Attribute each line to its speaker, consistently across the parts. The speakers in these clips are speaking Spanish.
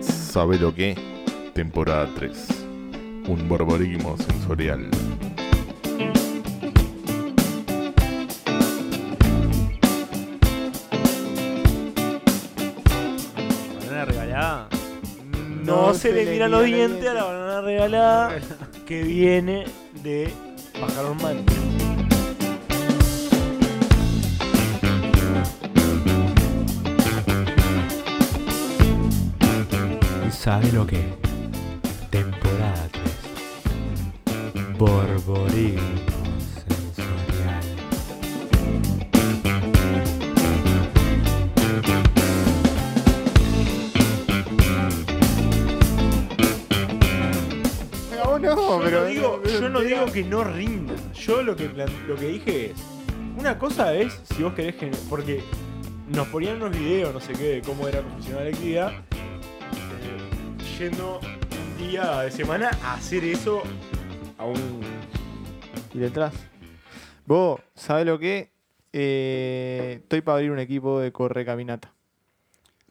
Speaker 1: sabe lo que, temporada 3. Un barbarismo sensorial.
Speaker 2: Banana regalada. Mm,
Speaker 3: No, se, le miran los dientes a la banana regalada que viene de Pájaros Mancha.
Speaker 4: ¿Sabe lo que? Temporada 3. Borborismo sensorial.
Speaker 3: Yo no digo,
Speaker 5: eh,
Speaker 3: yo no digo que no rinda. Yo lo que, plan- lo que dije es. Una cosa es si vos querés que. Porque nos ponían unos videos, no sé qué, de cómo era profesional la actividad. eh, Yendo un día de semana a hacer eso a un.
Speaker 5: Y detrás. Vos, ¿sabes lo que? Eh, estoy para abrir un equipo de correcaminata.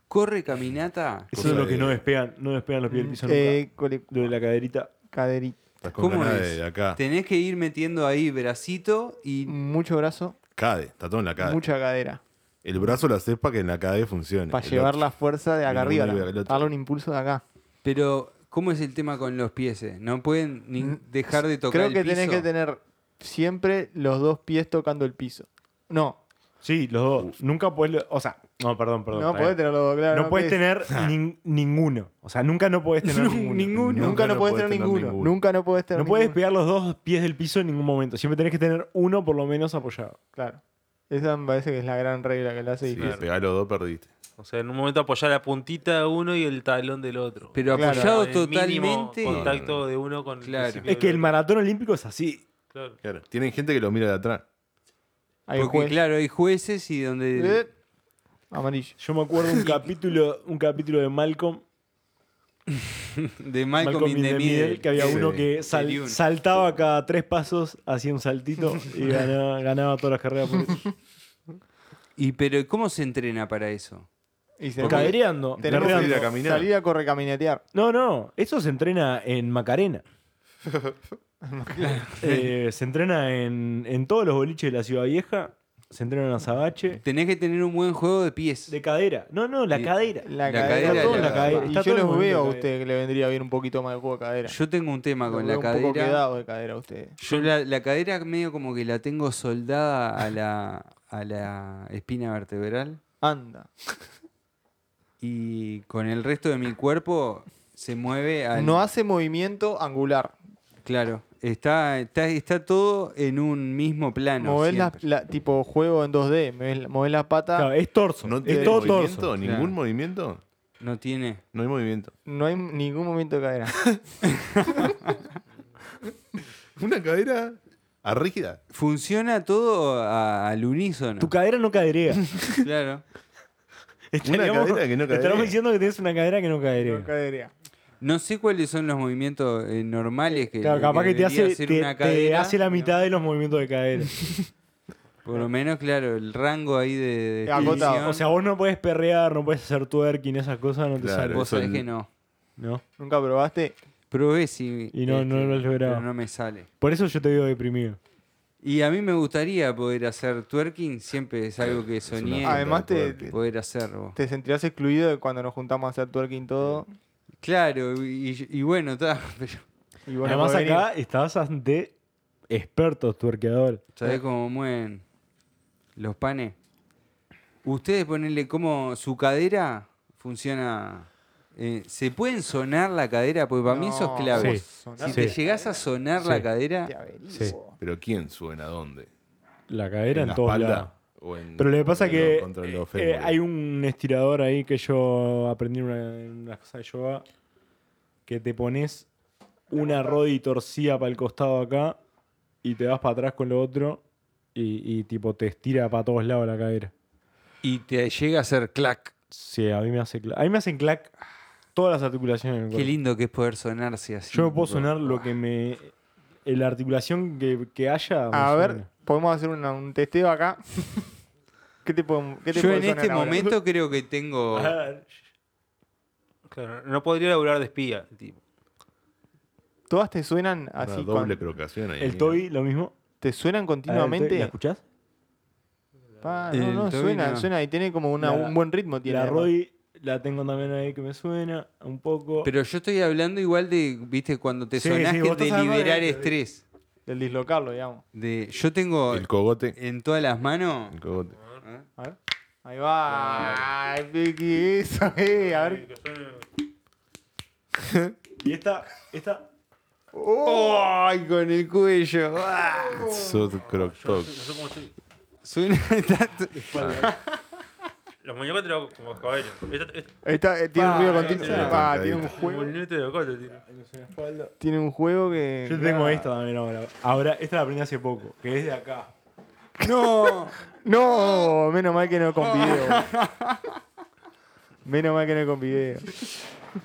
Speaker 6: Corre caminata.
Speaker 3: Eso es lo que no despegan, no despegan los pies del piso nunca.
Speaker 5: Eh, cole-
Speaker 3: Lo de la caderita.
Speaker 5: caderi-
Speaker 1: Estás con
Speaker 6: ¿Cómo
Speaker 1: ganas
Speaker 6: es?
Speaker 1: de acá.
Speaker 6: Tenés que ir metiendo ahí bracito y
Speaker 5: Mucho brazo,
Speaker 1: Cade, está todo en la cade.
Speaker 5: mucha cadera.
Speaker 1: El brazo la cepa que en la cade funcione.
Speaker 5: Para
Speaker 1: El
Speaker 5: llevar
Speaker 1: otro.
Speaker 5: la fuerza de acá
Speaker 1: El
Speaker 5: arriba,
Speaker 1: uno y
Speaker 5: la-
Speaker 1: el otro.
Speaker 5: darle un impulso de acá.
Speaker 6: pero ¿cómo es el tema con los pies? eh? No pueden ni dejar de tocar
Speaker 5: Creo que
Speaker 6: el piso.
Speaker 5: tenés que tener siempre los dos pies tocando el piso. No,
Speaker 3: Sí, los dos. Nunca podés. lo- O sea, no, perdón, perdón.
Speaker 5: no
Speaker 3: está
Speaker 5: podés
Speaker 3: bien.
Speaker 5: tener los dos, claro.
Speaker 3: No podés
Speaker 5: que-
Speaker 3: tener nin- ninguno. O sea, nunca no podés tener ninguno.
Speaker 5: Nunca, no podés tener ninguno. Nunca no podés tener
Speaker 3: No puedes
Speaker 5: ninguno.
Speaker 3: pegar los dos pies del piso en ningún momento. Siempre tenés que tener uno por lo menos apoyado.
Speaker 5: Claro. Esa me parece que es la gran regla que le hace
Speaker 1: Sí,
Speaker 5: difícil.
Speaker 1: pegá los dos, perdiste.
Speaker 2: O sea, en un momento apoyar la puntita de uno y el talón del otro.
Speaker 6: Pero
Speaker 5: Claro,
Speaker 6: apoyado
Speaker 2: Con el mínimo
Speaker 6: totalmente.
Speaker 2: contacto de uno con
Speaker 6: Claro.
Speaker 2: principio
Speaker 3: Es que el
Speaker 2: del
Speaker 3: maratón olímpico es así.
Speaker 2: otro. Claro.
Speaker 1: Claro. Tienen gente que lo mira de atrás.
Speaker 5: Hay
Speaker 6: porque
Speaker 5: juez.
Speaker 6: claro, hay jueces y donde
Speaker 5: Eh, Amarillo.
Speaker 3: Yo me acuerdo un capítulo, un capítulo de Malcolm,
Speaker 6: de Malcolm, in the Middle,
Speaker 3: que había
Speaker 1: Sí.
Speaker 3: uno que sal-
Speaker 6: Sería uno.
Speaker 3: saltaba cada tres pasos, hacía un saltito y ganaba, ganaba todas las carreras por eso.
Speaker 6: Y pero ¿cómo se entrena para eso?
Speaker 5: Y se
Speaker 3: Cadereando,
Speaker 5: Tenemos
Speaker 3: berreando.
Speaker 5: que
Speaker 1: salir a caminar.
Speaker 5: salir a correcaminetear.
Speaker 3: No, no, eso se entrena en Macarena. Eh, se entrena en, en todos los boliches de la Ciudad Vieja. Se entrena en Azabache.
Speaker 6: Tenés que tener un buen juego de pies.
Speaker 3: De cadera. No, no, la
Speaker 6: Y-
Speaker 3: cadera.
Speaker 5: La,
Speaker 6: La
Speaker 5: cadera.
Speaker 6: cadera,
Speaker 5: está todo en la
Speaker 6: la-
Speaker 5: cadera. Y
Speaker 3: está
Speaker 5: yo
Speaker 3: todo en
Speaker 5: los veo a
Speaker 3: movimiento de
Speaker 5: usted que le vendría bien un poquito más de juego de cadera.
Speaker 6: Yo tengo un tema
Speaker 5: Los
Speaker 6: con
Speaker 5: veo
Speaker 6: la
Speaker 5: un poco
Speaker 6: cadera.
Speaker 5: quedado de cadera a usted.
Speaker 6: Yo la, la cadera medio como que la tengo soldada a la, a la espina vertebral
Speaker 5: Anda.
Speaker 6: y con el resto de mi cuerpo se mueve al...
Speaker 5: No hace movimiento angular.
Speaker 6: Claro, está, está, está todo en un mismo plano.
Speaker 5: Mover las,
Speaker 6: siempre.
Speaker 5: la- tipo juego en 2D. Mover, mover las patas.
Speaker 3: Claro, es torso.
Speaker 1: No
Speaker 3: es
Speaker 1: tiene
Speaker 3: todo
Speaker 1: movimiento,
Speaker 3: torso.
Speaker 1: ningún
Speaker 6: Claro.
Speaker 1: movimiento.
Speaker 6: No tiene...
Speaker 1: No hay movimiento.
Speaker 5: No hay ningún movimiento de cadera.
Speaker 1: Una cadera arrígida.
Speaker 6: Funciona todo a- al unísono.
Speaker 3: Tu cadera no caderea.
Speaker 6: Claro.
Speaker 3: Estaríamos-
Speaker 1: cadera que no
Speaker 3: estaríamos
Speaker 1: caderea.
Speaker 3: diciendo que tienes una cadera que no caderea.
Speaker 5: No cadera.
Speaker 6: No sé cuáles son los movimientos eh, normales que,
Speaker 3: Claro,
Speaker 6: lo
Speaker 3: capaz que te
Speaker 6: debería
Speaker 3: hace,
Speaker 6: hacer
Speaker 3: te-
Speaker 6: una
Speaker 3: te
Speaker 6: cadera.
Speaker 3: hace la mitad de los movimientos de cadera.
Speaker 6: Por lo menos, claro, el rango ahí de. de
Speaker 5: Acotado.
Speaker 6: definición,
Speaker 3: o sea, vos no puedes perrear, no puedes hacer twerking, esas cosas no te
Speaker 1: Claro.
Speaker 3: salen.
Speaker 6: vos
Speaker 1: eso
Speaker 6: sabés
Speaker 1: el-
Speaker 6: que no.
Speaker 3: ¿no?
Speaker 5: ¿Nunca probaste?
Speaker 6: Probé si.
Speaker 3: Y no- no lo lograba.
Speaker 6: Pero no me sale.
Speaker 3: Por eso yo te veo deprimido.
Speaker 6: Y a mí me gustaría poder hacer twerking, siempre es algo que
Speaker 1: una
Speaker 6: soñé
Speaker 1: falta de
Speaker 5: Además te-
Speaker 1: poder.
Speaker 6: poder hacer. vos.
Speaker 5: Te sentirás excluido de cuando nos juntamos a hacer twerking todo.
Speaker 6: Claro, y, y bueno, está. Pero
Speaker 5: Y vos no
Speaker 3: Además,
Speaker 5: podés venir.
Speaker 3: acá estás ante expertos twerkeadores.
Speaker 6: ¿sabés cómo mueven los panes? Ustedes ponerle cómo su cadera funciona. eh, ¿Se pueden sonar la cadera? Porque para mí eso
Speaker 5: No,
Speaker 6: es clave.
Speaker 3: Sí.
Speaker 5: sonar
Speaker 6: Si
Speaker 3: Sí.
Speaker 6: te llegás a sonar
Speaker 3: Sí.
Speaker 6: la cadera,
Speaker 5: te averiguo.
Speaker 3: Sí.
Speaker 1: Pero ¿quién suena dónde?
Speaker 3: La
Speaker 1: ¿En
Speaker 3: cadera en,
Speaker 1: la
Speaker 3: todos
Speaker 1: espalda?
Speaker 3: lados.
Speaker 1: ¿O en-
Speaker 3: Pero lo que pasa es
Speaker 1: contra
Speaker 3: que
Speaker 1: los- contra los
Speaker 3: eh,
Speaker 1: fémures?
Speaker 3: hay un estirador ahí que yo aprendí en una, en una casa de yoga que te pones una rodilla torcida para el costado acá y te vas para atrás con lo otro y, y, tipo te estira para todos lados la cadera.
Speaker 6: y te llega a hacer clac.
Speaker 3: Sí, a mí me hace clac. A mí me hacen clac todas las articulaciones del
Speaker 6: Qué
Speaker 3: cuerpo.
Speaker 6: lindo que es poder sonarse así.
Speaker 3: Yo me puedo sonar lo que me... eh, La articulación que, que haya. me
Speaker 5: A ver,
Speaker 3: suena.
Speaker 5: podemos hacer una- un testeo acá. ¿Qué te podemos, qué te
Speaker 6: Yo
Speaker 5: puede
Speaker 6: en
Speaker 5: sonar
Speaker 6: este
Speaker 5: ahora?
Speaker 3: Ah,
Speaker 6: momento creo que tengo
Speaker 3: A ver,
Speaker 2: Claro, no podría laburar de espía. el tipo.
Speaker 5: Todas te suenan así.
Speaker 1: Una doble
Speaker 5: cuan-
Speaker 1: crocación ahí.
Speaker 3: El Toby, lo mismo.
Speaker 5: te
Speaker 3: A ver,
Speaker 5: suenan
Speaker 3: el Toby,
Speaker 5: continuamente.
Speaker 3: ¿La escuchás?
Speaker 5: Pa,
Speaker 6: El
Speaker 5: no, no,
Speaker 6: Toby
Speaker 5: suena,
Speaker 6: no.
Speaker 5: suena y tiene como una-
Speaker 3: La-
Speaker 5: un buen ritmo. Tiene,
Speaker 3: la
Speaker 5: además.
Speaker 3: Roy la tengo también ahí que me suena un poco.
Speaker 6: Pero yo estoy hablando igual de, viste, cuando te
Speaker 3: Sí,
Speaker 6: sonás
Speaker 3: sí,
Speaker 6: que
Speaker 3: vos
Speaker 6: de
Speaker 3: estás hablando de
Speaker 6: liberar
Speaker 3: esto,
Speaker 6: estrés.
Speaker 5: Del dislocarlo, digamos.
Speaker 6: De, yo tengo
Speaker 1: El
Speaker 3: Eh,
Speaker 1: cogote.
Speaker 6: en todas las manos.
Speaker 1: El cogote.
Speaker 5: A ver. Ahí va. Ay, Pequi, eso, eh. A ver.
Speaker 3: Y esta, esta.
Speaker 6: ¡Ay, con el cuello! ¡Ah!
Speaker 1: Sud
Speaker 2: No
Speaker 1: croc-toc.
Speaker 2: sé cómo estoy.
Speaker 6: Suena tanto-
Speaker 2: Los muñecos te lo hago como caballo. Esta- esta-
Speaker 5: Está, eh, tiene un ruido
Speaker 3: Pa,
Speaker 5: continuo.
Speaker 1: sí.
Speaker 5: Pa, tiene
Speaker 1: Trancadito.
Speaker 5: un
Speaker 2: El
Speaker 5: juego.
Speaker 2: molinete de locote, tío.
Speaker 5: Tiene un juego que.
Speaker 3: Yo tengo esta también ahora. Ahora, esta la aprendí hace poco, que es de acá.
Speaker 6: ¡No!
Speaker 5: No, menos mal que no con video. menos mal que no con video.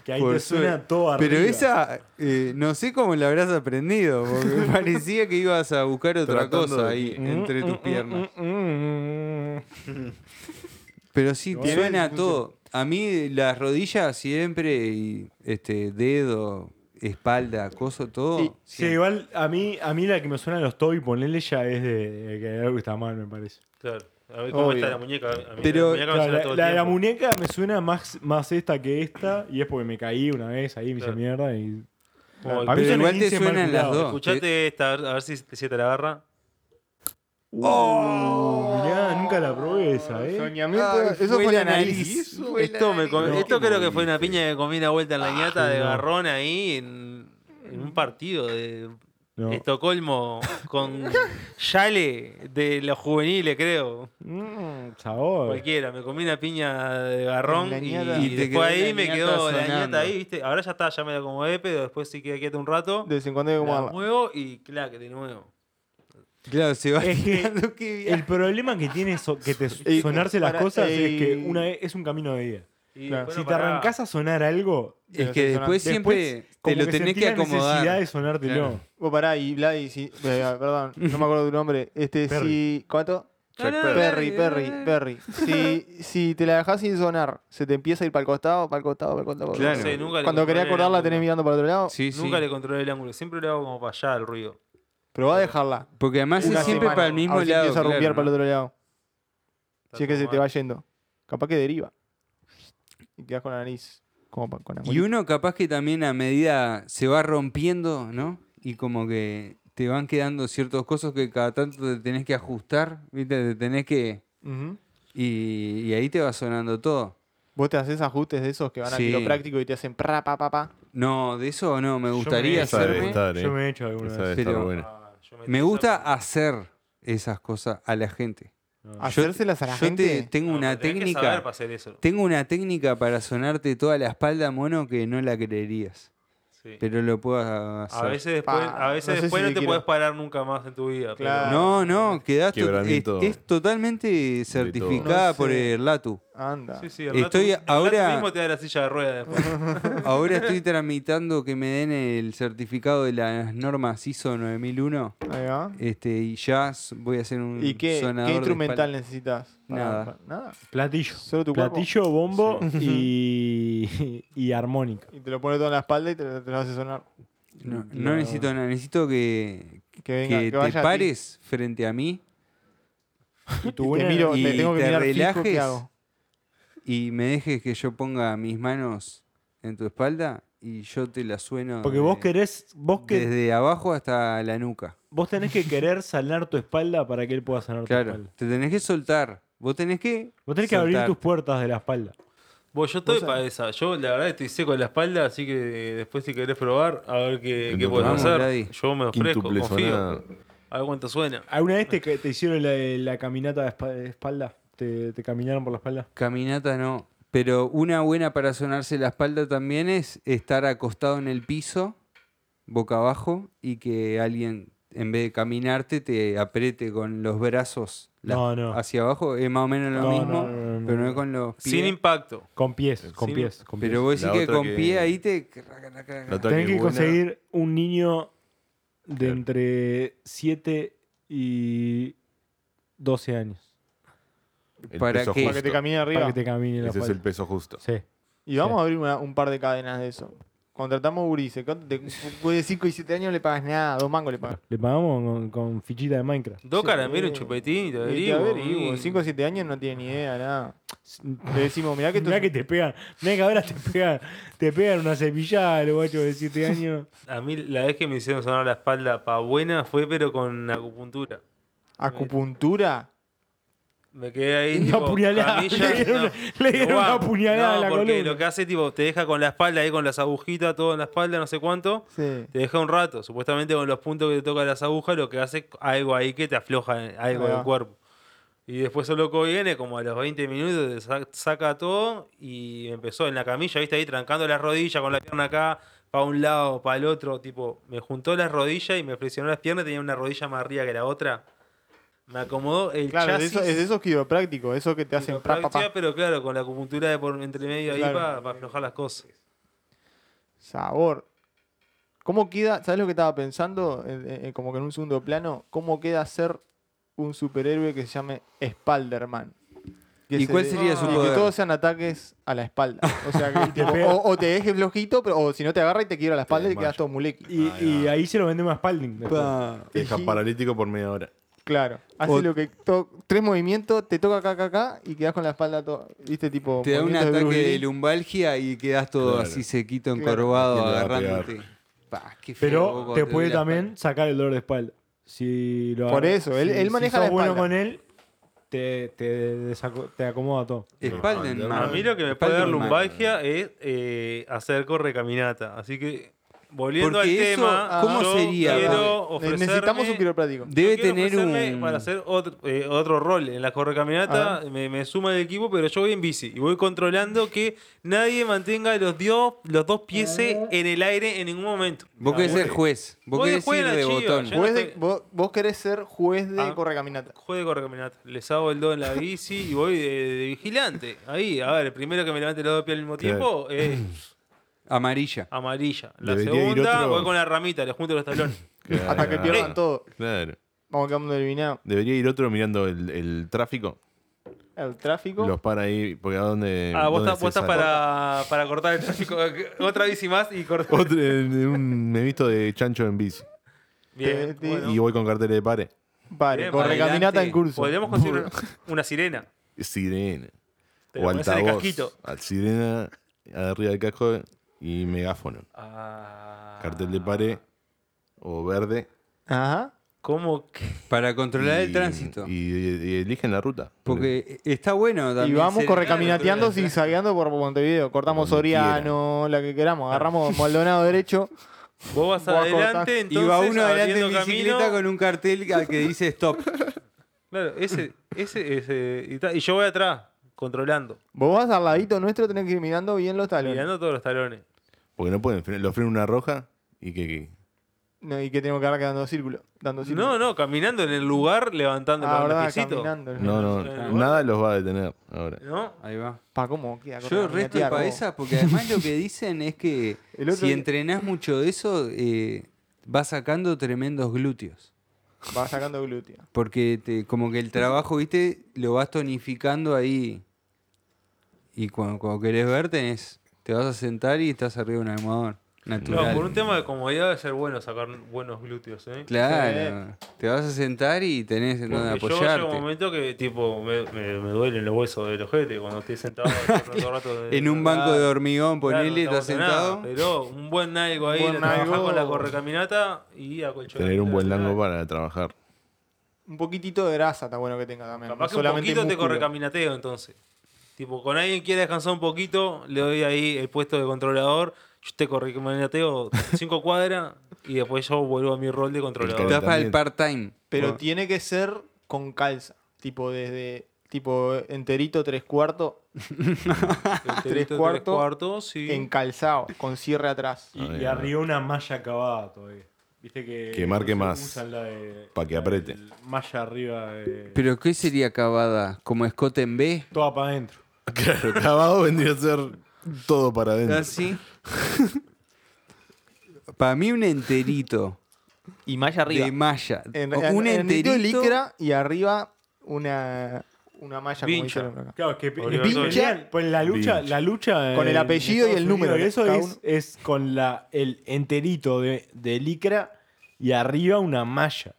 Speaker 3: Que ahí
Speaker 6: Por
Speaker 3: te suena
Speaker 6: suerte.
Speaker 3: todo arriba.
Speaker 6: Pero esa, eh, no sé cómo la habrás aprendido, porque me parecía que ibas a buscar otra
Speaker 1: Tratando de-
Speaker 3: Mm,
Speaker 6: cosa ahí entre tus piernas.
Speaker 5: Mm,
Speaker 6: Pero sí,
Speaker 5: Igual
Speaker 6: suena
Speaker 5: es-
Speaker 6: todo. A mí las rodillas siempre, y este, dedo, espalda, coso, todo.
Speaker 5: Y-
Speaker 3: Sí,
Speaker 6: siempre.
Speaker 3: igual a mí, a mí la que me suena a los Toby, ponele ya es de, de que hay algo que está mal, me parece.
Speaker 2: Claro. A ver cómo
Speaker 5: Obvio.
Speaker 2: está la muñeca. A mí
Speaker 6: Pero,
Speaker 2: la muñeca me suena
Speaker 3: Claro,
Speaker 2: todo
Speaker 3: la,
Speaker 2: el
Speaker 3: la de la
Speaker 2: tiempo.
Speaker 3: muñeca me suena más, más esta que esta, y es porque me caí una vez ahí, me hice
Speaker 2: Claro.
Speaker 3: mierda. Y...
Speaker 2: Como el-
Speaker 3: A mí
Speaker 6: Pero
Speaker 3: son
Speaker 6: igual te
Speaker 3: inicios mal
Speaker 6: suenan las
Speaker 3: cuidados.
Speaker 6: dos.
Speaker 2: Escuchate esta, a ver, a ver si, si te la agarra.
Speaker 6: ¡Oh!
Speaker 3: Uh, Mirá, nunca la probé esa,
Speaker 5: mm.
Speaker 3: ¿eh?
Speaker 5: Soñamiento.
Speaker 6: Ah,
Speaker 5: eso
Speaker 6: fue
Speaker 5: fue la
Speaker 6: la nariz.
Speaker 5: nariz.
Speaker 2: Esto, me com-
Speaker 3: No,
Speaker 2: esto
Speaker 3: qué
Speaker 2: creo que fue una piña que comí una vuelta
Speaker 5: Ah,
Speaker 2: en la ñata de garrón ahí en, en un partido de
Speaker 3: No.
Speaker 2: Estocolmo con Yale de los juveniles, creo.
Speaker 3: Mm, sabor.
Speaker 2: Cualquiera, me comí una piña de garrón
Speaker 5: La
Speaker 2: y,
Speaker 5: ñata.
Speaker 2: y
Speaker 6: Y te
Speaker 2: después
Speaker 6: quedó
Speaker 2: ahí
Speaker 6: la
Speaker 2: me
Speaker 6: ñata
Speaker 2: quedó la
Speaker 6: sonando.
Speaker 2: ñata ahí, ¿viste? Ahora ya está, ya me la acomodé, pero después sí queda quieta un rato.
Speaker 5: De vez en cuando hay que
Speaker 2: La
Speaker 5: comerla.
Speaker 2: muevo y clac, de nuevo.
Speaker 6: Eh, Claro, se va
Speaker 3: Es que-
Speaker 6: tirando, qué bien.
Speaker 3: El problema que tiene so- que te su-
Speaker 5: Ey,
Speaker 3: sonarse las
Speaker 5: para-
Speaker 3: cosas
Speaker 5: ey.
Speaker 3: es que una vez- es un camino de vida.
Speaker 2: Y
Speaker 5: eh, Claro.
Speaker 2: después
Speaker 3: si
Speaker 2: no
Speaker 3: te
Speaker 2: paraba.
Speaker 3: arrancás a sonar algo,
Speaker 6: Es que después siempre
Speaker 3: después
Speaker 6: te
Speaker 3: como
Speaker 6: lo tenés
Speaker 3: sentís
Speaker 6: que
Speaker 3: la necesidad
Speaker 6: acomodar.
Speaker 3: de sonártelo.
Speaker 6: Claro.
Speaker 5: Vos pará, y Vladi, si, eh, perdón, no me acuerdo tu nombre. Este,
Speaker 3: Perry.
Speaker 5: si. ¿Cuánto?
Speaker 2: Jack
Speaker 6: No, no,
Speaker 2: Perry.
Speaker 5: Perry, Perry, Perry. Si, si te la dejás sin sonar, se te empieza a ir para el costado, para el costado, para el costado. pa'l
Speaker 6: Claro.
Speaker 5: costado.
Speaker 2: Sí, nunca le
Speaker 5: Cuando
Speaker 2: controlé
Speaker 5: quería
Speaker 2: el
Speaker 5: acordarla,
Speaker 2: ángulo.
Speaker 5: tenés mirando para otro lado.
Speaker 6: Sí, sí.
Speaker 2: Nunca le controlé el ángulo, siempre le hago como para allá el ruido.
Speaker 5: Pero va a dejarla.
Speaker 6: Porque además
Speaker 5: Una
Speaker 6: es siempre
Speaker 5: semana.
Speaker 6: para el
Speaker 5: a
Speaker 6: mismo
Speaker 5: ver si
Speaker 6: lado.
Speaker 5: Empieza a
Speaker 6: claro,
Speaker 5: rumbear
Speaker 6: ¿no?
Speaker 5: para el otro lado.
Speaker 2: Está
Speaker 5: si es que se
Speaker 2: como
Speaker 5: te
Speaker 2: mal.
Speaker 5: va yendo. Capaz que deriva. Y quedás con la nariz. Como pa- con la
Speaker 6: Y uno capaz que también a medida se va rompiendo, ¿no? Y como que te van quedando ciertos cosas que cada tanto te tenés que ajustar, ¿viste? Te tenés que...
Speaker 5: Ujú.
Speaker 6: Y, y ahí te va sonando todo.
Speaker 5: Vos te haces ajustes de esos que van
Speaker 6: Sí.
Speaker 5: a lo práctico y te hacen pra, pa, pa, pa.
Speaker 6: No, de eso no, me gustaría
Speaker 3: me-
Speaker 1: Esa debe
Speaker 6: hacerme...
Speaker 1: estar, eh.
Speaker 3: Yo me he hecho alguna
Speaker 1: Esa
Speaker 3: vez.
Speaker 1: debe estar
Speaker 6: Pero-
Speaker 1: buena.
Speaker 2: Ah, yo
Speaker 6: Me gusta hacer esas cosas a la gente.
Speaker 5: Ah. Hacérselas a la
Speaker 6: yo te-
Speaker 5: gente.
Speaker 6: tengo
Speaker 2: No,
Speaker 6: una
Speaker 2: pero tenés que
Speaker 6: técnica...
Speaker 2: saber para hacer eso.
Speaker 6: Tengo una técnica para sonarte toda la espalda, mono, que no la creerías.
Speaker 2: Sí.
Speaker 6: Pero lo puedo hacer.
Speaker 2: A veces después,
Speaker 5: Pa,
Speaker 2: a veces
Speaker 5: no sé
Speaker 2: después
Speaker 5: si
Speaker 2: no
Speaker 5: te
Speaker 2: te
Speaker 5: quiero-
Speaker 2: puedes parar nunca más en tu vida. pero-
Speaker 5: Claro.
Speaker 6: No, no, quedás to- es,
Speaker 1: Quebramiento
Speaker 6: es totalmente certificada
Speaker 5: No sé.
Speaker 6: por el LATU.
Speaker 5: Anda.
Speaker 2: Sí, sí, al rato-
Speaker 6: Estoy
Speaker 2: al rato
Speaker 6: ahora-
Speaker 2: mismo te da la silla de ruedas después.
Speaker 6: Ahora estoy tramitando que me den el certificado de las normas ISO 9001.
Speaker 5: Ahí va.
Speaker 6: Este, y ya s- voy a hacer un
Speaker 5: ¿Y qué,
Speaker 6: sonador
Speaker 5: qué
Speaker 6: de
Speaker 5: instrumental
Speaker 6: espalda.
Speaker 5: necesitas?
Speaker 6: Nada.
Speaker 5: para- Nada.
Speaker 3: Platillo.
Speaker 5: Solo tu cuerpo.
Speaker 3: Platillo, bombo y, y armónica.
Speaker 5: Y te lo pone todo en la espalda y te, lo- te lo hace sonar.
Speaker 6: No, no necesito nada, necesito que,
Speaker 5: Que venga,
Speaker 6: que
Speaker 5: que,
Speaker 6: te
Speaker 5: vaya a ti.
Speaker 6: pares frente a mí
Speaker 3: Y
Speaker 5: Y
Speaker 3: tu buena
Speaker 5: te miro,
Speaker 6: y
Speaker 5: te tengo que
Speaker 6: te
Speaker 5: mirar fijo,
Speaker 6: relajes.
Speaker 5: ¿qué hago?
Speaker 6: y me dejes que yo ponga mis manos en tu espalda y yo te la sueno
Speaker 3: Porque
Speaker 6: de-
Speaker 3: vos querés, vos que
Speaker 6: desde abajo hasta la nuca.
Speaker 3: vos tenés que querer sanar tu espalda para que él pueda sanar tu
Speaker 6: Claro,
Speaker 3: espalda.
Speaker 6: te tenés que soltar. Vos tenés que.
Speaker 3: Vos tenés que abrir tus puertas de la espalda.
Speaker 2: Vos, yo estoy para esa. Yo, la verdad, estoy seco en la espalda, así que eh, después, si querés probar, a ver qué, qué
Speaker 1: Entonces,
Speaker 2: podés
Speaker 1: vamos,
Speaker 2: hacer.
Speaker 6: Vladi.
Speaker 2: Yo me ofrezco,
Speaker 1: Quíntuple
Speaker 2: confío.
Speaker 1: sonada.
Speaker 2: A ver cuánto suena.
Speaker 3: ¿Alguna vez te, te hicieron la, la caminata de espa- de espalda? ¿Te, te caminaron por la espalda?
Speaker 6: Caminata no. Pero una buena para sonarse la espalda también es estar acostado en el piso, boca abajo, y que alguien, en vez de caminarte, te apriete con los brazos la-
Speaker 3: No, no.
Speaker 6: hacia abajo. Es más o menos lo
Speaker 3: No, no,
Speaker 6: mismo,
Speaker 3: no, no,
Speaker 6: pero no
Speaker 3: no.
Speaker 6: es con los pies.
Speaker 2: Sin impacto.
Speaker 3: Con pies, con
Speaker 2: Sí.
Speaker 3: pies, con pies.
Speaker 6: pero vos decís
Speaker 1: La
Speaker 6: que
Speaker 1: otra
Speaker 6: con
Speaker 1: que-
Speaker 6: pie ahí te.
Speaker 1: La otra que
Speaker 3: Tenés que
Speaker 1: es buena-
Speaker 3: conseguir un niño de
Speaker 1: Claro.
Speaker 3: entre 7 y 12 años
Speaker 1: El
Speaker 6: ¿Para
Speaker 1: peso
Speaker 6: qué?
Speaker 5: Para que te
Speaker 1: justo.
Speaker 5: camine arriba.
Speaker 3: para que te camine la
Speaker 1: Ese es el
Speaker 3: espalda.
Speaker 1: peso justo.
Speaker 3: Sí.
Speaker 5: Y vamos a abrir una- un par de cadenas de eso. Contratamos gurises. ¿cuánto te- De 5 y 7 años no le pagas nada, dos mangos le pagas.
Speaker 3: Le pagamos con, con fichita de Minecraft.
Speaker 2: Dos
Speaker 5: Sí.
Speaker 2: caramelos, un chupetín, y te
Speaker 5: Y te
Speaker 2: averiguo.
Speaker 5: averiguo.
Speaker 2: y-
Speaker 5: 5 o 7 años no tiene ni idea, nada. Le decimos, mirá que esto
Speaker 3: Mirá
Speaker 5: es-
Speaker 3: que te pegan, mirá que ahora te pegan, te pegan una cepillada los guachos de 7 años.
Speaker 2: A mí la vez que me hicieron sonar la espalda pa' buena fue pero con acupuntura.
Speaker 5: acupuntura.
Speaker 2: Me quedé ahí.
Speaker 3: Una
Speaker 2: tipo,
Speaker 3: puñalada.
Speaker 2: camilla,
Speaker 3: Le dieron
Speaker 2: no.
Speaker 3: una- le dieron
Speaker 2: Digo,
Speaker 3: una
Speaker 2: "Guau".
Speaker 3: puñalada
Speaker 2: no,
Speaker 3: en la
Speaker 2: porque
Speaker 3: columna.
Speaker 2: Lo que hace, tipo, te deja con la espalda ahí, con las agujitas, todo en la espalda, no sé cuánto.
Speaker 5: Sí.
Speaker 2: Te deja un rato. Supuestamente con los puntos que te tocan las agujas, lo que hace es algo ahí que te afloja en- algo
Speaker 5: Ahí
Speaker 2: del
Speaker 5: va.
Speaker 2: cuerpo. Y después el loco viene, como a los 20 minutos, te sa- saca todo y empezó en la camilla, viste ahí, trancando las rodillas con la pierna acá, para un lado, para el otro. Tipo, me juntó las rodillas y me presionó las piernas, tenía una rodilla más arriba que la otra. Me acomodó el
Speaker 5: Claro, de
Speaker 2: chasis.
Speaker 5: eso, es de esos quiroprácticos, esos que te hacen
Speaker 2: Lo
Speaker 5: pa, pa, pa.
Speaker 2: practicaba, pero claro, con la acupuntura de por entre medio ahí
Speaker 5: Claro.
Speaker 2: para aflojar las cosas.
Speaker 5: Sabor. ¿Cómo queda? ¿Sabes lo que estaba pensando? Eh, eh, como que en un segundo plano, ¿cómo queda ser un superhéroe que se llame Spalderman? Que
Speaker 6: ¿Y
Speaker 5: se
Speaker 6: cuál
Speaker 5: le-
Speaker 6: sería su
Speaker 5: y
Speaker 6: poder?
Speaker 5: que todos sean ataques a la espalda. O sea, que tipo,
Speaker 3: pega.
Speaker 5: o, o te dejes flojito, pero, o si no te agarra y te quiebra la espalda y quedas todo mulequi.
Speaker 3: Y, y ahí se lo vendemos a Spalding. después.
Speaker 1: Te deja paralítico por media hora.
Speaker 5: Claro. Hace
Speaker 6: O-
Speaker 5: lo que. to- tres movimientos, te toca acá, acá, acá y quedas con la espalda toda. ¿Viste? Tipo.
Speaker 6: Te da un
Speaker 5: movimientos de
Speaker 6: ataque
Speaker 5: Bruce
Speaker 6: de
Speaker 5: Lee.
Speaker 6: lumbalgia y quedas todo
Speaker 1: Claro.
Speaker 6: así sequito,
Speaker 5: Claro.
Speaker 6: encorvado,
Speaker 1: ¿Quién te va a
Speaker 6: agarrándote. Pa, qué feo,
Speaker 3: Pero
Speaker 6: loco,
Speaker 3: te
Speaker 6: duele
Speaker 3: puede
Speaker 6: la
Speaker 3: también sacar el dolor de espalda. Si lo
Speaker 5: Por
Speaker 3: agarra-
Speaker 5: eso, él-
Speaker 3: si-
Speaker 5: él
Speaker 3: si
Speaker 5: maneja
Speaker 3: sos
Speaker 5: la
Speaker 3: bueno
Speaker 5: espalda.
Speaker 3: con él, te, te, desaco- te acomoda todo.
Speaker 6: espalda. Espalda,
Speaker 1: No,
Speaker 2: A
Speaker 1: Ah,
Speaker 2: mí lo que me puede
Speaker 6: espalda
Speaker 2: dar
Speaker 6: en mano.
Speaker 2: lumbalgia es eh, hacer correcaminata. Así que, volviendo
Speaker 6: Porque
Speaker 2: al
Speaker 6: eso, ah,
Speaker 2: tema,
Speaker 6: ¿cómo
Speaker 2: yo
Speaker 6: sería?
Speaker 2: quiero
Speaker 5: Ne-
Speaker 2: ofrecerme-
Speaker 5: Necesitamos un quiropráctico.
Speaker 2: yo
Speaker 6: Debe
Speaker 2: quiero
Speaker 6: tener
Speaker 2: ofrecerme
Speaker 6: un-
Speaker 2: Para hacer otro, eh, otro rol en la correcaminata, me, me suma el equipo, pero yo voy en bici y voy controlando que nadie mantenga los, dios, los dos pies en el aire en ningún momento.
Speaker 6: Vos querés ser juez,
Speaker 2: Ah,
Speaker 6: vos
Speaker 2: Voy de
Speaker 6: querés
Speaker 2: juez
Speaker 6: ir
Speaker 2: a la
Speaker 6: de
Speaker 2: chiva,
Speaker 6: botón.
Speaker 2: ya.
Speaker 5: Juez
Speaker 2: no
Speaker 5: de-
Speaker 2: estoy-
Speaker 5: vos, vos querés ser juez de
Speaker 2: Ah.
Speaker 1: Eh,
Speaker 5: correcaminata.
Speaker 2: Juego de correcaminata. Les hago el do en la bici y voy de, de vigilante. Ahí, a ver, el primero que me levante los dos pies al mismo tiempo es
Speaker 6: Amarilla.
Speaker 2: amarilla. La
Speaker 1: Debería ir
Speaker 2: segunda,
Speaker 1: otro- Eh,
Speaker 2: voy con la ramita, le junto los talones.
Speaker 5: Hasta que pierdan todo.
Speaker 1: Claro.
Speaker 5: Vamos quedando eliminados.
Speaker 1: Debería ir otro mirando el, el tráfico.
Speaker 5: El tráfico.
Speaker 1: Los para ahí, porque a dónde.
Speaker 2: Ah, vos
Speaker 1: dónde
Speaker 2: estás
Speaker 1: se
Speaker 2: vos estás
Speaker 1: sale.
Speaker 2: para, para cortar el tráfico. Otra bici más y corto.
Speaker 1: Otro, en un, me he visto de chancho en bici.
Speaker 2: Bien,
Speaker 5: Te-
Speaker 2: bueno.
Speaker 1: Y voy con carteles de pare.
Speaker 5: Vale,
Speaker 2: Bien,
Speaker 5: correcaminata
Speaker 6: adelante.
Speaker 5: en curso.
Speaker 2: Podríamos conseguir una, una sirena.
Speaker 1: Sirena.
Speaker 2: Te
Speaker 1: o
Speaker 2: la pones en el
Speaker 1: altavoz.
Speaker 2: casquito.
Speaker 1: Al sirena, arriba del casco y megáfono.
Speaker 2: Ah.
Speaker 1: Cartel de pare o verde.
Speaker 5: Ajá.
Speaker 2: ¿Cómo que?
Speaker 6: Para controlar
Speaker 1: y-
Speaker 6: el tránsito.
Speaker 1: Y, y eligen la ruta.
Speaker 6: porque está bueno también.
Speaker 5: Y vamos
Speaker 6: ser-
Speaker 5: correcaminateando, zigzagueando por Montevideo. Cortamos
Speaker 1: Por donde
Speaker 5: Soriano, la que queramos. Agarramos Maldonado derecho.
Speaker 2: Vos vas
Speaker 5: Vos cortás.
Speaker 2: adelante, entonces.
Speaker 6: y va uno adelante en
Speaker 2: abriendo
Speaker 6: bicicleta
Speaker 2: camino.
Speaker 6: con un cartel al que dice stop.
Speaker 2: Claro, ese, ese, ese. Y, ta- y yo voy atrás, controlando.
Speaker 5: Vos vas al ladito nuestro, tenés que ir mirando bien los talones.
Speaker 2: Mirando todos los talones.
Speaker 1: Porque no pueden. fre- Lo frena una roja y que. que-
Speaker 5: No, y que tenemos que andar dando círculo. Dando círculo.
Speaker 2: No, no, caminando en el lugar, levantando
Speaker 5: Ah,
Speaker 2: los
Speaker 5: verdad,
Speaker 2: piecitos.
Speaker 5: caminando.
Speaker 1: no, no.
Speaker 2: Eh,
Speaker 1: Nada los va a detener ahora.
Speaker 2: ¿No?
Speaker 6: Ahí va.
Speaker 5: Pa, ¿cómo? queda
Speaker 6: Yo resto de
Speaker 5: correcaminatear, vos?
Speaker 6: paesa porque además lo que dicen es que
Speaker 5: El otro
Speaker 6: si
Speaker 5: día-
Speaker 6: entrenás mucho de eso, eh, vas sacando tremendos glúteos.
Speaker 5: Vas sacando glúteo.
Speaker 6: Porque te, como que el trabajo, viste, lo vas tonificando ahí. Y cuando, cuando querés ver, tenés, te vas a sentar y estás arriba de un almohadón.
Speaker 2: No,
Speaker 6: Natural.
Speaker 2: por un tema de comodidad debe ser bueno sacar buenos glúteos, ¿eh?
Speaker 6: Claro. Te vas a sentar y tenés en donde
Speaker 2: Porque yo llega un
Speaker 6: apoyarte.
Speaker 2: momento que tipo me, me, me duelen los huesos del ojete cuando estoy sentado todo el rato de-
Speaker 6: En un banco de hormigón,
Speaker 2: Claro, no
Speaker 6: ponele, estás
Speaker 2: estamos en nada,
Speaker 6: sentado.
Speaker 2: pero un buen nalgo ahí,
Speaker 5: Buen
Speaker 2: lo trabajás
Speaker 5: nalgo.
Speaker 2: con la correcaminata y acolchonate
Speaker 1: Tener un
Speaker 2: la
Speaker 1: buen
Speaker 2: espalda.
Speaker 1: lango para trabajar.
Speaker 5: Un poquitito de grasa está bueno que tenga también. no
Speaker 2: Capaz que un
Speaker 5: solamente
Speaker 2: poquito te
Speaker 5: músculo.
Speaker 2: correcaminateo entonces. Tipo, con alguien quiera descansar un poquito, le doy ahí el puesto de controlador, yo te correcaminateo cinco cuadras y después yo vuelvo a mi rol de
Speaker 1: El
Speaker 2: controlador.
Speaker 6: Estás para el
Speaker 1: También.
Speaker 6: part-time.
Speaker 5: Pero
Speaker 6: Bueno,
Speaker 5: tiene que ser con calza. Tipo desde. Tipo enterito tres cuartos
Speaker 2: El
Speaker 5: Tres
Speaker 2: tres
Speaker 5: cuartos
Speaker 2: cuartos, sí.
Speaker 5: encalzado, con cierre atrás.
Speaker 3: Y,
Speaker 1: A ver,
Speaker 3: y
Speaker 1: a ver.
Speaker 3: arriba una malla acabada todavía. Viste que.
Speaker 1: Que marque
Speaker 3: usan
Speaker 1: más.
Speaker 3: la de-
Speaker 1: Pa' que
Speaker 3: la
Speaker 1: apriete.
Speaker 3: del Malla arriba. de-
Speaker 6: ¿Pero qué sería acabada? ¿Como escote en B?
Speaker 3: Toda para adentro.
Speaker 1: Claro, clavado vendría a ser todo para adentro.
Speaker 6: Así. Para mí un enterito
Speaker 5: Y malla
Speaker 6: de malla.
Speaker 5: En,
Speaker 6: O
Speaker 5: en-
Speaker 6: un
Speaker 5: en el medio
Speaker 6: enterito
Speaker 5: licra y arriba una. una malla como
Speaker 2: Vincha.
Speaker 5: hicieron acá.
Speaker 3: Claro, que pe-
Speaker 2: Obligatorio.
Speaker 3: pe- pelean, pues la lucha,
Speaker 1: Vincha.
Speaker 3: la lucha
Speaker 5: Con el
Speaker 3: en
Speaker 5: apellido y el
Speaker 3: Estados
Speaker 5: número,
Speaker 3: Unidos,
Speaker 5: cada
Speaker 3: eso es, es con la, el enterito de, de licra y arriba una malla.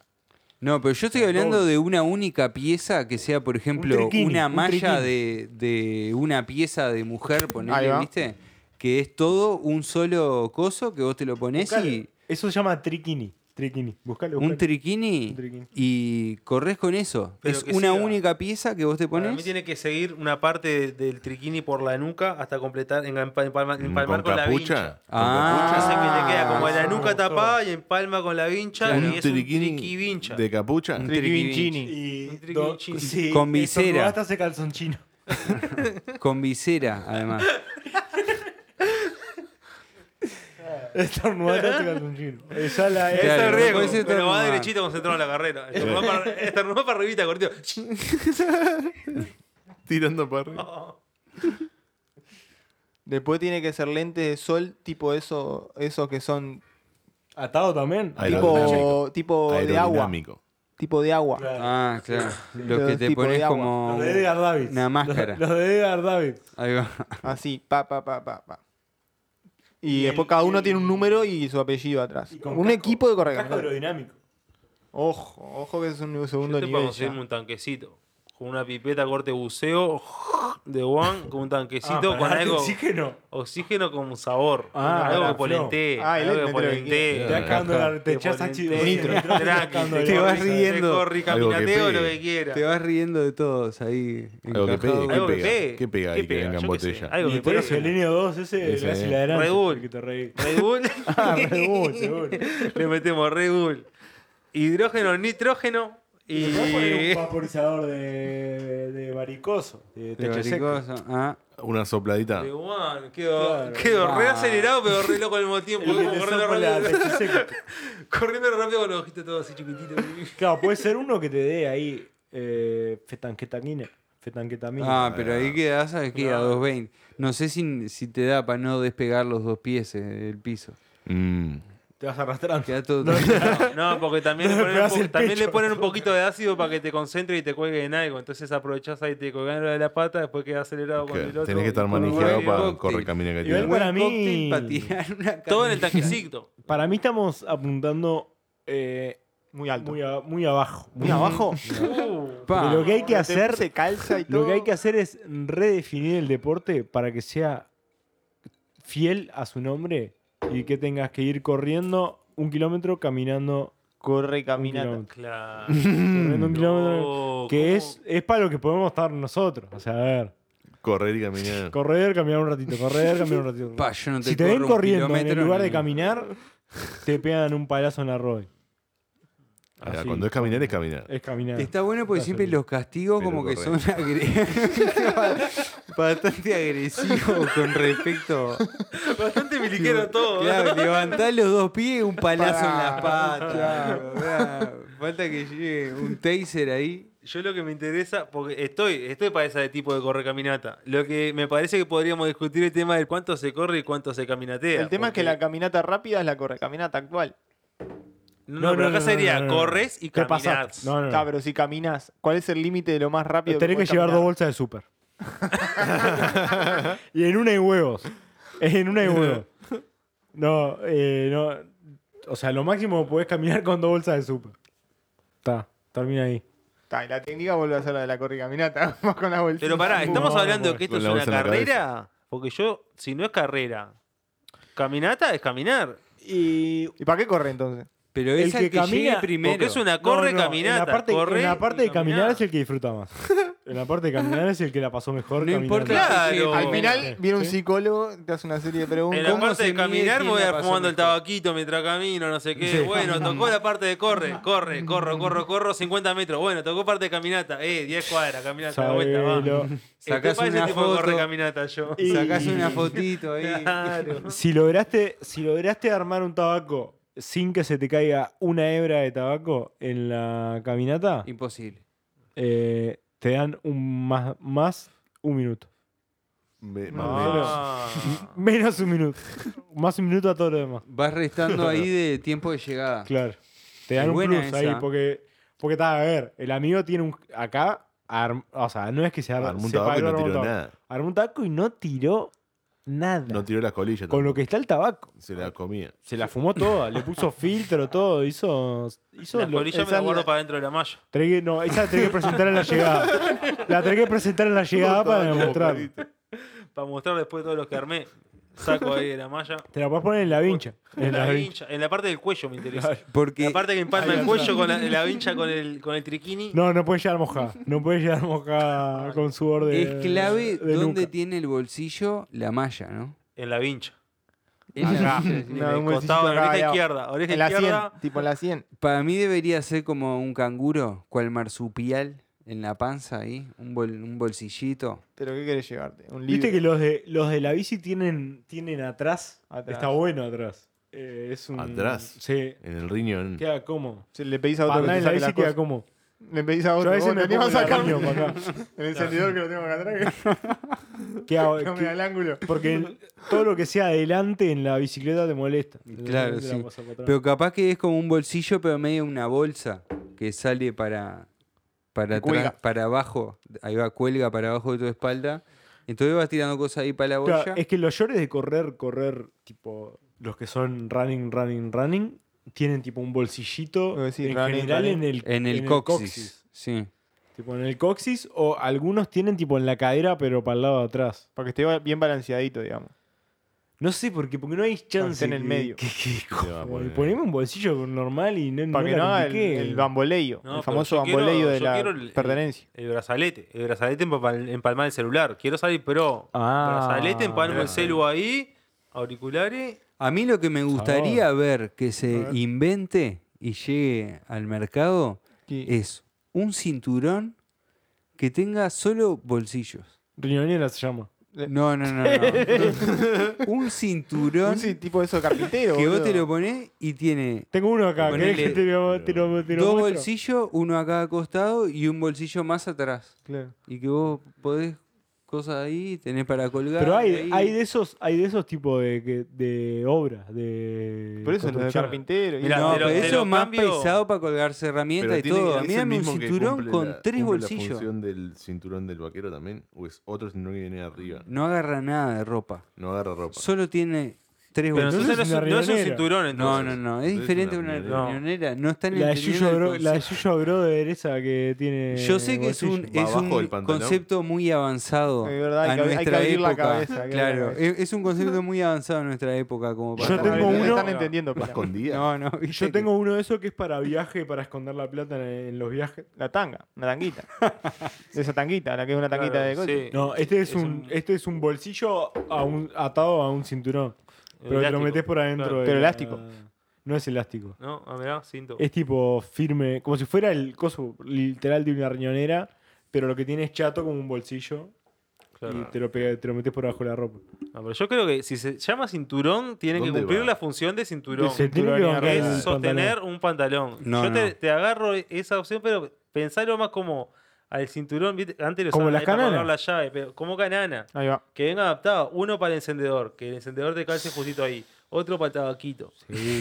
Speaker 6: No, pero yo estoy hablando de una única pieza que sea, por ejemplo,
Speaker 3: triquini,
Speaker 6: una
Speaker 3: un
Speaker 6: malla
Speaker 3: triquini.
Speaker 6: de, de una pieza de mujer,
Speaker 5: Ahí
Speaker 6: ponele,
Speaker 5: va.
Speaker 6: ¿viste? Que es todo un solo coso que vos te lo pones
Speaker 3: Buscalo.
Speaker 6: y
Speaker 3: Eso se llama triquini. Triquini. Buscalo,
Speaker 6: un
Speaker 3: buscalo.
Speaker 6: triquini
Speaker 3: Un triquini.
Speaker 6: y corres con eso.
Speaker 2: Pero
Speaker 6: es
Speaker 2: que
Speaker 6: una
Speaker 2: siga.
Speaker 6: única pieza que vos te
Speaker 2: Para mí
Speaker 6: pones.
Speaker 2: tiene que seguir una parte de- del triquini por la nuca hasta completar, en- empa- empalma- empalmar
Speaker 1: ¿Con
Speaker 2: con, la vincha.
Speaker 1: capucha?
Speaker 6: Ah.
Speaker 2: Entonces que te queda como
Speaker 6: Ah,
Speaker 2: la
Speaker 6: eso me
Speaker 2: nuca tapada y empalma con la vincha
Speaker 6: Claro.
Speaker 2: y
Speaker 1: ¿Un
Speaker 2: es un
Speaker 1: triquini
Speaker 2: triqui vincha.
Speaker 1: de capucha?
Speaker 6: Un
Speaker 5: Triquivinchini.
Speaker 3: Y
Speaker 2: Un triquini
Speaker 3: do-
Speaker 2: chino.
Speaker 3: sí,
Speaker 6: Con visera.
Speaker 3: estornudaste ese calzón chino.
Speaker 2: ¿eh?
Speaker 6: Con visera, además.
Speaker 3: Estornudaste ese calzón chino. Esa la
Speaker 2: Está
Speaker 6: Claro,
Speaker 2: en riesgo,
Speaker 6: puede ser
Speaker 2: pero va
Speaker 6: estornudar.
Speaker 2: derechito concentrado en la carrera. Estornudó para, estornudó para arribita, cortito.
Speaker 1: Tirando para arriba.
Speaker 5: Después tiene que ser lentes de sol, tipo eso, esos que son
Speaker 3: Atado también.
Speaker 1: Ahí Aerodinámico.
Speaker 5: tipo, tipo Oh, de agua.
Speaker 1: Aerodinámico.
Speaker 5: Tipo de agua.
Speaker 3: Claro.
Speaker 6: Ah, claro. Lo
Speaker 5: Todo
Speaker 6: que te
Speaker 5: tipo de
Speaker 6: pones
Speaker 5: agua.
Speaker 6: como.
Speaker 3: Los de Edgar Davis.
Speaker 6: Ah, Una máscara.
Speaker 3: Los, los de Edgar Davis.
Speaker 6: Ahí va.
Speaker 5: Así, pa, pa, pa, pa, pa. Y,
Speaker 3: Y
Speaker 5: después
Speaker 3: el-
Speaker 5: cada uno
Speaker 3: y-
Speaker 5: tiene un número y su apellido atrás.
Speaker 3: Y con
Speaker 5: Un
Speaker 3: casco-
Speaker 5: equipo de
Speaker 3: Casco
Speaker 5: correcaminos.
Speaker 3: aerodinámico.
Speaker 5: Ojo, ojo que es un
Speaker 2: Yo
Speaker 5: segundo
Speaker 2: te
Speaker 5: nivel.
Speaker 2: puedo
Speaker 5: ya.
Speaker 2: conseguirme un tanquecito. Con una pipeta corte buceo de Juan, con un
Speaker 3: Ah,
Speaker 2: tanquecito,
Speaker 3: para
Speaker 2: con
Speaker 3: darte
Speaker 2: algo.
Speaker 3: Oxígeno.
Speaker 2: Oxígeno con sabor.
Speaker 3: Ah,
Speaker 2: algo
Speaker 3: ahora,
Speaker 2: que polentee.
Speaker 5: Flo. Ah, el
Speaker 2: algo que
Speaker 5: Etna creo que
Speaker 2: polentee.
Speaker 3: Te vas cagando la te
Speaker 2: Que
Speaker 3: echas
Speaker 2: polentee,
Speaker 3: ácido nitro.
Speaker 2: tranqui,
Speaker 3: Te
Speaker 2: corre,
Speaker 6: vas
Speaker 2: se
Speaker 6: riendo.
Speaker 2: corre,
Speaker 1: Algo que
Speaker 2: caminateo,
Speaker 1: pegue.
Speaker 2: lo que quiera.
Speaker 6: Te vas riendo de todos ahí.
Speaker 1: Algo que
Speaker 6: encajado.
Speaker 1: pegue.
Speaker 2: Algo que
Speaker 1: pega?
Speaker 2: pegue.
Speaker 1: ¿Qué pega ahí que venga en
Speaker 2: Yo qué sé,
Speaker 1: botella?
Speaker 2: Algo que
Speaker 3: Y por eso el
Speaker 2: pegue.
Speaker 3: N 2 ese,
Speaker 1: Ese,
Speaker 3: el ácido
Speaker 1: eh.
Speaker 3: adelante.
Speaker 2: Red Bull.
Speaker 3: Que te reí.
Speaker 2: Red Bull.
Speaker 3: Ah, Red Bull, seguro.
Speaker 2: Le metemos Red Bull. Hidrógeno, nitrógeno
Speaker 3: Y le podés poner
Speaker 2: y.
Speaker 3: un vaporizador de, de varicoso. De
Speaker 6: Te
Speaker 3: techo seco.
Speaker 6: varicoso. Ah.
Speaker 1: Una sopladita.
Speaker 2: De Juan, quedó,
Speaker 3: Claro.
Speaker 2: quedó re
Speaker 6: Ah.
Speaker 2: acelerado, pero re loco al mismo tiempo.
Speaker 3: El que
Speaker 2: como
Speaker 3: le
Speaker 2: corriendo,
Speaker 3: sopla la
Speaker 2: rápido,
Speaker 3: techo seco.
Speaker 2: corriendo rápido con los ojitos todos así chiquititos.
Speaker 3: Claro, puede ser uno que te dé ahí eh, fetanquetamina. Fetanquetamina.
Speaker 6: Ah, pero ahí quedás aquí a 220. No sé si, si te da para no despegar los dos pies eh, del piso.
Speaker 1: Mm.
Speaker 3: Te vas arrastrando.
Speaker 6: Queda todo.
Speaker 2: No, porque también, le, ponen un
Speaker 3: pegás
Speaker 2: po-
Speaker 3: el
Speaker 2: también
Speaker 3: pecho.
Speaker 2: le ponen un poquito de ácido para que te concentres y te cuelgue en algo. Entonces aprovechás ahí, te colgás en la de la pata, después quedás acelerado con
Speaker 1: Que
Speaker 2: el otro.
Speaker 1: Tenés que estar
Speaker 2: Y con un
Speaker 1: manejado
Speaker 2: medio.
Speaker 1: para
Speaker 6: cóctel.
Speaker 1: correr camino que
Speaker 3: Igual
Speaker 1: tiene.
Speaker 3: para mí-
Speaker 6: Para tirar una
Speaker 2: Todo en el
Speaker 6: camisa.
Speaker 2: tanquecito.
Speaker 3: Para mí estamos apuntando eh,
Speaker 5: Muy alto.
Speaker 3: muy, a- muy abajo.
Speaker 5: Muy abajo. Ah,
Speaker 2: Uh,
Speaker 6: Pa.
Speaker 3: Porque lo que hay que
Speaker 5: Te-
Speaker 3: hacer,
Speaker 5: se calza y todo.
Speaker 3: lo que hay que hacer es redefinir el deporte para que sea fiel a su nombre y que tengas que ir corriendo un kilómetro, caminando,
Speaker 5: Corre,
Speaker 3: un
Speaker 5: caminata.
Speaker 3: kilómetro,
Speaker 2: claro.
Speaker 3: corriendo un kilómetro,
Speaker 2: No, ¿cómo?
Speaker 3: que es, es para lo que podemos estar nosotros. O sea, a ver,
Speaker 1: Correr y caminar.
Speaker 3: correr, caminar un ratito, correr, caminar un ratito.
Speaker 6: Pa, yo no te
Speaker 3: si te ven
Speaker 6: corro un
Speaker 3: corriendo en el
Speaker 6: kilómetro
Speaker 3: lugar
Speaker 6: ni-
Speaker 3: de caminar, te pegan un palazo en la rodilla.
Speaker 1: Ahora,
Speaker 3: Así,
Speaker 1: Ah, Cuando es caminar, es caminar.
Speaker 3: Es caminar.
Speaker 6: Está bueno porque
Speaker 3: Está
Speaker 6: siempre
Speaker 3: salido.
Speaker 6: los castigos
Speaker 1: Pero
Speaker 6: como que son
Speaker 1: correcto.
Speaker 6: agre- bastante agresivos con respecto.
Speaker 2: Bastante miliquero todo.
Speaker 6: Claro, levantás los dos pies, un palazo en las patas.
Speaker 5: Claro.
Speaker 6: claro. Falta que llegue un taser ahí.
Speaker 2: Yo lo que me interesa, porque estoy, estoy para ese tipo de correr caminata. Lo que me parece que podríamos discutir el tema de cuánto se corre y cuánto se caminatea.
Speaker 5: El tema es que la caminata rápida es la corre, caminata actual.
Speaker 2: No, no, pero acá sería corres y
Speaker 3: Te
Speaker 2: caminás.
Speaker 3: pasaste. No, no, no.
Speaker 5: Ah, pero si caminas, ¿cuál es el límite de lo más rápido?
Speaker 3: Tenés que
Speaker 5: puedes
Speaker 3: llevar dos
Speaker 5: caminar?
Speaker 3: bolsas de súper. y en una hay huevos. En una hay huevos. No, eh, no. O sea, lo máximo podés caminar con dos bolsas de súper. Está, termina ahí.
Speaker 5: Ta, y la técnica vuelve a ser la de la corre, caminata. Más con la bolsita.
Speaker 2: Pero pará, ¿estamos
Speaker 3: No, no
Speaker 2: hablando
Speaker 3: podés.
Speaker 2: que esto
Speaker 1: Con
Speaker 2: es
Speaker 1: la
Speaker 2: una
Speaker 1: bolsa en la
Speaker 2: carrera? Porque yo, si no es carrera, caminata es caminar.
Speaker 3: Y
Speaker 5: ¿Y para qué corre entonces?
Speaker 6: Pero
Speaker 3: El
Speaker 6: es el
Speaker 3: que
Speaker 6: que,
Speaker 3: camina-
Speaker 6: llegue primero.
Speaker 2: Porque es una corre,
Speaker 3: No, no,
Speaker 2: caminata.
Speaker 3: En la parte,
Speaker 2: corre
Speaker 3: en la parte
Speaker 2: y
Speaker 3: de caminar
Speaker 2: caminá.
Speaker 3: es el que disfruta más. En la parte de caminar es el que la pasó mejor.
Speaker 6: No
Speaker 3: caminando.
Speaker 6: importa.
Speaker 2: Claro.
Speaker 6: que llegue
Speaker 5: Al
Speaker 2: Oh.
Speaker 5: final viene un psicólogo, te hace una serie de
Speaker 2: En
Speaker 5: preguntas.
Speaker 2: la
Speaker 6: ¿Cómo
Speaker 2: parte
Speaker 6: se
Speaker 2: de
Speaker 6: mide
Speaker 2: caminar
Speaker 6: quién
Speaker 2: me voy
Speaker 6: la
Speaker 2: a
Speaker 6: pasó
Speaker 2: fumando el
Speaker 6: mejor?
Speaker 2: tabaquito mientras camino, no sé qué.
Speaker 6: Sí.
Speaker 2: Bueno, tocó la parte de corre, corre, corro, corro, corro, 50 metros. Bueno, tocó parte de caminata. Eh, 10 cuadras, caminata, la vuelta, va.
Speaker 3: Sabelo.
Speaker 2: Estoy
Speaker 6: Sacás
Speaker 2: para ese
Speaker 6: una
Speaker 2: tipo de corre,
Speaker 6: foto.
Speaker 2: caminata yo.
Speaker 3: Y-
Speaker 6: Sacás una fotito ahí.
Speaker 2: Claro.
Speaker 3: Si lograste, si lograste armar un tabaco sin que se te caiga una hebra de tabaco en la caminata,
Speaker 6: Imposible.
Speaker 3: eh, te dan un más, más un minuto.
Speaker 1: Me- más o menos.
Speaker 2: Ah.
Speaker 3: Menos un minuto. más un minuto a todo lo demás.
Speaker 6: Vas restando ahí de tiempo de llegada.
Speaker 3: Claro. Te dan
Speaker 6: Es
Speaker 3: un
Speaker 6: buena
Speaker 3: plus
Speaker 6: esa.
Speaker 3: ahí porque. Porque está, a ver, el amigo tiene un. Acá arm- o sea, no es que se, ar-
Speaker 1: Armó un
Speaker 3: se
Speaker 1: tabaco y
Speaker 3: paró
Speaker 1: no
Speaker 3: armó un
Speaker 1: tiró
Speaker 3: tabaco.
Speaker 1: nada.
Speaker 3: Armó un tabaco y no tiró nada.
Speaker 1: No tiró las colillas.
Speaker 3: Con lo
Speaker 1: tampoco.
Speaker 3: que está el tabaco.
Speaker 1: Se la comía.
Speaker 3: Se la fumó toda, le puso filtro, todo, hizo... hizo
Speaker 2: Las
Speaker 3: lo-
Speaker 2: colillas me
Speaker 3: esa
Speaker 2: las
Speaker 3: es
Speaker 2: guardo
Speaker 3: la-
Speaker 2: para dentro de la malla.
Speaker 3: tenés que- no, esa la tenés que presentar en la llegada. La tenés que presentar en la llegada para
Speaker 1: Como
Speaker 3: demostrar.
Speaker 1: perrito.
Speaker 2: Para mostrar después todos los que armé. Saco ahí de la malla.
Speaker 3: Te la podés poner en la vincha.
Speaker 2: En la,
Speaker 3: vincha.
Speaker 2: vincha. En la parte del cuello me interesa.
Speaker 6: Porque
Speaker 2: La parte que empalma el cuello con la, la vincha con el, con el triquini.
Speaker 3: No, no puede llegar mojada. No puede llegar mojada con sudor de.
Speaker 6: es clave
Speaker 3: de
Speaker 6: dónde
Speaker 3: nuca.
Speaker 6: tiene el bolsillo la malla, ¿no?
Speaker 2: En la vincha.
Speaker 6: Esa-
Speaker 2: En
Speaker 5: No,
Speaker 2: el
Speaker 5: un bolsillito
Speaker 2: costado, en la
Speaker 5: acá,
Speaker 2: oreja
Speaker 5: ya.
Speaker 2: izquierda. Oreja
Speaker 5: En la 100,
Speaker 2: izquierda.
Speaker 5: tipo en la 100.
Speaker 6: Para mí debería ser como un canguro, cual marsupial en la panza ahí, un, bol- un bolsillito.
Speaker 5: ¿Pero qué querés llevarte? Un libro.
Speaker 3: Viste que los de, los de la bici tienen, tienen atrás,
Speaker 5: Atrás.
Speaker 3: Está bueno atrás. Eh, es un,
Speaker 1: ¿Atrás?
Speaker 3: Sí.
Speaker 1: En el riñón.
Speaker 3: Queda como.
Speaker 5: Se le pedís a otro
Speaker 3: Para
Speaker 5: que
Speaker 3: la
Speaker 5: te saque
Speaker 3: bici
Speaker 5: la
Speaker 3: queda
Speaker 5: cosa.
Speaker 3: como.
Speaker 5: Le pedís a
Speaker 3: Yo
Speaker 5: otro.
Speaker 3: a veces
Speaker 5: vos,
Speaker 3: me
Speaker 5: vení,
Speaker 3: pongo
Speaker 5: vamos a
Speaker 3: el
Speaker 5: sacar
Speaker 3: baño para acá.
Speaker 5: el encendedor que lo tengo acá atrás.
Speaker 3: Queda-
Speaker 5: Que no me da
Speaker 3: que-
Speaker 5: el ángulo.
Speaker 3: porque el- todo lo que sea adelante en la bicicleta te molesta.
Speaker 6: Claro,
Speaker 3: Te la
Speaker 6: sí.
Speaker 3: pasas para atrás.
Speaker 6: Pero capaz que es como un bolsillo, pero medio una bolsa que sale para para
Speaker 5: Que cuelga.
Speaker 6: atrás- para abajo, ahí va cuelga para abajo de tu espalda. Entonces vas tirando cosas ahí para la
Speaker 3: Claro,
Speaker 6: bolsa.
Speaker 3: es que los shorts de correr, correr, tipo, los que son running, running, running, tienen tipo un bolsillito
Speaker 5: Lo que sí,
Speaker 3: en
Speaker 5: running,
Speaker 3: general
Speaker 5: running.
Speaker 3: en el,
Speaker 6: en el coxis. Sí.
Speaker 3: Tipo en el coxis, o algunos tienen tipo en la cadera, pero para el lado de atrás.
Speaker 5: Para que esté bien balanceadito, digamos.
Speaker 3: No sé por qué, porque no hay chance.
Speaker 5: está en el
Speaker 3: Ah, que-
Speaker 5: medio.
Speaker 3: que- que-
Speaker 1: ¿Qué
Speaker 6: Ah,
Speaker 1: le va a
Speaker 3: joder,
Speaker 1: poner?
Speaker 3: poneme un bolsillo normal y no
Speaker 5: Para que no haga el,
Speaker 3: compliqué.
Speaker 5: el bamboleyo.
Speaker 2: No,
Speaker 5: el
Speaker 2: pero
Speaker 5: famoso
Speaker 2: yo quiero-
Speaker 5: bamboleyo de
Speaker 2: yo
Speaker 5: la
Speaker 2: quiero el-
Speaker 5: pertenencia.
Speaker 2: El brazalete. El brazalete en pa- empalmar el celular. Quiero salir pero
Speaker 3: Ah.
Speaker 2: brazalete, empalmo el
Speaker 1: Brazalete.
Speaker 2: celu ahí. Auriculares.
Speaker 6: A mí lo que me gustaría ver que se invente y llegue al mercado
Speaker 3: eh,
Speaker 5: Y-
Speaker 6: es un cinturón que tenga solo bolsillos.
Speaker 3: Riñonera se llama.
Speaker 6: No, no, no, no. un cinturón
Speaker 5: Un sí, tipo eso de carpintero.
Speaker 6: que vos
Speaker 5: boludo.
Speaker 6: te lo ponés y tiene
Speaker 3: Tengo uno acá,
Speaker 6: Ponele
Speaker 3: ¿querés que te lo, te lo- te lo
Speaker 6: dos
Speaker 3: muestro?
Speaker 6: bolsillos, uno a cada costado y un bolsillo más atrás.
Speaker 3: Claro.
Speaker 6: Y que vos podés cosas ahí, tenés para colgar.
Speaker 3: Pero hay,
Speaker 6: ahí.
Speaker 3: hay de esos, hay de esos tipos de, que- de obras, de.
Speaker 5: Por eso lo de
Speaker 3: construcción.
Speaker 5: carpintero. y-
Speaker 2: Mirá,
Speaker 6: No,
Speaker 2: te lo-
Speaker 6: pero
Speaker 2: te
Speaker 6: eso
Speaker 2: lo
Speaker 6: es más
Speaker 2: cambio.
Speaker 6: pesado para colgarse herramientas y
Speaker 1: tiene-
Speaker 6: todo. A
Speaker 1: es
Speaker 6: mí
Speaker 1: el
Speaker 6: dame un
Speaker 1: mismo que
Speaker 6: cinturón
Speaker 1: cumple
Speaker 6: con
Speaker 1: la-
Speaker 6: tres
Speaker 1: cumple ¿La
Speaker 6: bolsillos.
Speaker 1: función del cinturón del vaquero también? ¿O es otro cinturón que viene arriba?
Speaker 6: No agarra nada de ropa.
Speaker 1: No agarra ropa.
Speaker 6: Solo tiene tres
Speaker 2: Pero
Speaker 6: bolsillos.
Speaker 2: entonces no es,
Speaker 3: entonces es
Speaker 2: un-
Speaker 3: una
Speaker 2: no es un
Speaker 3: riñonera.
Speaker 2: cinturón
Speaker 6: No,
Speaker 2: entonces.
Speaker 6: no, no. Es
Speaker 1: Entonces
Speaker 6: diferente a
Speaker 1: una
Speaker 6: una
Speaker 1: riñonera.
Speaker 6: riñonera. No están
Speaker 3: La
Speaker 6: entendiendo
Speaker 3: Yuyo,
Speaker 6: el
Speaker 3: Bro- la
Speaker 6: concepto.
Speaker 3: Yuyo Brother esa que tiene.
Speaker 6: Yo sé que es un,
Speaker 3: bolsillo.
Speaker 1: Va
Speaker 6: es
Speaker 1: abajo
Speaker 6: un
Speaker 1: del pantalón.
Speaker 6: concepto muy avanzado
Speaker 5: Es verdad, hay
Speaker 6: a
Speaker 5: que- hay que
Speaker 6: nuestra
Speaker 5: abrir la
Speaker 6: época.
Speaker 5: cabeza, hay que abrir la
Speaker 6: claro,
Speaker 5: cabeza.
Speaker 6: es, es un concepto muy avanzado a nuestra época. Como para
Speaker 3: Yo
Speaker 5: Ah,
Speaker 6: estar
Speaker 3: tengo
Speaker 5: no
Speaker 2: uno-
Speaker 5: Están entendiendo.
Speaker 1: ¿Va
Speaker 5: pero-
Speaker 1: escondida?
Speaker 6: No, no. viste
Speaker 3: Yo
Speaker 6: que-
Speaker 3: tengo uno de esos que es para viaje, para esconder la plata en, en los viajes.
Speaker 5: La tanga, una tanguita. De esa tanguita, la que es una tanguita
Speaker 2: Claro,
Speaker 5: de coche.
Speaker 2: sí.
Speaker 3: No, este es,
Speaker 2: Eh, Es
Speaker 3: un,
Speaker 2: un-
Speaker 3: este es un bolsillo a un- atado a un cinturón. Pero te lo
Speaker 2: Elástico.
Speaker 3: metes por adentro.
Speaker 2: Claro.
Speaker 3: de
Speaker 5: Pero
Speaker 3: la-
Speaker 5: elástico.
Speaker 3: No es elástico.
Speaker 2: No, ah, mirá, cinto.
Speaker 3: Es tipo firme, como si fuera el coso literal de una riñonera, pero lo que tiene es chato como un bolsillo
Speaker 2: Claro.
Speaker 3: y te lo, pega- te lo metes por abajo de la ropa.
Speaker 2: No, pero yo creo que si se llama cinturón, tiene que
Speaker 1: ¿Dónde
Speaker 2: cumplir
Speaker 1: va?
Speaker 2: la función de cinturón.
Speaker 3: Se tiene que
Speaker 5: cinturón y
Speaker 3: bancar
Speaker 2: que
Speaker 3: el
Speaker 2: es
Speaker 3: pantalón.
Speaker 2: sostener un pantalón.
Speaker 6: No,
Speaker 2: yo Te,
Speaker 6: no.
Speaker 2: te agarro esa opción, pero pensalo más como al cinturón. ¿viste? Antes lo
Speaker 3: Como
Speaker 2: usaban
Speaker 3: las
Speaker 2: ahí para
Speaker 3: cananas.
Speaker 2: colgar la llave, pero como canana.
Speaker 5: Ahí va.
Speaker 2: Que venga adaptado. Uno para el encendedor, que el encendedor te calce justito ahí. Otro para el tabaquito.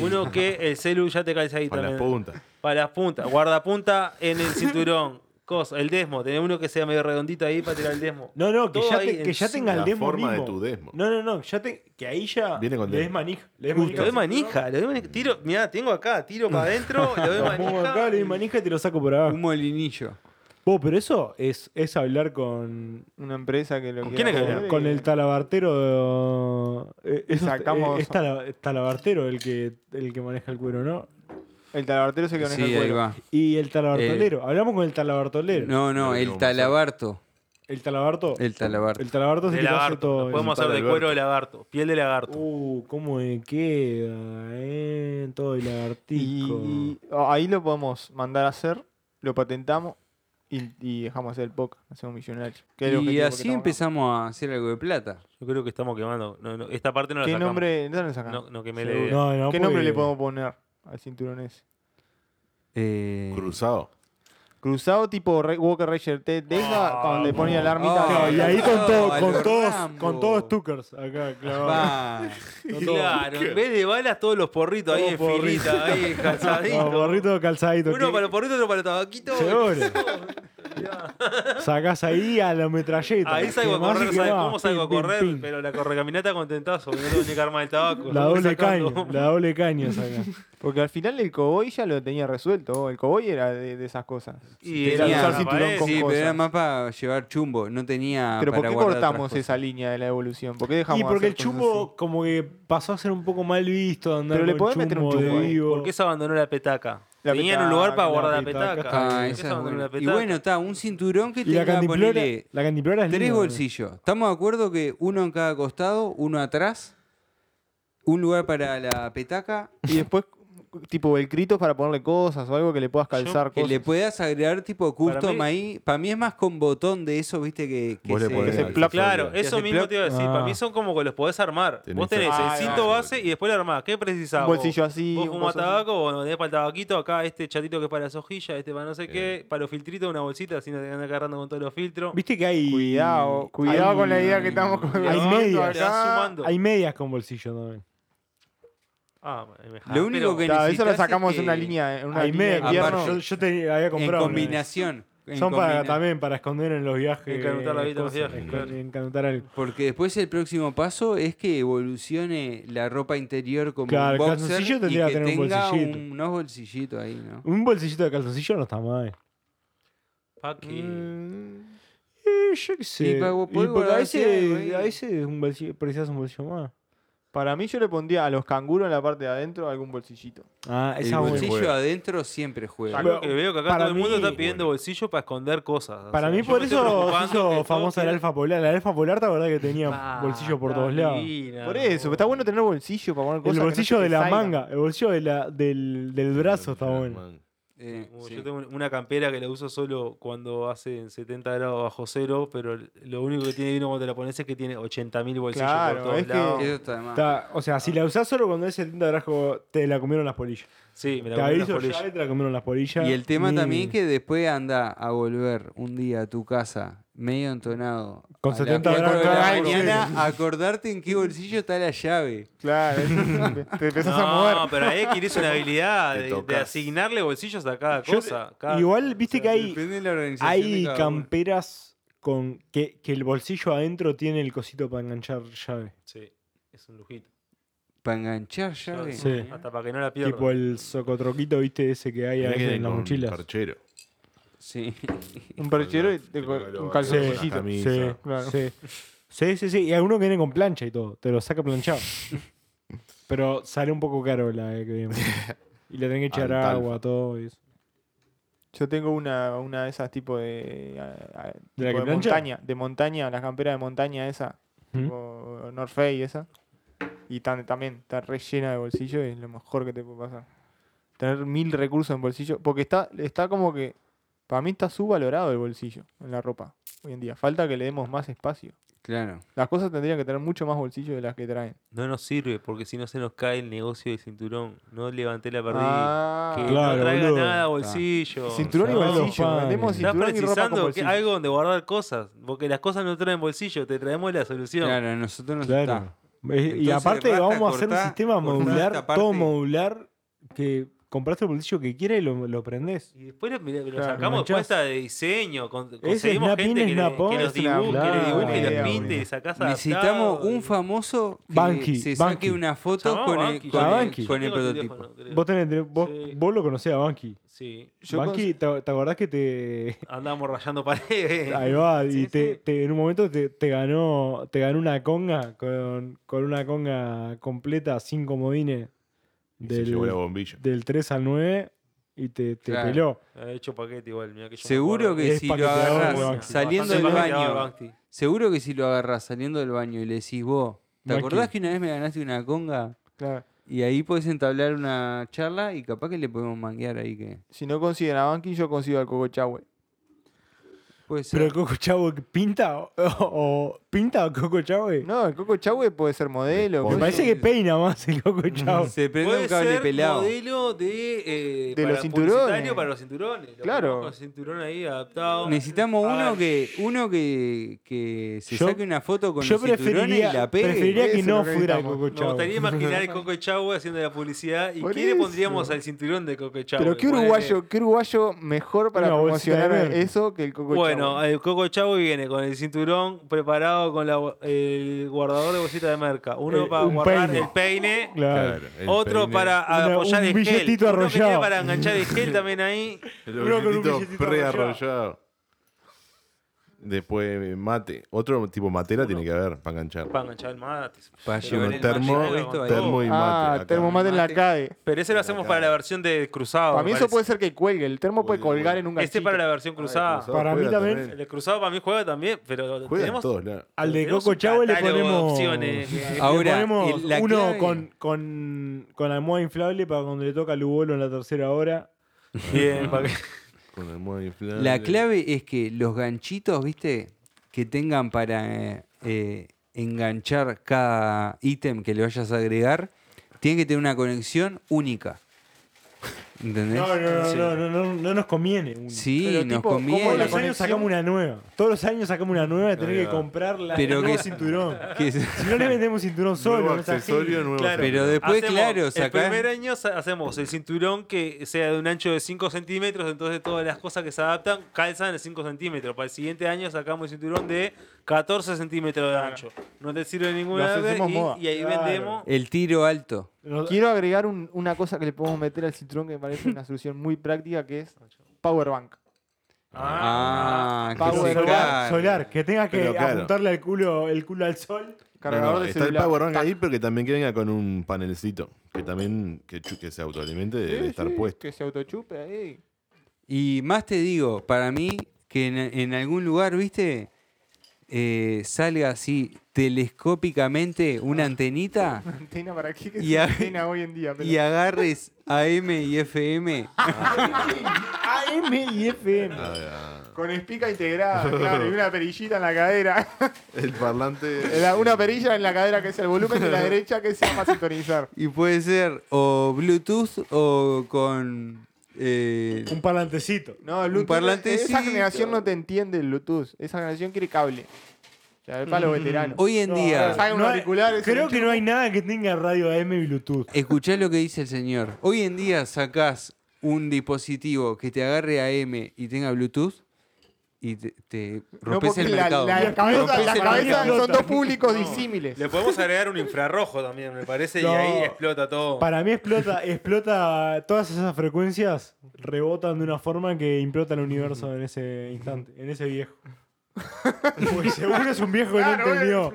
Speaker 2: Uno que el celu ya te calce ahí
Speaker 1: Para las
Speaker 2: también.
Speaker 1: puntas.
Speaker 2: para las puntas. Guardapunta en el cinturón. Cosa, el desmo. Tener uno que sea medio redondito ahí para tirar el desmo.
Speaker 3: No, no, que
Speaker 2: Todo
Speaker 3: ya,
Speaker 2: ahí
Speaker 3: te- que ya
Speaker 2: encima.
Speaker 3: tenga el
Speaker 1: La
Speaker 3: desmo
Speaker 1: forma de
Speaker 3: mismo.
Speaker 1: tu desmo.
Speaker 3: No, no, no, ya te, que ahí ya
Speaker 1: Viene con
Speaker 3: le des
Speaker 1: desmo.
Speaker 3: manija. Le des
Speaker 2: Lo
Speaker 3: manija.
Speaker 2: de manija, lo de manija. Tiro, mirá, tengo acá, tiro para adentro, lo de
Speaker 3: Lo pongo
Speaker 2: manija.
Speaker 3: acá, le des manija y te lo saco por abajo.
Speaker 6: un molinillo.
Speaker 3: Vos, pero eso es, es hablar con,
Speaker 5: Una empresa que lo
Speaker 2: ¿Con
Speaker 5: quiera
Speaker 2: quién hay que
Speaker 5: hacer
Speaker 2: hablar?
Speaker 3: con
Speaker 5: y-
Speaker 3: el talabartero. eh, eso es-
Speaker 5: Sacamos-
Speaker 3: eh, es, tala- es talabartero el que, el que maneja el cuero, ¿no?
Speaker 5: El talabartero se que maneja
Speaker 6: Sí,
Speaker 5: el
Speaker 6: ahí
Speaker 5: cuero.
Speaker 6: va.
Speaker 3: Y el talabartolero. Hablamos con el talabartolero.
Speaker 6: No, no,
Speaker 1: Pero
Speaker 6: el
Speaker 1: no,
Speaker 6: talabarto.
Speaker 3: El talabarto. El,
Speaker 6: El talabarto.
Speaker 3: talabarto es
Speaker 2: De
Speaker 3: el que te hace
Speaker 2: lagarto.
Speaker 3: todo.
Speaker 2: Nos
Speaker 3: eso.
Speaker 2: podemos
Speaker 1: Para
Speaker 2: hacer de
Speaker 1: Alberto.
Speaker 2: cuero de lagarto, piel de lagarto.
Speaker 3: Uh, cómo me queda, eh. Todo el lagartico.
Speaker 5: Y, y ahí lo podemos mandar a hacer, lo patentamos y, y dejamos hacer el podcast, hacemos millonarios. Que es el
Speaker 6: Y
Speaker 5: objetivo que
Speaker 6: así
Speaker 5: estamos
Speaker 6: empezamos a hacer algo de plata.
Speaker 2: Yo creo que estamos quemando. No, no, esta parte no
Speaker 5: acá.
Speaker 2: la
Speaker 5: ¿Qué
Speaker 2: sacamos.
Speaker 5: nombre, ¿dónde lo sacamos?
Speaker 2: No, no quemé la
Speaker 5: Seguro.
Speaker 2: idea.
Speaker 3: No, no,
Speaker 5: ¿Qué
Speaker 3: porque-
Speaker 5: nombre le podemos poner al cinturón ese?
Speaker 6: Eh,
Speaker 1: Cruzado.
Speaker 5: Cruzado tipo Re- Walker Ranger T Texas, cuando le ponía la armita.
Speaker 6: Ah,
Speaker 3: Claro, y ahí con, todo,
Speaker 6: Ah,
Speaker 3: con
Speaker 6: los
Speaker 3: todos,
Speaker 6: Rambo.
Speaker 3: con todos Tuckers acá,
Speaker 5: Ah.
Speaker 3: claro.
Speaker 6: va.
Speaker 3: Con todos.
Speaker 2: Claro, en vez de balas, todos los porritos ahí en
Speaker 3: Todos porritos.
Speaker 2: filita, ahí
Speaker 3: No,
Speaker 2: calzaditos.
Speaker 3: Gorrito calzadito.
Speaker 2: Uno
Speaker 3: ¿qué?
Speaker 2: para los porritos, otro para el tabaquito.
Speaker 3: Seguro.
Speaker 2: Mirá.
Speaker 3: Sacás ahí a la metralleta.
Speaker 2: Ahí salgo a
Speaker 3: Quemás y
Speaker 2: correr, ¿sabes
Speaker 3: quemás.
Speaker 2: cómo salgo a
Speaker 3: Pim, pim,
Speaker 2: correr?
Speaker 3: pim.
Speaker 2: Pero la correcaminata con tentazo, porque no tengo ni que armar el tabaco.
Speaker 3: La
Speaker 2: Voy
Speaker 3: doble
Speaker 2: sacando.
Speaker 3: caña, la doble caña saca.
Speaker 5: Porque al final el coboy ya lo tenía resuelto. El coboy era de, de esas cosas.
Speaker 2: Y
Speaker 6: Tenía-
Speaker 2: era
Speaker 6: usar
Speaker 5: cinturón con
Speaker 6: Sí,
Speaker 5: cosas.
Speaker 6: pero era más para llevar chumbo, no tenía.
Speaker 5: Pero ¿por
Speaker 6: Ah, para
Speaker 5: qué
Speaker 6: guardar otras
Speaker 5: cortamos
Speaker 6: cosas.
Speaker 5: esa línea de la evolución? ¿Por qué dejamos
Speaker 3: Y
Speaker 5: de
Speaker 3: porque
Speaker 5: hacer
Speaker 3: el
Speaker 5: cosas
Speaker 3: chumbo como que pasó a ser un poco mal visto andar
Speaker 5: Pero le
Speaker 3: con
Speaker 5: podés meter un
Speaker 3: de
Speaker 5: chumbo ahí,
Speaker 3: vivo.
Speaker 2: ¿Por qué se abandonó la petaca?
Speaker 5: La
Speaker 2: Tenían un
Speaker 5: petaca,
Speaker 2: lugar para
Speaker 5: la
Speaker 2: guardar la
Speaker 5: petaca.
Speaker 2: petaca.
Speaker 6: Ah,
Speaker 2: ¿Por qué
Speaker 6: esa
Speaker 2: se
Speaker 6: es
Speaker 2: abandonó
Speaker 6: buena.
Speaker 2: la
Speaker 6: Y
Speaker 2: petaca?
Speaker 6: bueno, está, un cinturón que
Speaker 3: Y la
Speaker 6: tenga
Speaker 3: cantimplora,
Speaker 6: ponele,
Speaker 3: la cantimplora es
Speaker 6: tres
Speaker 3: linda, ¿no?
Speaker 6: bolsillos. Estamos de acuerdo que uno en cada costado, uno atrás, un lugar para la petaca,
Speaker 5: así? Y después, tipo, velcritos para ponerle cosas o algo que le puedas calzar
Speaker 6: que
Speaker 5: cosas.
Speaker 6: le puedas agregar tipo
Speaker 2: Para
Speaker 6: custom
Speaker 2: mí-
Speaker 6: ahí. Para mí es más con botón de eso, viste, que, que
Speaker 1: Vos le
Speaker 6: se-
Speaker 1: podés
Speaker 5: se
Speaker 1: dar
Speaker 5: plap-
Speaker 2: Claro,
Speaker 6: ¿Y
Speaker 2: eso
Speaker 6: hace
Speaker 2: mismo
Speaker 6: plop?
Speaker 2: te iba a decir. Para
Speaker 3: Ah.
Speaker 2: mí son como que los podés armar.
Speaker 1: Tenés
Speaker 2: Vos tenés
Speaker 5: Ah,
Speaker 2: el
Speaker 5: ahí
Speaker 2: cinto
Speaker 5: va.
Speaker 2: base y después lo armás. ¿Qué precisás?
Speaker 5: un
Speaker 2: vos?
Speaker 5: bolsillo así.
Speaker 2: Vos
Speaker 5: un
Speaker 2: fumás
Speaker 5: coso así.
Speaker 2: tabaco, bueno, tenés para el tabaquito, acá este chatito que es para las hojillas, este para no sé qué, para los filtritos, una bolsita, así no te andas agarrando con todos los filtros.
Speaker 3: Viste que hay.
Speaker 5: Cuidado, cuidado
Speaker 3: hay-
Speaker 5: con la idea que estamos con
Speaker 2: Y
Speaker 3: hay
Speaker 2: vas
Speaker 5: haciendo
Speaker 3: medias.
Speaker 2: sumando, te vas
Speaker 5: acá.
Speaker 2: sumando.
Speaker 3: Hay medias con bolsillo también.
Speaker 2: Ah, me jodés,
Speaker 6: Lo único
Speaker 2: pero-
Speaker 6: que
Speaker 5: Claro, eso lo
Speaker 6: necesitas es
Speaker 5: sacamos
Speaker 6: que
Speaker 5: en una línea, en una
Speaker 3: Hay
Speaker 5: línea de
Speaker 3: medias.
Speaker 6: aparte,
Speaker 5: invierno.
Speaker 3: Aparte, yo, yo te había
Speaker 6: en
Speaker 3: comprado. una vez.
Speaker 6: combinación. en
Speaker 3: Son para
Speaker 6: combina-
Speaker 3: también para esconder en los viajes.
Speaker 2: Encanutar la vida en los
Speaker 3: cosas,
Speaker 2: viajes,
Speaker 3: encan-
Speaker 2: claro.
Speaker 3: encanutar algo.
Speaker 6: Porque después el próximo paso es que evolucione la ropa interior como
Speaker 3: Claro,
Speaker 6: un
Speaker 3: el
Speaker 6: boxer
Speaker 3: calzoncillo
Speaker 6: y
Speaker 3: tendría
Speaker 6: que
Speaker 3: que tener un
Speaker 6: tenga
Speaker 3: bolsillito.
Speaker 6: un- unos bolsillitos ahí, ¿no?
Speaker 3: Un bolsillito de calzoncillo no está mal.
Speaker 2: Paqui.
Speaker 3: Mm,
Speaker 5: Mm.
Speaker 3: Eh, yo qué sé.
Speaker 6: Y pa- vos
Speaker 3: Y
Speaker 6: podés
Speaker 3: porque a
Speaker 6: guardar algo ahí.
Speaker 3: veces, a veces un bolsillo, precisas un bolsillo más.
Speaker 5: Para mí yo le pondría a los canguros en la parte de adentro algún bolsillito.
Speaker 3: Ah,
Speaker 1: esa
Speaker 3: esa
Speaker 1: buena.
Speaker 6: bolsillo
Speaker 1: juega.
Speaker 6: adentro siempre juega.
Speaker 2: Yo creo que veo que acá
Speaker 3: Para
Speaker 2: todo el mundo
Speaker 3: mí-
Speaker 2: está pidiendo bolsillo para esconder cosas. o
Speaker 3: Para
Speaker 2: sea,
Speaker 3: mí
Speaker 2: yo
Speaker 3: por
Speaker 2: me estoy
Speaker 3: eso se
Speaker 2: preocupando que
Speaker 3: hizo
Speaker 2: todo
Speaker 3: famosa la
Speaker 2: quiere-
Speaker 3: alfa polar. La alfa polar, ¿te acordás que tenía
Speaker 2: Ah,
Speaker 3: bolsillo por
Speaker 2: está
Speaker 3: todos lados?
Speaker 2: divina,
Speaker 5: Por eso,
Speaker 2: boludo.
Speaker 5: está bueno tener bolsillo para poner
Speaker 3: El
Speaker 5: cosas. que no
Speaker 3: bolsillo
Speaker 5: se te
Speaker 3: de la
Speaker 5: salgan.
Speaker 3: manga, el bolsillo de la, del, del brazo está bueno.
Speaker 6: Eh,
Speaker 2: Como
Speaker 6: sí.
Speaker 2: Yo tengo una campera que la uso solo cuando hace 70 grados bajo cero, pero lo único que tiene vino cuando te la pones es que tiene 80.000 bolsillos
Speaker 5: Claro,
Speaker 2: por todos
Speaker 5: es que-
Speaker 2: lados.
Speaker 6: Eso está de más.
Speaker 3: Está- o sea, si la usás solo cuando es el tinta de rasgo, te la comieron las polillas.
Speaker 2: Sí, me la compré
Speaker 3: te
Speaker 2: en las
Speaker 3: aviso,
Speaker 2: polillas.
Speaker 3: ya te la comieron las polillas.
Speaker 6: Y el tema
Speaker 3: Ni-
Speaker 6: también que después anda a volver un día a tu casa medio entonado.
Speaker 3: Con
Speaker 6: a las
Speaker 3: 70
Speaker 6: cuatro de
Speaker 3: grados
Speaker 6: la
Speaker 3: de calor.
Speaker 6: mañana, acordarte en qué bolsillo está la llave.
Speaker 5: Claro, es- te empezás a mover.
Speaker 2: No, pero ahí adquirís una habilidad
Speaker 1: Te
Speaker 2: de- de,
Speaker 1: tocas.
Speaker 2: asignarle bolsillos a cada
Speaker 3: Yo-
Speaker 2: cosa. cada-
Speaker 3: Igual, viste que hay,
Speaker 6: Depende de la organización.
Speaker 3: hay
Speaker 6: de cada uno.
Speaker 3: camperas con que, que el bolsillo adentro tiene el cosito para enganchar llave.
Speaker 2: Sí, es un lujito.
Speaker 6: Para enganchar llave.
Speaker 3: Sí.
Speaker 2: Hasta para que no la pierdas.
Speaker 3: Tipo el socotroquito, viste, ese que hay a veces en las mochilas.
Speaker 1: Parchero.
Speaker 6: Sí.
Speaker 5: Un perchero y te-
Speaker 1: Con la-
Speaker 5: un
Speaker 1: con la
Speaker 5: calzoncillito.
Speaker 1: camisa.
Speaker 3: Sí,
Speaker 5: Claro.
Speaker 3: sí. Sí, sí, sí. Y alguno que viene con plancha y todo. Te lo saca planchado. Pero sale un poco caro la eh, que viene. Y le tienen que echar
Speaker 1: Alfalfa.
Speaker 3: agua, todo eso.
Speaker 5: Yo tengo una, una de esas tipo de, a- a-
Speaker 3: ¿De la
Speaker 5: tipo
Speaker 3: que plancha?
Speaker 5: montaña, de montaña, las camperas de montaña esa,
Speaker 3: ¿Mm?
Speaker 5: tipo North Face esa. Y tan- también está rellena de bolsillo y es lo mejor que te puede pasar. Tener mil recursos en bolsillo, porque está está como que para mí está subvalorado el bolsillo en la ropa hoy en día. Falta que le demos más espacio.
Speaker 6: Claro.
Speaker 5: Las cosas tendrían que tener mucho más bolsillo de las que traen.
Speaker 2: No nos sirve, porque si no se nos cae el negocio del cinturón. No levanté la perdida.
Speaker 5: Ah,
Speaker 2: que
Speaker 3: claro,
Speaker 2: no traiga
Speaker 3: boludo.
Speaker 2: nada bolsillo.
Speaker 5: cinturón y
Speaker 3: No,
Speaker 5: bolsillo.
Speaker 3: padre.
Speaker 5: Vendemos
Speaker 2: Estás
Speaker 5: cinturón y ropa con
Speaker 2: precisando que-
Speaker 5: bolsillo.
Speaker 2: algo donde guardar cosas, porque las cosas no traen bolsillo, te traemos la solución.
Speaker 6: Claro, a nosotros nos
Speaker 3: Claro.
Speaker 6: está.
Speaker 3: Eh, y
Speaker 6: Entonces,
Speaker 3: aparte
Speaker 6: basta,
Speaker 3: vamos a hacer un
Speaker 6: cortá,
Speaker 3: sistema
Speaker 6: cortá esta
Speaker 3: modular,
Speaker 6: parte.
Speaker 3: todo modular, que compraste el bolsillo que quieras y lo, lo prendés.
Speaker 2: Y después lo, mirá, lo
Speaker 5: Claro,
Speaker 2: sacamos de
Speaker 3: manchás.
Speaker 2: puesta de diseño, con-
Speaker 3: Ese
Speaker 2: conseguimos
Speaker 3: snap-in,
Speaker 2: gente que, le-
Speaker 3: snap-on,
Speaker 2: que los
Speaker 5: es una
Speaker 2: dibuj- que le
Speaker 3: buena
Speaker 2: dibuje y
Speaker 5: idea,
Speaker 2: los pinte
Speaker 5: boludo.
Speaker 2: y sacás
Speaker 6: Necesitamos
Speaker 2: adaptado y-
Speaker 6: un famoso que
Speaker 3: Banqui,
Speaker 6: se
Speaker 3: Banqui.
Speaker 6: saque una foto
Speaker 2: Llamamos
Speaker 6: con
Speaker 2: a
Speaker 6: el,
Speaker 2: Banqui,
Speaker 6: con
Speaker 3: A
Speaker 6: el-
Speaker 3: Banqui.
Speaker 6: con el
Speaker 2: Tengo el
Speaker 6: prototipo.
Speaker 2: teléfono, creo.
Speaker 3: Vos, tenés, vos,
Speaker 2: Sí.
Speaker 3: vos lo conocés a Banqui.
Speaker 2: Sí,
Speaker 5: Yo
Speaker 3: Banqui, ¿te, te acordás que te...
Speaker 2: andamos rayando paredes.
Speaker 3: Ahí va,
Speaker 2: Sí,
Speaker 3: y te,
Speaker 2: sí.
Speaker 3: te- en un momento te, te ganó te ganó una conga con, con una conga completa, sin comodines,
Speaker 1: Y se llevó la
Speaker 3: del,
Speaker 1: bombilla.
Speaker 3: del 3 al 9 y te, te
Speaker 6: Claro.
Speaker 3: peló.
Speaker 2: He hecho paquete igual, mirá que yo me
Speaker 6: Seguro
Speaker 2: acuerdo.
Speaker 6: que
Speaker 3: Es
Speaker 6: si
Speaker 3: pa' que
Speaker 6: lo
Speaker 3: te haga
Speaker 6: agarras
Speaker 3: un
Speaker 2: Bastante
Speaker 3: Banqui.
Speaker 6: saliendo del
Speaker 2: paquete daba
Speaker 6: baño,
Speaker 2: Banqui.
Speaker 6: seguro que si lo agarras saliendo del baño y le decís vos, ¿te
Speaker 3: Banqui.
Speaker 6: acordás que una vez me ganaste una conga?
Speaker 5: Claro.
Speaker 6: Y ahí podés entablar una charla y capaz que le podemos manguear ahí que.
Speaker 5: Si no consiguen a Banqui, yo consigo al Coco Chahue.
Speaker 6: Puede ser.
Speaker 3: ¿Pero Coco Chavo pinta? ¿O, o- pinta o Coco Chavo?
Speaker 5: No, el Coco Chahue puede ser modelo.
Speaker 3: Me
Speaker 5: qué
Speaker 3: parece
Speaker 5: sé
Speaker 3: que peina más el Coco Chavo.
Speaker 6: se prende
Speaker 2: Puede
Speaker 6: un cable
Speaker 2: ser
Speaker 6: pelado.
Speaker 2: modelo de, eh,
Speaker 5: De
Speaker 2: para
Speaker 5: los cinturones.
Speaker 2: publicitario para los cinturones. Lo
Speaker 5: Claro.
Speaker 2: ponemos Con cinturón ahí adaptado. Ah,
Speaker 6: Necesitamos
Speaker 2: A
Speaker 6: uno
Speaker 2: ver,
Speaker 6: que uno que, que se
Speaker 3: Yo-
Speaker 6: saque una foto con
Speaker 3: Yo
Speaker 6: los cinturones y la
Speaker 3: preferiría,
Speaker 6: pegue.
Speaker 3: preferiría que
Speaker 5: Ese
Speaker 3: no
Speaker 5: es lo que
Speaker 3: fuera
Speaker 5: necesitamos.
Speaker 3: Coco
Speaker 2: Me
Speaker 3: Chavo.
Speaker 2: gustaría imaginar el Coco Chavo haciendo la publicidad. ¿Y
Speaker 5: Por
Speaker 2: qué le
Speaker 5: eso.
Speaker 2: pondríamos al cinturón de Coco
Speaker 5: yo.
Speaker 2: Chavo?
Speaker 5: Pero qué uruguayo, qué uruguayo mejor para
Speaker 3: Una bolsita de
Speaker 5: promocionar
Speaker 3: verde.
Speaker 5: eso que el Coco
Speaker 2: Bueno,
Speaker 5: Chahue.
Speaker 2: el Coco Chavo viene con el cinturón preparado con la- el guardador de bolsita de merca. Uno
Speaker 3: Eh,
Speaker 2: para
Speaker 3: un
Speaker 2: guardar
Speaker 3: peine.
Speaker 2: el peine.
Speaker 3: Claro.
Speaker 1: el
Speaker 2: Otro
Speaker 1: peine.
Speaker 2: para
Speaker 3: Una-
Speaker 2: apoyar
Speaker 3: un
Speaker 2: el gel.
Speaker 3: billetito
Speaker 2: Uno que tiene
Speaker 3: arrollado.
Speaker 2: para enganchar el gel también ahí.
Speaker 1: El
Speaker 3: Uno con un
Speaker 1: billetito
Speaker 3: billetito
Speaker 1: prearrollado. Después mate. Otro tipo matera tiene que haber para enganchar.
Speaker 2: Para enganchar el mate.
Speaker 6: Para
Speaker 2: Pero
Speaker 1: Uno
Speaker 2: en
Speaker 6: llevar el
Speaker 1: termo,
Speaker 2: mayor puesto ahí.
Speaker 1: termo y mate.
Speaker 5: ah,
Speaker 1: acá.
Speaker 5: termomate en la
Speaker 6: Mate.
Speaker 5: calle.
Speaker 2: Pero ese lo hacemos para la versión de cruzado.
Speaker 5: Para
Speaker 2: me
Speaker 5: mí eso
Speaker 2: Ah, parece.
Speaker 5: puede ser que cuelgue. El termo puede
Speaker 1: Uy, uy.
Speaker 5: colgar en un ganchito.
Speaker 2: Este para la versión
Speaker 1: Ah, el
Speaker 2: cruzada.
Speaker 1: cruzado
Speaker 3: Para mí
Speaker 1: juega
Speaker 3: también.
Speaker 2: el de cruzado para mí juega también, pero
Speaker 1: Juega en
Speaker 2: tenemos
Speaker 1: todos lados.
Speaker 3: Al de
Speaker 2: tenemos
Speaker 3: Coco
Speaker 2: un
Speaker 3: Chavo le
Speaker 2: catálogo de
Speaker 3: ponemos.
Speaker 2: opciones que-
Speaker 3: le
Speaker 6: Ahora,
Speaker 3: ponemos
Speaker 6: el- la
Speaker 3: uno
Speaker 6: clave-
Speaker 3: con, con, con almohada inflable para cuando le toca a Lubolo en la tercera hora.
Speaker 2: Bien, para que-
Speaker 1: Con el modo inflable.
Speaker 6: La clave es que los ganchitos, viste, que tengan para eh, eh, enganchar cada ítem que le vayas a agregar, tienen que tener una conexión única. ¿Entendés?
Speaker 3: No, no, no, no, no, no, no nos conviene. uno.
Speaker 6: Sí,
Speaker 5: Pero,
Speaker 6: nos
Speaker 5: tipo, ¿cómo
Speaker 3: Todos
Speaker 6: conviene.
Speaker 3: los años sacamos una nueva. Todos los años sacamos una nueva y tener
Speaker 1: Ahí
Speaker 3: que
Speaker 1: va.
Speaker 3: comprar la
Speaker 6: Pero
Speaker 3: nuevo
Speaker 6: que-
Speaker 3: cinturón.
Speaker 6: que-
Speaker 3: Si no le vendemos cinturón solo,
Speaker 1: nuevo
Speaker 3: no es así.
Speaker 1: accesorio, nuevo
Speaker 2: Claro.
Speaker 1: accesorio.
Speaker 6: Pero después,
Speaker 2: Hacemos-
Speaker 6: claro,
Speaker 2: El
Speaker 6: sacás-
Speaker 2: primer año sa- hacemos el cinturón que sea de un ancho de 5 centímetros, entonces todas las cosas que se adaptan calzan de 5 centímetros. Para el siguiente año sacamos el cinturón de 14 centímetros de ancho. No te sirve ninguna
Speaker 5: Lo
Speaker 2: vez
Speaker 5: hacemos moda.
Speaker 2: y, y ahí
Speaker 3: Claro.
Speaker 2: vendemos.
Speaker 6: El tiro alto.
Speaker 3: No-
Speaker 5: Quiero agregar un- una cosa que le podemos meter al cinturón que me parece una solución muy práctica que es Powerbank.
Speaker 6: Ah, que
Speaker 5: Power
Speaker 6: se
Speaker 5: Bank.
Speaker 6: cargue.
Speaker 3: solar, solar, que tenga que
Speaker 1: Pero claro.
Speaker 3: apuntarle el culo, el culo al sol.
Speaker 1: No,
Speaker 5: Cargador
Speaker 1: no,
Speaker 5: de
Speaker 1: está el
Speaker 5: celular.
Speaker 1: Power Bank
Speaker 5: Tac.
Speaker 1: ahí, pero que también que venga con un panelcito. Que también que, chu- que se autoalimente de
Speaker 5: Sí,
Speaker 1: estar
Speaker 5: sí,
Speaker 1: puesto.
Speaker 5: Que se autochupe ahí.
Speaker 6: Y más te digo, para mí, que en, en algún lugar, viste, eh, salga así telescópicamente una antenita.
Speaker 5: Antena para qué que
Speaker 6: Y
Speaker 5: es una
Speaker 6: a-
Speaker 5: antena hoy en día. pero-
Speaker 6: y agarres AM y FM.
Speaker 3: AM y FM.
Speaker 6: Ah,
Speaker 5: Con espica integrada, claro, y una perillita en la cadera.
Speaker 1: El parlante.
Speaker 5: La- una perilla en la cadera que es el volumen de la derecha que se llama sintonizar.
Speaker 6: Y puede ser o Bluetooth o con. eh,
Speaker 3: Un parlantecito.
Speaker 5: No, el Bluetooth.
Speaker 6: parlantecito.
Speaker 5: esa generación no te entiende el Bluetooth. Esa generación quiere cable. O sea, es para
Speaker 6: Mm.
Speaker 5: los veteranos.
Speaker 6: hoy en
Speaker 3: No,
Speaker 6: día,
Speaker 5: Saca unos
Speaker 3: No hay-
Speaker 5: auriculares,
Speaker 3: creo
Speaker 5: un
Speaker 3: que no hay nada que tenga radio AM y Bluetooth.
Speaker 6: escuchá lo que dice el señor. Hoy en día sacás un dispositivo que te agarre AM y tenga Bluetooth y te, te rompes
Speaker 5: porque
Speaker 6: el
Speaker 5: la,
Speaker 6: mercado.
Speaker 5: la cabeza,
Speaker 6: Rompes
Speaker 5: la
Speaker 6: el
Speaker 5: cabeza
Speaker 6: mercado.
Speaker 5: son dos públicos disímiles.
Speaker 2: Le podemos agregar un infrarrojo también, me parece,
Speaker 3: No.
Speaker 2: y ahí explota todo.
Speaker 3: Para mí explota, explota todas esas frecuencias rebotan de una forma que implota el universo en ese instante, en ese viejo. Porque seguro es un viejo que no entendió.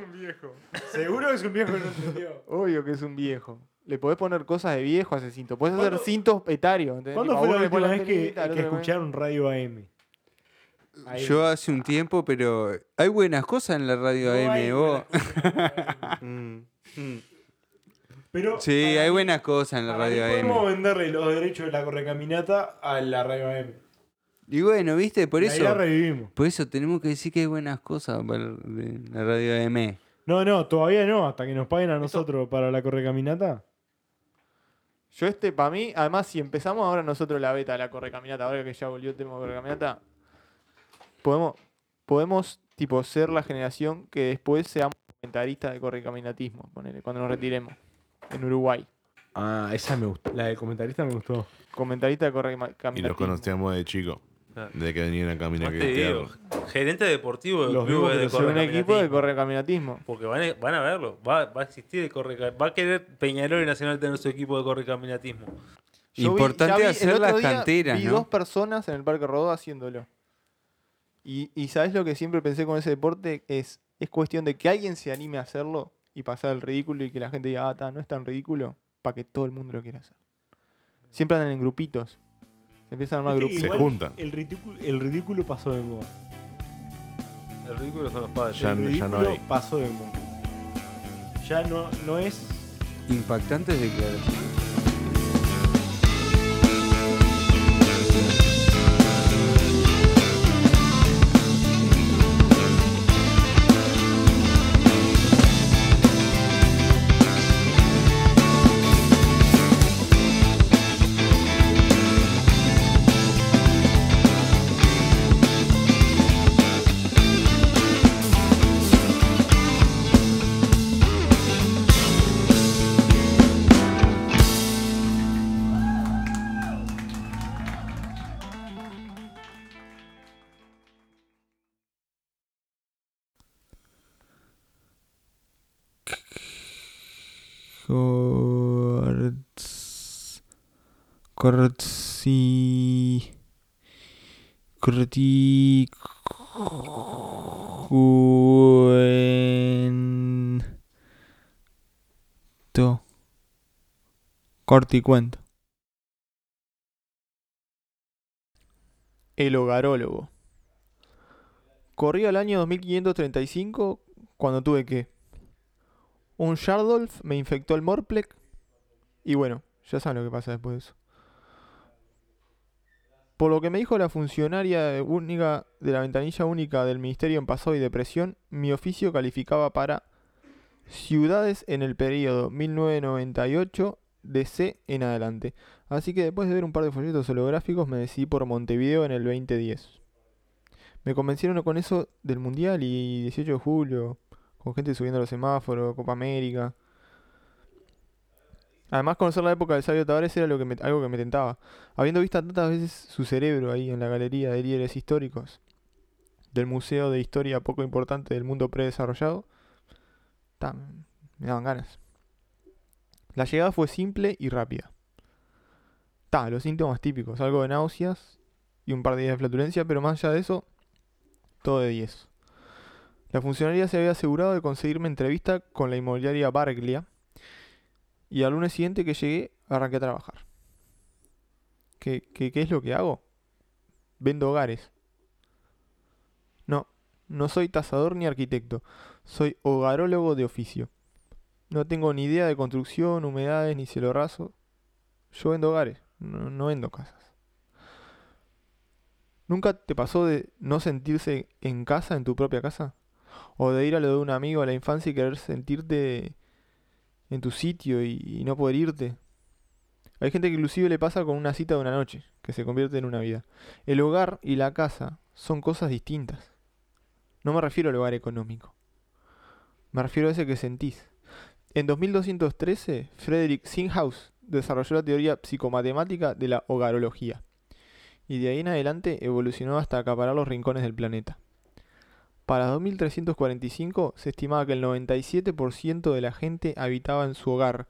Speaker 3: Seguro es un viejo que no entendió.
Speaker 5: Obvio que es un viejo. Le podés poner cosas de viejo a ese cinto. Podés hacer
Speaker 3: ¿Cuándo-
Speaker 5: cintos etarios. ¿entendés?
Speaker 3: ¿Cuándo
Speaker 5: Tipo,
Speaker 3: fue
Speaker 5: a uno
Speaker 3: la
Speaker 5: le pones
Speaker 3: última vez que,
Speaker 5: antenita, al
Speaker 3: que
Speaker 5: otro le pones-
Speaker 3: escucharon radio AM?
Speaker 6: Yo hace un tiempo, pero hay buenas cosas en la radio
Speaker 3: No
Speaker 6: AM.
Speaker 3: hay
Speaker 6: vos. Mm,
Speaker 3: Pero
Speaker 6: Sí, hay buenas cosas en la
Speaker 3: para mí
Speaker 6: radio
Speaker 3: podemos
Speaker 6: AM.
Speaker 3: venderle los derechos de la correcaminata a la radio AM.
Speaker 6: Y bueno, viste, por
Speaker 3: Y ahí la
Speaker 6: eso,
Speaker 3: revivimos.
Speaker 6: por eso tenemos que decir que hay buenas cosas para de la radio AM.
Speaker 3: No, no, todavía no, hasta que nos paguen a nosotros para la correcaminata.
Speaker 5: Yo este, para mí, además, si empezamos ahora nosotros la beta de la correcaminata, ahora que ya volvió el tema de correcaminata, podemos, podemos tipo ser la generación que después seamos comentaristas de correcaminatismo, ponele, cuando nos retiremos en Uruguay.
Speaker 3: Ah, esa me gustó. La del comentarista me gustó.
Speaker 5: Comentarista de
Speaker 1: Y los
Speaker 5: correcaminatismo.
Speaker 1: conocíamos de chico.
Speaker 2: Claro.
Speaker 1: De que venían a caminar
Speaker 2: Más
Speaker 1: que
Speaker 2: Ah. te digo,
Speaker 1: tierra.
Speaker 2: gerente deportivo del
Speaker 3: Los
Speaker 2: club
Speaker 3: mismos que
Speaker 2: de
Speaker 3: lo
Speaker 5: Ser un equipo de
Speaker 2: correcaminismo.
Speaker 5: correcaminatismo.
Speaker 2: Porque van a, van a verlo, va, va a existir el correca, va a querer Peñarol y Nacional tener su equipo de correcaminatismo.
Speaker 5: Yo vi-
Speaker 6: Importante
Speaker 5: ya vi-
Speaker 6: hacer
Speaker 5: el otro
Speaker 6: las
Speaker 5: día
Speaker 6: canteras,
Speaker 5: Vi
Speaker 6: ¿no?
Speaker 5: dos personas en el Parque Rodó haciéndolo. Y, y sabes lo que siempre pensé con ese deporte es es cuestión de que alguien se anime a hacerlo y pasar el ridículo y que la gente diga, ah, ta, no es tan ridículo, para que todo el mundo lo quiera hacer. Siempre andan en grupitos. Se empiezan a armar
Speaker 3: Igual
Speaker 5: grupos.
Speaker 1: Se juntan.
Speaker 3: El ridículo, el ridículo pasó de moda.
Speaker 2: El ridículo son los padres.
Speaker 1: Ya-
Speaker 3: el
Speaker 1: no- ya
Speaker 3: ridículo
Speaker 1: no hay.
Speaker 3: pasó de moda. Ya no, no es.
Speaker 6: Impactantes declaraciones.
Speaker 5: Corti. Corti. Cuento. Corticuento. El hogarólogo. Corría el año 2535 cuando tuve que. Un Shardolf me infectó el Morplec. Y bueno, ya saben lo que pasa después de eso. Por lo que me dijo la funcionaria única de la ventanilla única del Ministerio en Pasado y Depresión, mi oficio calificaba para ciudades en el periodo 1998 de C en adelante. Así que después de ver un par de folletos holográficos me decidí por Montevideo en el 2010. Me convencieron con eso del Mundial y 18 de julio, con gente subiendo los semáforos, Copa América. Además, conocer la época del sabio Tavares era lo que me- algo que me tentaba. Habiendo visto tantas veces su cerebro ahí en la galería de líderes históricos del Museo de Historia poco importante del mundo predesarrollado, ta, me daban ganas. La llegada fue simple y rápida. Ta, los síntomas típicos, algo de náuseas y un par de días de flatulencia, pero más allá de eso, todo de 10. La funcionaria se había asegurado de conseguirme entrevista con la inmobiliaria Barglia, y al lunes siguiente que llegué, arranqué a trabajar. ¿Qué, qué, qué es lo que hago? Vendo hogares. No, no soy tasador ni arquitecto. Soy hogarólogo de oficio. No tengo ni idea de construcción, humedades, ni cielo raso. Yo vendo hogares, no, no vendo casas. ¿Nunca te pasó de no sentirse en casa, en tu propia casa? ¿O de ir a lo de un amigo a la infancia y querer sentirte en tu sitio y, y no poder irte. Hay gente que inclusive le pasa con una cita de una noche, que se convierte en una vida. El hogar y la casa son cosas distintas. No me refiero al hogar económico. Me refiero a ese que sentís. En 2213, Frederick Singhaus desarrolló la teoría psicomatemática de la hogarología. Y de ahí en adelante evolucionó hasta acaparar los rincones del planeta. Para 2345 se estimaba que el 97% de la gente habitaba en su hogar,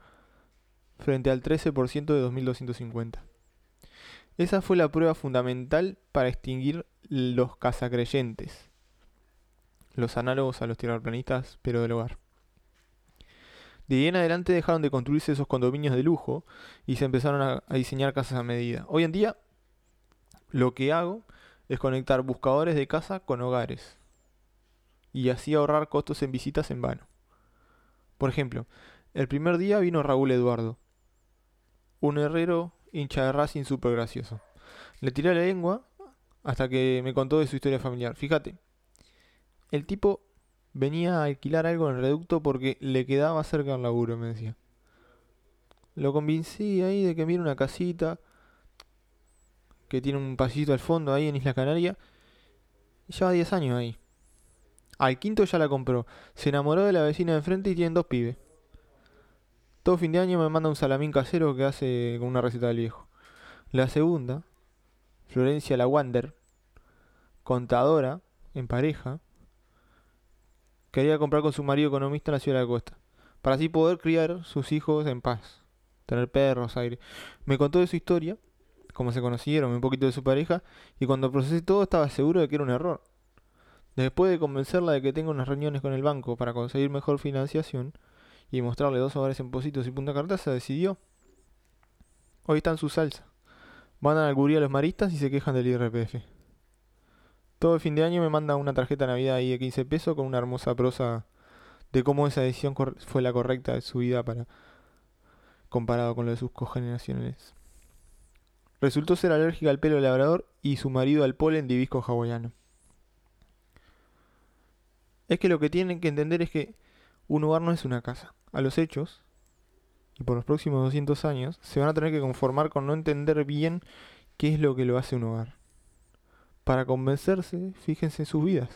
Speaker 5: frente al 13% de 2250. Esa fue la prueba fundamental para extinguir los cazacreyentes, los análogos a los tierraplanistas, pero del hogar. De ahí en adelante dejaron de construirse esos condominios de lujo y se empezaron a- a diseñar casas a medida. Hoy en día, lo que hago es conectar buscadores de casa con hogares y así ahorrar costos en visitas en vano. Por ejemplo, el primer día vino Raúl Eduardo, un herrero hincha de Racing súper gracioso. Le tiré la lengua hasta que me contó de su historia familiar. Fíjate, el tipo venía a alquilar algo en reducto porque le quedaba cerca el laburo, me decía. Lo convencí ahí de que mire una casita que tiene un pasillito al fondo ahí en Isla Canaria. Y lleva 10 años ahí. Al quinto ya la compró. Se enamoró de la vecina de enfrente y tienen dos pibes. Todo fin de año me manda un salamín casero que hace con una receta del viejo. La segunda, Florencia la Wander, contadora, en pareja, quería comprar con su marido economista en la ciudad de la costa, para así poder criar sus hijos en paz, tener perros, aire. Me contó de su historia, cómo se conocieron, un poquito de su pareja, y cuando procesé todo estaba seguro de que era un error. Después de convencerla de que tengo unas reuniones con el banco para conseguir mejor financiación y mostrarle dos hogares en Positos y Punta Cartaza, decidió. Hoy están su salsa. Van a alburear a los maristas y se quejan del IRPF. Todo el fin de año me manda una tarjeta de Navidad ahí de 15 pesos con una hermosa prosa de cómo esa decisión cor- fue la correcta de su vida para comparado con lo de sus cogeneracionales. Resultó ser alérgica al pelo labrador y su marido al polen de hibisco hawaiano. Es que lo que tienen que entender es que un hogar no es una casa. A los hechos, y por los próximos 200 años, se van a tener que conformar con no entender bien qué es lo que lo hace un hogar. Para convencerse, fíjense en sus vidas.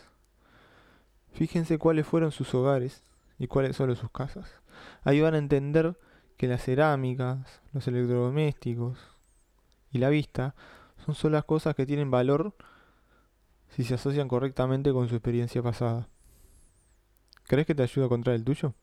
Speaker 5: Fíjense cuáles fueron sus hogares y cuáles son sus casas. Ahí van a entender que las cerámicas, los electrodomésticos y la vista son solo las cosas que tienen valor si se asocian correctamente con su experiencia pasada. ¿Crees que te ayuda a encontrar el tuyo?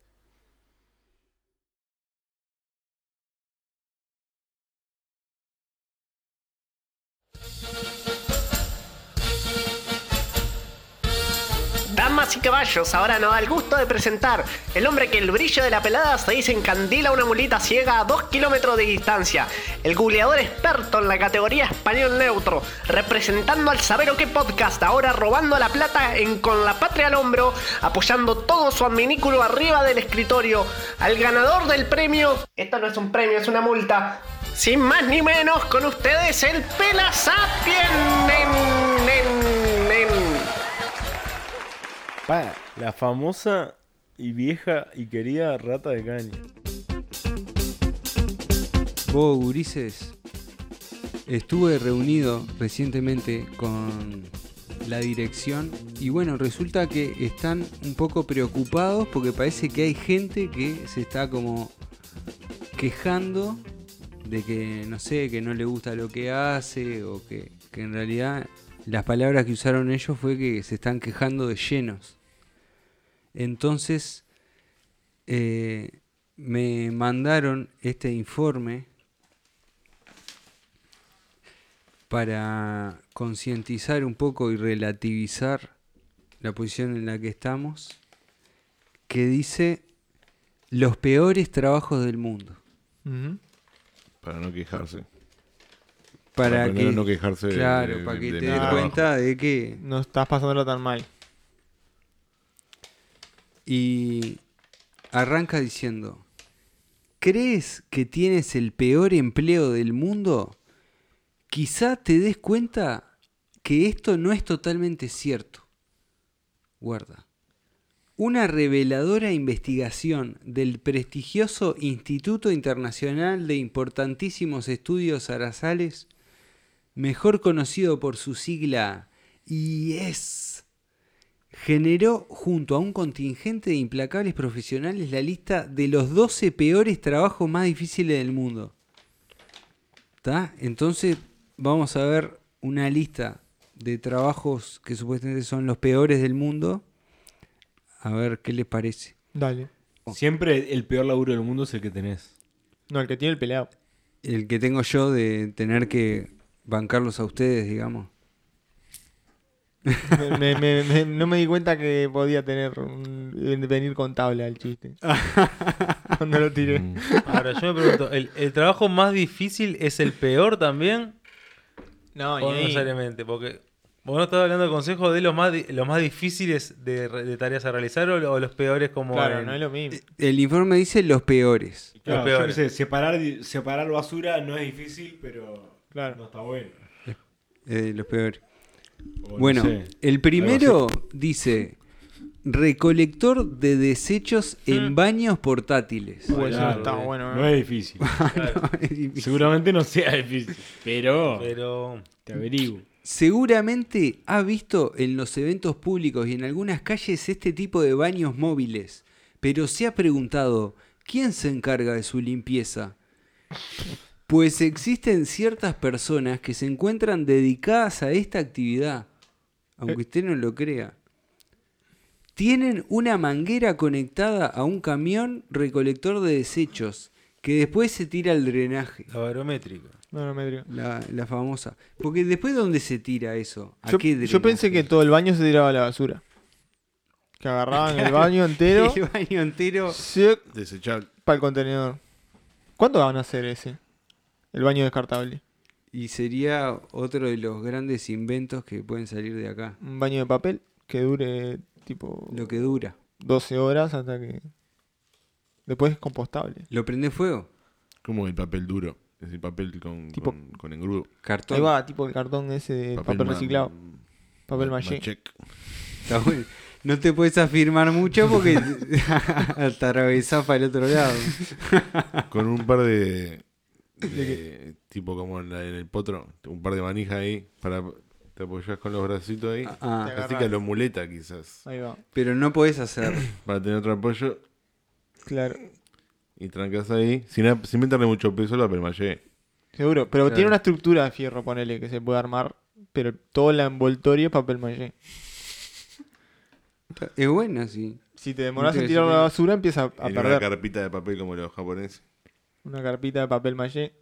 Speaker 7: Damas y caballos, ahora nos da el gusto de presentar el hombre que el brillo de la pelada se dice encandila una mulita ciega a 2 kilómetros de distancia. El googleador experto en la categoría español neutro, representando al saber o qué podcast, ahora robando la plata en Con la Patria al Hombro, apoyando todo su adminículo arriba del escritorio, al ganador del premio. Esto no es un premio, es una multa. Sin más ni menos, con ustedes el Pela Sapien. Nen, nen, nen.
Speaker 8: Pa, la famosa y vieja y querida rata de caña.
Speaker 6: Vos, Gurises, estuve reunido recientemente con la dirección y bueno, resulta que están un poco preocupados porque parece que hay gente que se está como quejando de que no sé, que no le gusta lo que hace o que, que en realidad las palabras que usaron ellos fue que se están quejando de llenos. Entonces, eh, me mandaron este informe para concientizar un poco y relativizar la posición en la que estamos, que dice los peores trabajos del mundo.
Speaker 1: Para no quejarse.
Speaker 6: Para
Speaker 1: aprender
Speaker 6: que,
Speaker 1: a no quejarse de-
Speaker 6: claro,
Speaker 1: de-
Speaker 6: para que
Speaker 1: de
Speaker 6: te
Speaker 1: mi
Speaker 6: des
Speaker 1: trabajo.
Speaker 6: cuenta de que
Speaker 5: No estás pasándolo tan mal.
Speaker 6: Y arranca diciendo, ¿crees que tienes el peor empleo del mundo? Quizá te des cuenta que esto no es totalmente cierto. Guarda. Una reveladora investigación del prestigioso Instituto Internacional de Importantísimos Estudios Arazales, mejor conocido por su sigla E IES, generó junto a un contingente de implacables profesionales la lista de los 12 peores trabajos más difíciles del mundo. ¿Está? Entonces vamos a ver una lista de trabajos que supuestamente son los peores del mundo. A ver qué les parece.
Speaker 5: Dale.
Speaker 8: Siempre el peor laburo del mundo es el que tenés.
Speaker 5: No, el que tiene el peleado.
Speaker 6: El que tengo yo de tener que bancarlos a ustedes, digamos.
Speaker 5: Me- me- me- me- no me di cuenta que podía tener un- venir con tabla el chiste. Cuando lo tiré.
Speaker 8: Mm.
Speaker 2: Ahora, yo me pregunto, ¿el, el trabajo más difícil es el peor también?
Speaker 5: No,
Speaker 2: o no necesariamente, porque vos no estás hablando de consejos de los más, di- los más difíciles de, re- de tareas a realizar o, o los peores como...
Speaker 5: Claro,
Speaker 2: en-
Speaker 5: no es lo mismo.
Speaker 6: El informe dice los peores.
Speaker 2: Los
Speaker 3: Claro, yo
Speaker 2: peores.
Speaker 3: qué sé, separar, separar basura no es difícil, pero
Speaker 5: Claro.
Speaker 3: no está bueno.
Speaker 6: Eh, los peores.
Speaker 3: O no
Speaker 6: Bueno,
Speaker 3: sé.
Speaker 6: el primero dice recolector de desechos en baños portátiles.
Speaker 5: Uh, eso no
Speaker 3: Claro,
Speaker 5: está
Speaker 3: eh,
Speaker 5: bueno.
Speaker 3: No
Speaker 5: eh.
Speaker 3: es difícil.
Speaker 6: Es difícil.
Speaker 3: Seguramente no sea difícil, pero
Speaker 2: Pero...
Speaker 3: te averiguo.
Speaker 6: Seguramente ha visto en los eventos públicos y en algunas calles este tipo de baños móviles, pero se ha preguntado, ¿quién se encarga de su limpieza? Pues existen ciertas personas que se encuentran dedicadas a esta actividad, aunque usted no lo crea. Tienen una manguera conectada a un camión recolector de desechos que después se tira al drenaje.
Speaker 2: La barométrica.
Speaker 5: No, no me río.
Speaker 6: La, la famosa. Porque después, ¿dónde se tira eso? ¿A
Speaker 5: Yo,
Speaker 6: qué
Speaker 5: yo pensé que
Speaker 6: drenaje?
Speaker 5: todo el baño se tiraba a la basura. Que agarraban el baño entero
Speaker 6: El baño entero.
Speaker 1: Desechar.
Speaker 5: para el contenedor. ¿Cuánto van a hacer ese? El baño descartable.
Speaker 6: Y sería otro de los grandes inventos que pueden salir de acá.
Speaker 5: Un baño de papel que dure tipo
Speaker 6: Lo que dura.
Speaker 5: 12 horas hasta que... Después es compostable.
Speaker 6: Lo prende fuego.
Speaker 1: Como el papel duro. Es el papel con,
Speaker 5: Tipo-
Speaker 1: con, con engrudo.
Speaker 5: Ahí
Speaker 6: Cartón.
Speaker 5: va, tipo el cartón ese de papel,
Speaker 1: ma-
Speaker 5: reciclado. Papel
Speaker 1: ma-
Speaker 5: maché.
Speaker 1: machec.
Speaker 6: Está bueno. No te puedes afirmar mucho porque te atravesás para el otro lado.
Speaker 1: Con un par de. de- tipo como en, la- en el potro. Un par de manijas ahí. Para, te apoyas con los bracitos ahí.
Speaker 6: Ah,
Speaker 1: Así
Speaker 5: Te agarrás.
Speaker 1: que a lo muleta quizás.
Speaker 5: Ahí va.
Speaker 6: pero no podés hacer.
Speaker 1: Para tener otro apoyo.
Speaker 5: Claro.
Speaker 1: Y trancas ahí. Sin, ap- sin meterle mucho peso a la permallé.
Speaker 5: Seguro. Pero tiene
Speaker 6: Claro.
Speaker 5: una estructura de fierro, ponele, que se puede armar. Pero todo la envoltorio es papel maché.
Speaker 6: Es buena, sí.
Speaker 5: Si te demoras en
Speaker 6: Interesante.
Speaker 5: tirar la basura, empieza a, a
Speaker 1: En una
Speaker 5: perder.
Speaker 1: carpita de papel como los japoneses.
Speaker 5: Una carpita de papel maché.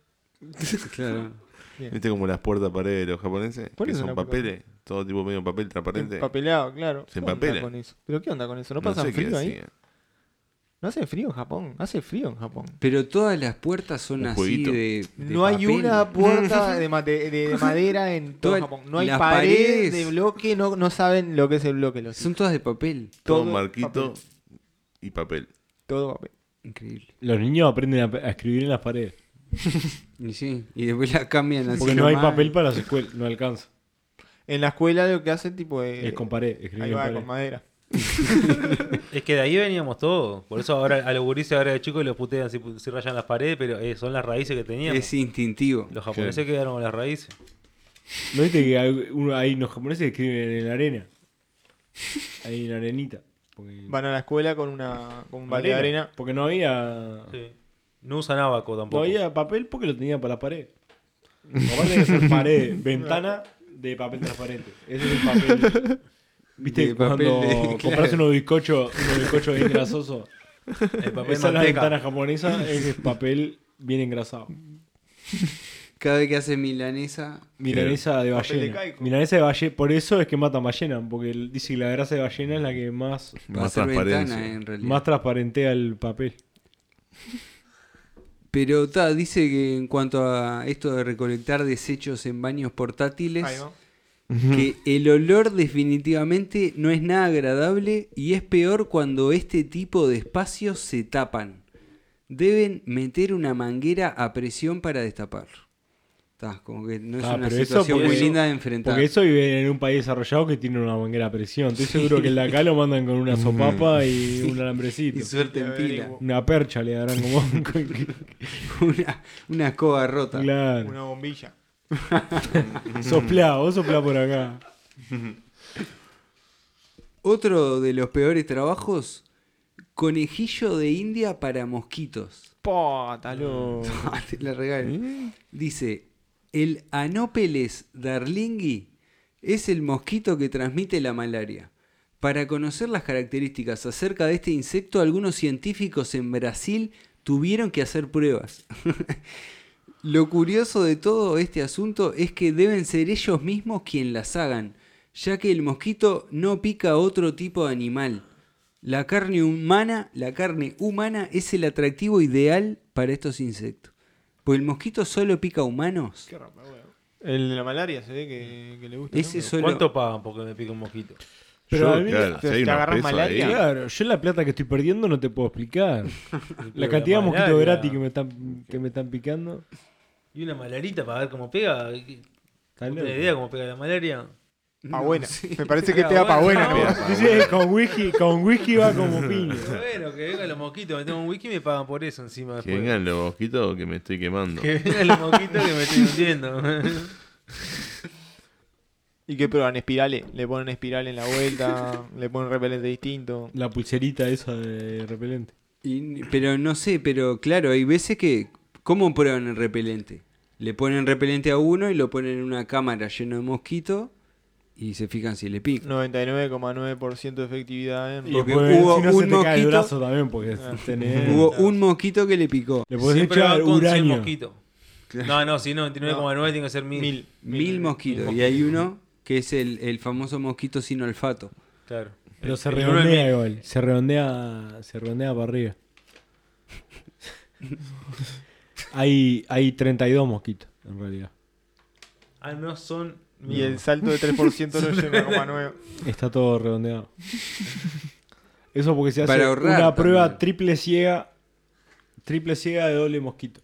Speaker 6: Claro.
Speaker 5: Bien.
Speaker 1: ¿Viste como las puertas paredes de los japoneses?
Speaker 5: Por
Speaker 1: Que
Speaker 5: eso
Speaker 1: son
Speaker 5: la puta
Speaker 1: papeles, todo tipo medio papel transparente.
Speaker 5: Empapelado, claro.
Speaker 1: Se
Speaker 5: ¿Qué onda
Speaker 1: empapela.
Speaker 5: con eso? ¿Pero qué onda con eso? ¿No pasan
Speaker 1: sé qué
Speaker 5: frío ahí?
Speaker 1: hacían.
Speaker 5: ¿No hace frío en Japón? Hace frío en Japón.
Speaker 6: Pero todas las puertas son
Speaker 1: Un
Speaker 6: así
Speaker 1: jueguito.
Speaker 6: de, de
Speaker 5: No hay
Speaker 6: papel.
Speaker 5: una puerta de, mate- de- de madera en todo
Speaker 6: Todas
Speaker 5: Japón. No hay
Speaker 6: las
Speaker 5: pared
Speaker 6: paredes-
Speaker 5: de bloque, no, no saben lo que es el bloque. Los
Speaker 6: Son todas de papel.
Speaker 1: Todo,
Speaker 5: Todo
Speaker 1: marquito y papel.
Speaker 5: Todo papel.
Speaker 6: Increíble.
Speaker 3: Los niños aprenden a, a escribir en las paredes.
Speaker 6: Y sí, y después la cambian así.
Speaker 3: Porque no hay
Speaker 6: nomás.
Speaker 3: papel para las escuelas, no alcanza.
Speaker 5: En la escuela lo que hacen tipo de...
Speaker 3: Es con pared, escribir
Speaker 5: Eh, ahí
Speaker 3: en
Speaker 5: va,
Speaker 3: pared.
Speaker 5: con madera.
Speaker 2: Es que de ahí veníamos todos. Por eso ahora a los gurises ahora de chicos los putean si, si rayan las paredes, pero eh, son las raíces que teníamos.
Speaker 6: Es instintivo.
Speaker 2: Los japoneses quedaron con las raíces.
Speaker 1: Ah.
Speaker 3: ¿No viste que hay, uno- hay unos japoneses que escriben en la arena? Ahí en la arenita. Porque,
Speaker 5: Van a la escuela con una con un balde de
Speaker 3: Arena,
Speaker 5: arena.
Speaker 3: Porque no había,
Speaker 2: Sí. No usan abaco
Speaker 3: no
Speaker 2: tampoco.
Speaker 3: había papel porque lo tenía para la pared. Papá tenía que ser pared, ventana de papel transparente. Ese es el papel. ¿Viste?
Speaker 6: De
Speaker 3: cuando
Speaker 6: papel de-
Speaker 3: compras
Speaker 6: claro.
Speaker 3: unos bizcochos, unos bizcochos bien grasosos.
Speaker 2: El papel
Speaker 3: Esa es la ventana
Speaker 2: manteca.
Speaker 3: japonesa, es papel bien engrasado.
Speaker 6: Cada vez que hace milanesa,
Speaker 3: Milanesa de
Speaker 5: Papel de
Speaker 3: ballena.
Speaker 5: caico.
Speaker 3: Milanesa de ballena. Por eso es que matan ballena, porque él dice que la grasa de ballena es la que más,
Speaker 6: va a
Speaker 1: Más
Speaker 6: ser ventana eh,
Speaker 1: transparencia.
Speaker 6: en realidad.
Speaker 3: más transparentea el papel.
Speaker 6: Pero ta, dice que en cuanto a esto de recolectar desechos en baños portátiles,
Speaker 5: Ahí va.
Speaker 6: que el olor definitivamente no es nada agradable y es peor cuando este tipo de espacios se tapan. Deben meter una manguera a presión para destaparlo. Ta, como que no es
Speaker 3: Ah,
Speaker 6: una
Speaker 3: pero eso
Speaker 6: situación muy
Speaker 3: porque-
Speaker 6: linda de enfrentar.
Speaker 3: Porque eso vive en un país desarrollado que tiene una manguera a presión. Estoy seguro que el de acá lo mandan con una sopapa y un
Speaker 6: Mm. y
Speaker 3: alambrecito.
Speaker 6: suerte en pila.
Speaker 5: averiguo.
Speaker 3: Una percha le darán como
Speaker 6: Una, una escoba rota.
Speaker 3: claro.
Speaker 5: Una bombilla.
Speaker 3: Soplá, vos soplá por acá.
Speaker 6: Otro de los peores trabajos, conejillo de India para mosquitos.
Speaker 5: Pota, loco.
Speaker 6: Ah, te la regalo. Dice, el Anópeles darlingui es el mosquito que transmite la malaria. Para conocer las características acerca de este insecto, algunos científicos en Brasil tuvieron que hacer pruebas. Lo curioso de todo este asunto es que deben ser ellos mismos quien las hagan, ya que el mosquito no pica a otro tipo de animal. La carne humana, la carne humana es el atractivo ideal para estos insectos. Pues el mosquito solo pica humanos.
Speaker 5: El de la malaria se ve que, que le gusta.
Speaker 6: Ese
Speaker 5: ¿no?
Speaker 6: solo.
Speaker 2: ¿Cuánto pagan porque me pica un mosquito?
Speaker 3: Pero
Speaker 1: Yo,
Speaker 3: a mí-
Speaker 1: claro, si
Speaker 5: te
Speaker 1: hay unos
Speaker 5: agarras
Speaker 1: pesos
Speaker 5: malaria.
Speaker 1: ahí,
Speaker 3: Claro, yo la plata que estoy perdiendo no te puedo explicar. La cantidad de mosquitos
Speaker 2: malaria.
Speaker 3: gratis que me están, que me están picando.
Speaker 2: Y una malarita para ver cómo pega. ¿Qué-
Speaker 3: Está
Speaker 2: ¿No
Speaker 3: loco.
Speaker 2: tenés idea cómo pega la malaria?
Speaker 5: Pa' buena.
Speaker 6: Sí.
Speaker 5: Me parece que te da pa' buena.
Speaker 1: Pega
Speaker 5: ¿no?
Speaker 1: pa'
Speaker 3: Sí, sí, con whisky, con whisky va como piña.
Speaker 2: Bueno, que vengan los mosquitos, me tengo un wiki y me pagan por eso encima
Speaker 1: Que
Speaker 2: después.
Speaker 1: vengan los mosquitos que me estoy quemando.
Speaker 2: Que vengan los mosquitos que me estoy hundiendo.
Speaker 5: ¿Y qué prueban? Espirales. Le ponen espiral en la vuelta, le ponen repelente distinto.
Speaker 3: La pulserita esa de repelente.
Speaker 6: Y- pero no sé, pero claro, hay veces que. ¿Cómo prueban el repelente? Le ponen repelente a uno y lo ponen en una cámara lleno de mosquito y se fijan si le pica.
Speaker 5: 99,9% de efectividad ¿eh? en...
Speaker 3: Y
Speaker 6: Porque
Speaker 3: después,
Speaker 6: hubo
Speaker 3: si no
Speaker 6: un
Speaker 3: se te cae el
Speaker 6: mosquito-
Speaker 3: brazo también, porque tenés-
Speaker 6: Hubo un mosquito que le picó.
Speaker 3: Le podés
Speaker 2: Siempre van
Speaker 3: echar
Speaker 2: con 100
Speaker 3: uranio.
Speaker 2: mosquitos. No, no, si no, 99,9 tiene que ser 1000.
Speaker 5: Mil.
Speaker 6: Mil mosquitos. Y hay uno que es el, el famoso mosquito sin olfato.
Speaker 2: Claro.
Speaker 3: Pero se
Speaker 2: El uno es
Speaker 3: redondea
Speaker 2: mil.
Speaker 3: igual. Se redondea, se redondea para arriba. hay, hay 32 mosquitos, en realidad.
Speaker 2: Ah, no son
Speaker 5: Y
Speaker 2: mil.
Speaker 5: el salto de 3% no llega a 9.
Speaker 3: Está todo redondeado. Eso porque se hace
Speaker 6: Para ahorrar
Speaker 3: una prueba
Speaker 6: también.
Speaker 3: triple ciega. Triple ciega de doble mosquito.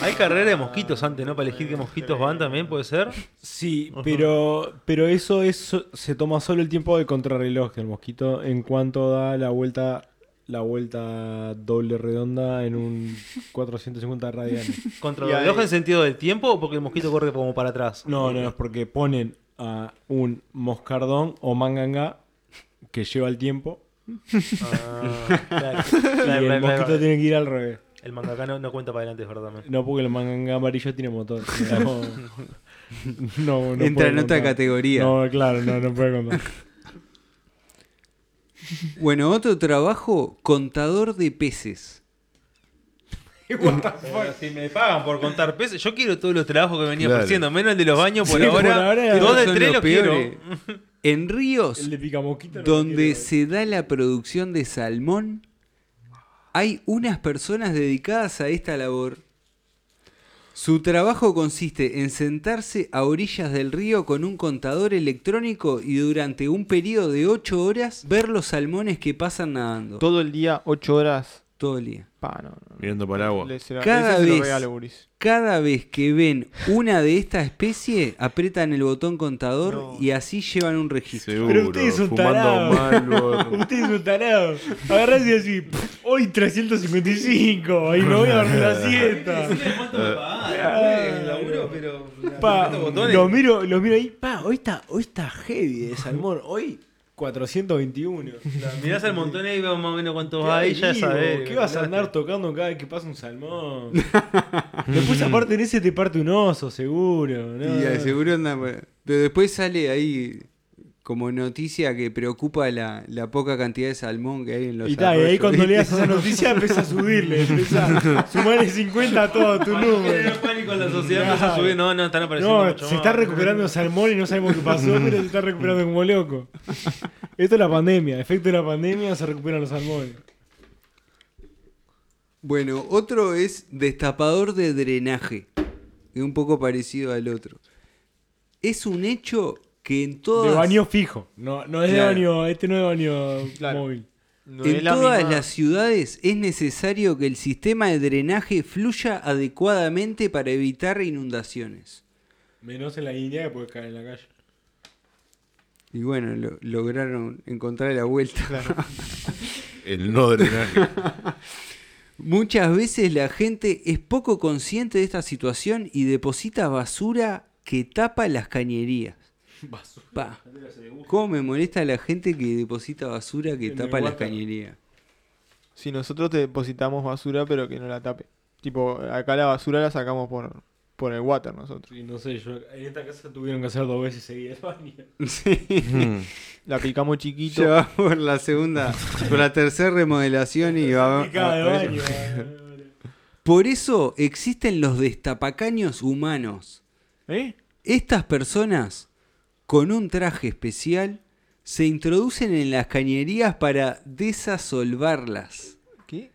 Speaker 2: Hay carrera de mosquitos antes, ¿no? Para elegir qué mosquitos van también, puede ser.
Speaker 3: Sí, pero, pero eso es, so- se toma solo el tiempo de contrarreloj del mosquito en cuanto da la vuelta la vuelta doble redonda en un 450 radianes.
Speaker 2: ¿Contra
Speaker 5: Y
Speaker 2: el reloj
Speaker 5: hay-
Speaker 2: en sentido del tiempo o porque el mosquito corre como para atrás?
Speaker 3: No, no, es porque ponen a un moscardón o manganga que lleva el tiempo
Speaker 2: Ah, claro.
Speaker 3: y
Speaker 2: Claro,
Speaker 3: el
Speaker 2: claro,
Speaker 3: mosquito
Speaker 2: claro.
Speaker 3: tiene que ir al revés.
Speaker 2: El mangaka no, no cuenta para adelante, es verdad. man.
Speaker 3: No, porque el manganga amarillo tiene motor. No, no, no
Speaker 6: Entra
Speaker 3: puede
Speaker 6: en otra
Speaker 3: contar.
Speaker 6: categoría.
Speaker 3: No, claro, no, no puede contar.
Speaker 6: Bueno, otro trabajo, contador de peces.
Speaker 2: Pero Eh, si me pagan por contar peces, yo quiero todos los trabajos que venía
Speaker 1: Claro.
Speaker 2: ofreciendo, menos el de los baños por
Speaker 3: Sí, por
Speaker 2: ahora.
Speaker 3: ahora,
Speaker 2: dos de
Speaker 6: son
Speaker 2: tres
Speaker 6: los
Speaker 2: los quiero.
Speaker 6: peores. En ríos
Speaker 3: El de Picamoquita. no
Speaker 6: donde
Speaker 3: quiero.
Speaker 6: se da la producción de salmón, hay unas personas dedicadas a esta labor. Su trabajo consiste en sentarse a orillas del río con un contador electrónico y durante un periodo de 8 horas ver los salmones que pasan nadando
Speaker 5: Todo el día, 8 horas.
Speaker 6: todo el día.
Speaker 5: Pa, no, no.
Speaker 1: Mirando para el agua.
Speaker 5: Le- se la-
Speaker 6: Cada
Speaker 5: ese se lo
Speaker 6: vez-
Speaker 5: regalo, guris.
Speaker 6: Cada vez que ven una de esta especie, apretan el botón contador y así llevan un registro.
Speaker 1: Seguro.
Speaker 3: Pero usted es un tarado.
Speaker 1: fumando Marlboro.
Speaker 3: Usted es un tarado. Agarrás y decís, hoy 355 y me voy a dormir la siesta.
Speaker 2: Eh,
Speaker 3: Pa, lo miro, lo miro ahí, pa, hoy está, hoy está heavy de salmón, hoy 421.
Speaker 2: Mirás al montón ahí, veo más o menos cuántos hay, ya
Speaker 3: Amigo,
Speaker 2: sabés.
Speaker 3: ¿Qué vas a andar tocando cada vez que pasa un salmón? Después aparte en ese te parte un oso, seguro. ¿no?
Speaker 6: Y de seguro anda. por- Pero después sale ahí como noticia que preocupa la, la poca cantidad de salmón que hay en los
Speaker 3: Y ta, y ahí
Speaker 6: arroyos,
Speaker 3: cuando
Speaker 6: ¿viste?
Speaker 3: leas esa noticia empieza a subirle, empieza a sumarle 50 a todo tu número.
Speaker 2: pánico en la sociedad empieza a subir, no, no, están apareciendo
Speaker 3: No,
Speaker 2: mucho
Speaker 3: se
Speaker 2: más.
Speaker 3: está recuperando salmón y no sabemos qué pasó, pero se está recuperando como loco. Esto es la pandemia, efecto de la pandemia se recuperan los salmones.
Speaker 6: Bueno, otro es destapador de drenaje. Que es un poco parecido al otro. Es un hecho que en todas.
Speaker 3: De baño fijo. No, no es
Speaker 6: Claro.
Speaker 3: de baño, este no es de baño
Speaker 5: Claro.
Speaker 3: móvil.
Speaker 5: No es
Speaker 6: En
Speaker 5: la
Speaker 6: todas
Speaker 5: misma-
Speaker 6: las ciudades es necesario que el sistema de drenaje fluya adecuadamente para evitar inundaciones.
Speaker 3: Menos en la India que puedes caer en la calle.
Speaker 6: Y bueno, lo- lograron encontrar la vuelta.
Speaker 1: El no drenaje.
Speaker 6: Muchas veces la gente es poco consciente de esta situación y deposita basura que tapa las cañerías. Basura. ¿Cómo me molesta la gente que deposita basura que
Speaker 3: En el
Speaker 6: tapa las
Speaker 3: water.
Speaker 6: cañerías?
Speaker 5: Si nosotros te depositamos basura, pero que no la tape. Tipo, acá la basura la sacamos por, por el water nosotros.
Speaker 3: Sí, no sé, yo en esta casa tuvieron que hacer dos veces seguidas el baño.
Speaker 6: Sí.
Speaker 5: La picamos chiquito.
Speaker 6: Ya va por la segunda, por la tercera remodelación y va.
Speaker 3: Cada
Speaker 6: va-
Speaker 3: baño. ¿eh?
Speaker 6: Por eso existen los destapacaños humanos.
Speaker 3: ¿Eh?
Speaker 6: Estas personas, con un traje especial, se introducen en las cañerías para desasolvarlas.
Speaker 5: ¿Qué?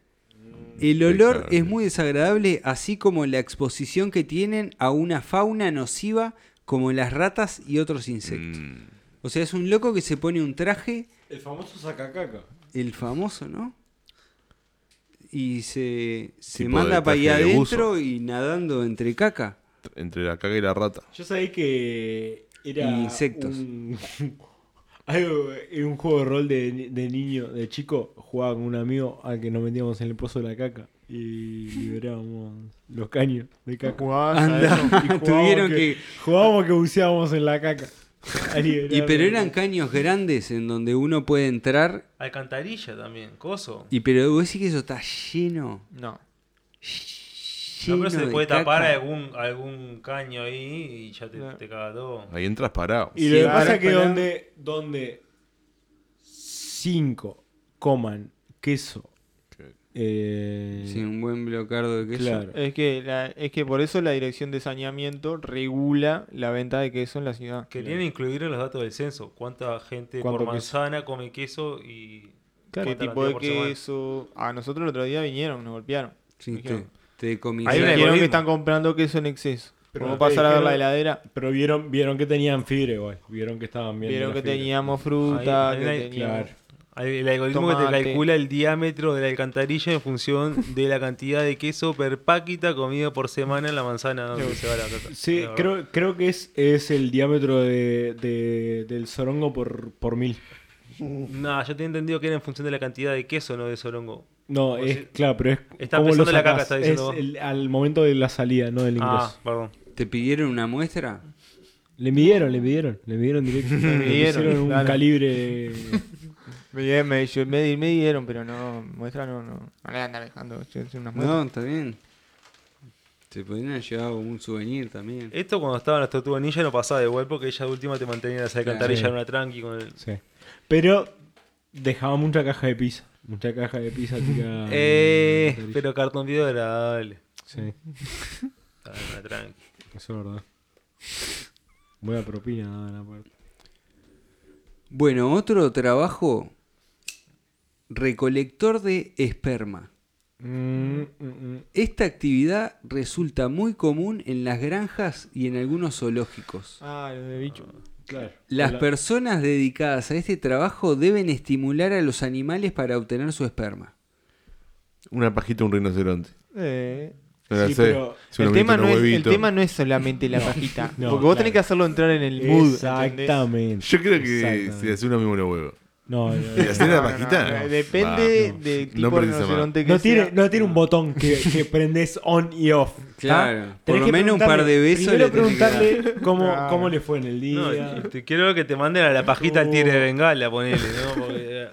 Speaker 6: El olor
Speaker 1: Desagradable.
Speaker 6: es muy desagradable, así como la exposición que tienen a una fauna nociva como las ratas y otros insectos.
Speaker 1: Mm.
Speaker 6: O sea, es un loco que se pone un traje,
Speaker 3: El famoso sacacaca.
Speaker 6: el famoso, ¿no? Y se, se
Speaker 1: Tipo de
Speaker 6: manda para allá
Speaker 1: traje de buzo.
Speaker 6: adentro y nadando entre caca.
Speaker 1: Entre la caca y la rata.
Speaker 3: Yo sabía que era.
Speaker 6: Insectos.
Speaker 3: Un, algo- era un juego de rol de, de niño, de chico. Jugaba con un amigo al que nos metíamos en el pozo de la caca y liberábamos los caños de caca.
Speaker 5: Jugabas a
Speaker 6: Anda,
Speaker 5: eso.
Speaker 3: Y jugábamos
Speaker 6: tuvieron que...
Speaker 3: Jugábamos que buceábamos en la caca. A liberar-
Speaker 6: Y pero eran caños grandes en donde uno puede entrar
Speaker 2: Alcantarilla también, coso.
Speaker 6: y pero vos decís que eso está lleno.
Speaker 5: No.
Speaker 2: No,
Speaker 6: lleno
Speaker 2: pero se
Speaker 6: de
Speaker 2: puede tapar
Speaker 6: caca.
Speaker 2: algún, algún caño ahí y ya te, te caga todo.
Speaker 1: Ahí entras parado.
Speaker 3: Y lo que
Speaker 5: ahora
Speaker 3: pasa es que
Speaker 5: esperá.
Speaker 3: donde, donde cinco coman queso. Eh,
Speaker 6: Sí, un buen blocardo de queso.
Speaker 3: claro.
Speaker 5: Es que, la- es que por eso la dirección de saneamiento regula la venta de queso en la ciudad.
Speaker 2: Querían incluir en los datos del censo. ¿Cuánta gente
Speaker 3: ¿Cuánto
Speaker 2: por
Speaker 3: queso?
Speaker 2: manzana come queso y
Speaker 5: ¿Qué
Speaker 2: cuánta
Speaker 5: tipo de
Speaker 2: cantidad por
Speaker 5: queso? A nosotros el otro día vinieron, nos golpearon.
Speaker 6: Sí,
Speaker 5: Dijeron,
Speaker 6: te, te comí-
Speaker 2: Hay
Speaker 5: "Dijeron
Speaker 2: una-
Speaker 6: Claro.
Speaker 5: que
Speaker 2: algoritmo".
Speaker 5: están comprando queso en exceso.
Speaker 3: Pero
Speaker 5: Vamos
Speaker 3: no
Speaker 5: a
Speaker 3: te
Speaker 5: pasar a ver la
Speaker 3: dijeron-
Speaker 5: heladera.
Speaker 3: Pero vieron, vieron que tenían fibra igual. Vieron que estaban bien. de
Speaker 5: Vieron
Speaker 3: la
Speaker 5: que
Speaker 3: fibra.
Speaker 5: teníamos fruta,
Speaker 2: Ahí-
Speaker 5: que
Speaker 2: ahí-
Speaker 5: teníamos...
Speaker 3: Claro.
Speaker 2: semana? El algoritmo que te
Speaker 5: Tomate.
Speaker 2: calcula el diámetro de la alcantarilla en función de la cantidad de queso per páquita comido por semana en la manzana donde se va la plata. La
Speaker 3: Sí,
Speaker 2: verdad.
Speaker 3: creo, creo que es, es el diámetro de, de- del sorongo por, por mil.
Speaker 2: No, yo tenía entendido que era en función de la cantidad de queso, no de sorongo.
Speaker 3: No,
Speaker 2: Como
Speaker 3: es
Speaker 2: si-
Speaker 3: claro, pero es.
Speaker 2: Está
Speaker 3: cómo lo
Speaker 2: pesando la caca,
Speaker 3: sacás.
Speaker 2: está diciendo
Speaker 3: Es
Speaker 2: vos.
Speaker 3: el- al momento de la salida, no del
Speaker 2: Ah,
Speaker 3: ingreso.
Speaker 2: perdón.
Speaker 6: ¿Te pidieron una muestra?
Speaker 3: Le midieron, le midieron, le midieron directo. le
Speaker 5: midieron,
Speaker 3: hicieron un
Speaker 5: claro.
Speaker 3: calibre. de-
Speaker 5: Bien, me, yo- me, di- me dieron, pero no, muestra no, no. No le anda dejando, yo hice unas muestras.
Speaker 6: No, está bien. Te podrían haber llevado un souvenir también.
Speaker 2: Esto cuando estaba en las tortugas ninja no pasaba igual porque ella de última te mantenía en esa alcantarilla
Speaker 3: sí.
Speaker 2: en una tranqui con el...
Speaker 3: Sí. Pero dejaba mucha caja de pizza. Mucha caja de pizza
Speaker 6: Ah,
Speaker 3: tirada.
Speaker 2: Eh,
Speaker 3: Tarilla.
Speaker 2: pero cartón video agradable.
Speaker 3: Sí,
Speaker 2: Ah, no, tranqui.
Speaker 3: eso es verdad. Buena propina daban aparte.
Speaker 6: Bueno, otro trabajo. Recolector de esperma.
Speaker 3: Mm, mm, mm.
Speaker 6: Esta actividad resulta muy común en las granjas y en algunos zoológicos.
Speaker 3: Ah, los de bicho. Claro.
Speaker 6: Las
Speaker 3: La-
Speaker 6: personas dedicadas a este trabajo deben estimular a los animales para obtener su esperma.
Speaker 1: Una pajita, un rinoceronte.
Speaker 5: Eh,
Speaker 1: No la
Speaker 3: Sí,
Speaker 1: sé,
Speaker 3: pero
Speaker 5: el,
Speaker 1: seguramente
Speaker 5: tema no
Speaker 1: unos
Speaker 5: es, el
Speaker 1: huevitos.
Speaker 5: tema no es solamente la pajita.
Speaker 3: no,
Speaker 5: porque vos
Speaker 3: claro.
Speaker 5: tenés que hacerlo entrar en el mood. ¿entendés?
Speaker 3: Exactamente.
Speaker 1: Yo creo que
Speaker 3: Exactamente.
Speaker 1: si hace uno mismo los huevos.
Speaker 3: No, no,
Speaker 1: Si hacer la
Speaker 5: No, no, no,
Speaker 1: pajita.
Speaker 5: eh,
Speaker 1: no.
Speaker 5: Depende
Speaker 1: Va.
Speaker 5: del
Speaker 1: No
Speaker 5: tipo de
Speaker 1: precisa más.
Speaker 5: rinoceronte que
Speaker 3: no tiene,
Speaker 5: sea.
Speaker 3: no tiene un botón que, que prendes on y off. ¿tá?
Speaker 6: Claro, por
Speaker 3: Tenés
Speaker 6: lo
Speaker 3: que
Speaker 6: menos un par
Speaker 3: preguntarle-
Speaker 6: de besos
Speaker 3: Primero
Speaker 6: le tenés que dar.
Speaker 3: preguntarle cómo,
Speaker 5: Claro.
Speaker 3: cómo le fue en el
Speaker 2: No,
Speaker 3: día.
Speaker 6: ah.
Speaker 2: y te quiero que te manden a la pajita al tigre de bengala, ponele, ¿no? Porque, eh,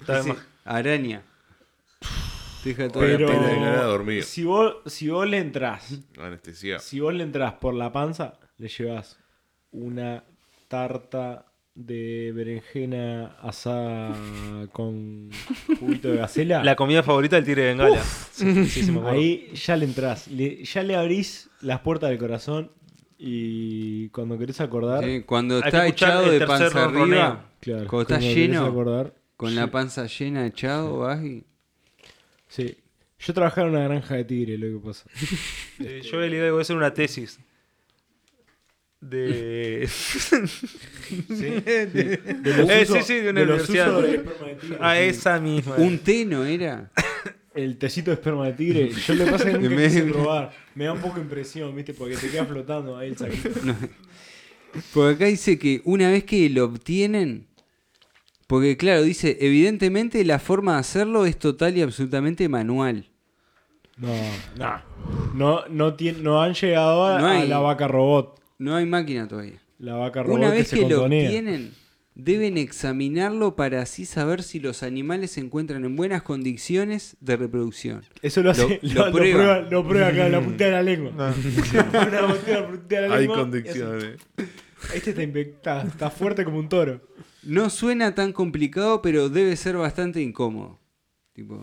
Speaker 2: está
Speaker 6: Uh. Sí,
Speaker 2: más-
Speaker 6: Araña. Te deja toda la
Speaker 3: pero
Speaker 1: pena de ganar a dormir.
Speaker 3: si vos, si vos le entras,
Speaker 1: Anestesia.
Speaker 3: si vos le entras por la panza, le llevas una tarta de berenjena asada con juguito de gacela.
Speaker 2: La comida favorita del tigre de bengala. Sí, sí, sí, me acuerdo.
Speaker 3: Ahí ya le entras, le- ya le abrís las puertas del corazón y cuando querés acordar,
Speaker 6: Sí, cuando
Speaker 2: Hay que
Speaker 6: está
Speaker 2: escuchar
Speaker 6: echado
Speaker 2: el
Speaker 6: de
Speaker 2: tercer
Speaker 6: panza
Speaker 2: ronroneo.
Speaker 6: arriba,
Speaker 3: claro,
Speaker 6: cuando está
Speaker 3: querés
Speaker 6: lleno,
Speaker 3: acordar,
Speaker 6: con la panza llena, echado, vas y...
Speaker 3: sí. Yo trabajaba en una granja de tigre, lo que pasa.
Speaker 2: Eh, yo he leído que voy a hacer una tesis. De.
Speaker 3: De los
Speaker 2: Eh,
Speaker 3: usos-
Speaker 2: sí, sí, de una
Speaker 3: los
Speaker 2: universidad.
Speaker 3: usos de
Speaker 6: Ah,
Speaker 3: esperma de tigre.
Speaker 2: a Ah, esa misma.
Speaker 6: Un teno era.
Speaker 3: El tecito de esperma de tigre, yo lo que pasa es que nunca
Speaker 6: Me-
Speaker 3: quise probar. Me da un poco de impresión, ¿viste? Porque te queda flotando ahí el saquito.
Speaker 6: Porque acá dice que una vez que lo obtienen, porque claro, dice, evidentemente la forma de hacerlo es total y absolutamente manual.
Speaker 3: No, no. No, no, tien- no han llegado a,
Speaker 6: No hay-
Speaker 3: a la vaca robot.
Speaker 6: No hay máquina todavía.
Speaker 3: La vaca robot
Speaker 6: Una
Speaker 3: que
Speaker 6: vez
Speaker 3: se
Speaker 6: que, lo
Speaker 3: contonea.
Speaker 6: obtienen, deben examinarlo para así saber si los animales se encuentran en buenas condiciones de reproducción.
Speaker 3: Eso lo hace. Lo,
Speaker 6: Lo- lo
Speaker 3: lo
Speaker 6: prueba.
Speaker 3: prueba. lo prueba acá, la punta de la lengua. Una botella de punta de la
Speaker 1: Hay
Speaker 3: lengua. y
Speaker 1: condiciones.
Speaker 5: eh.
Speaker 3: hace, Este está, inve- está, está fuerte como un toro.
Speaker 6: No suena tan complicado, pero debe ser bastante incómodo. Tipo,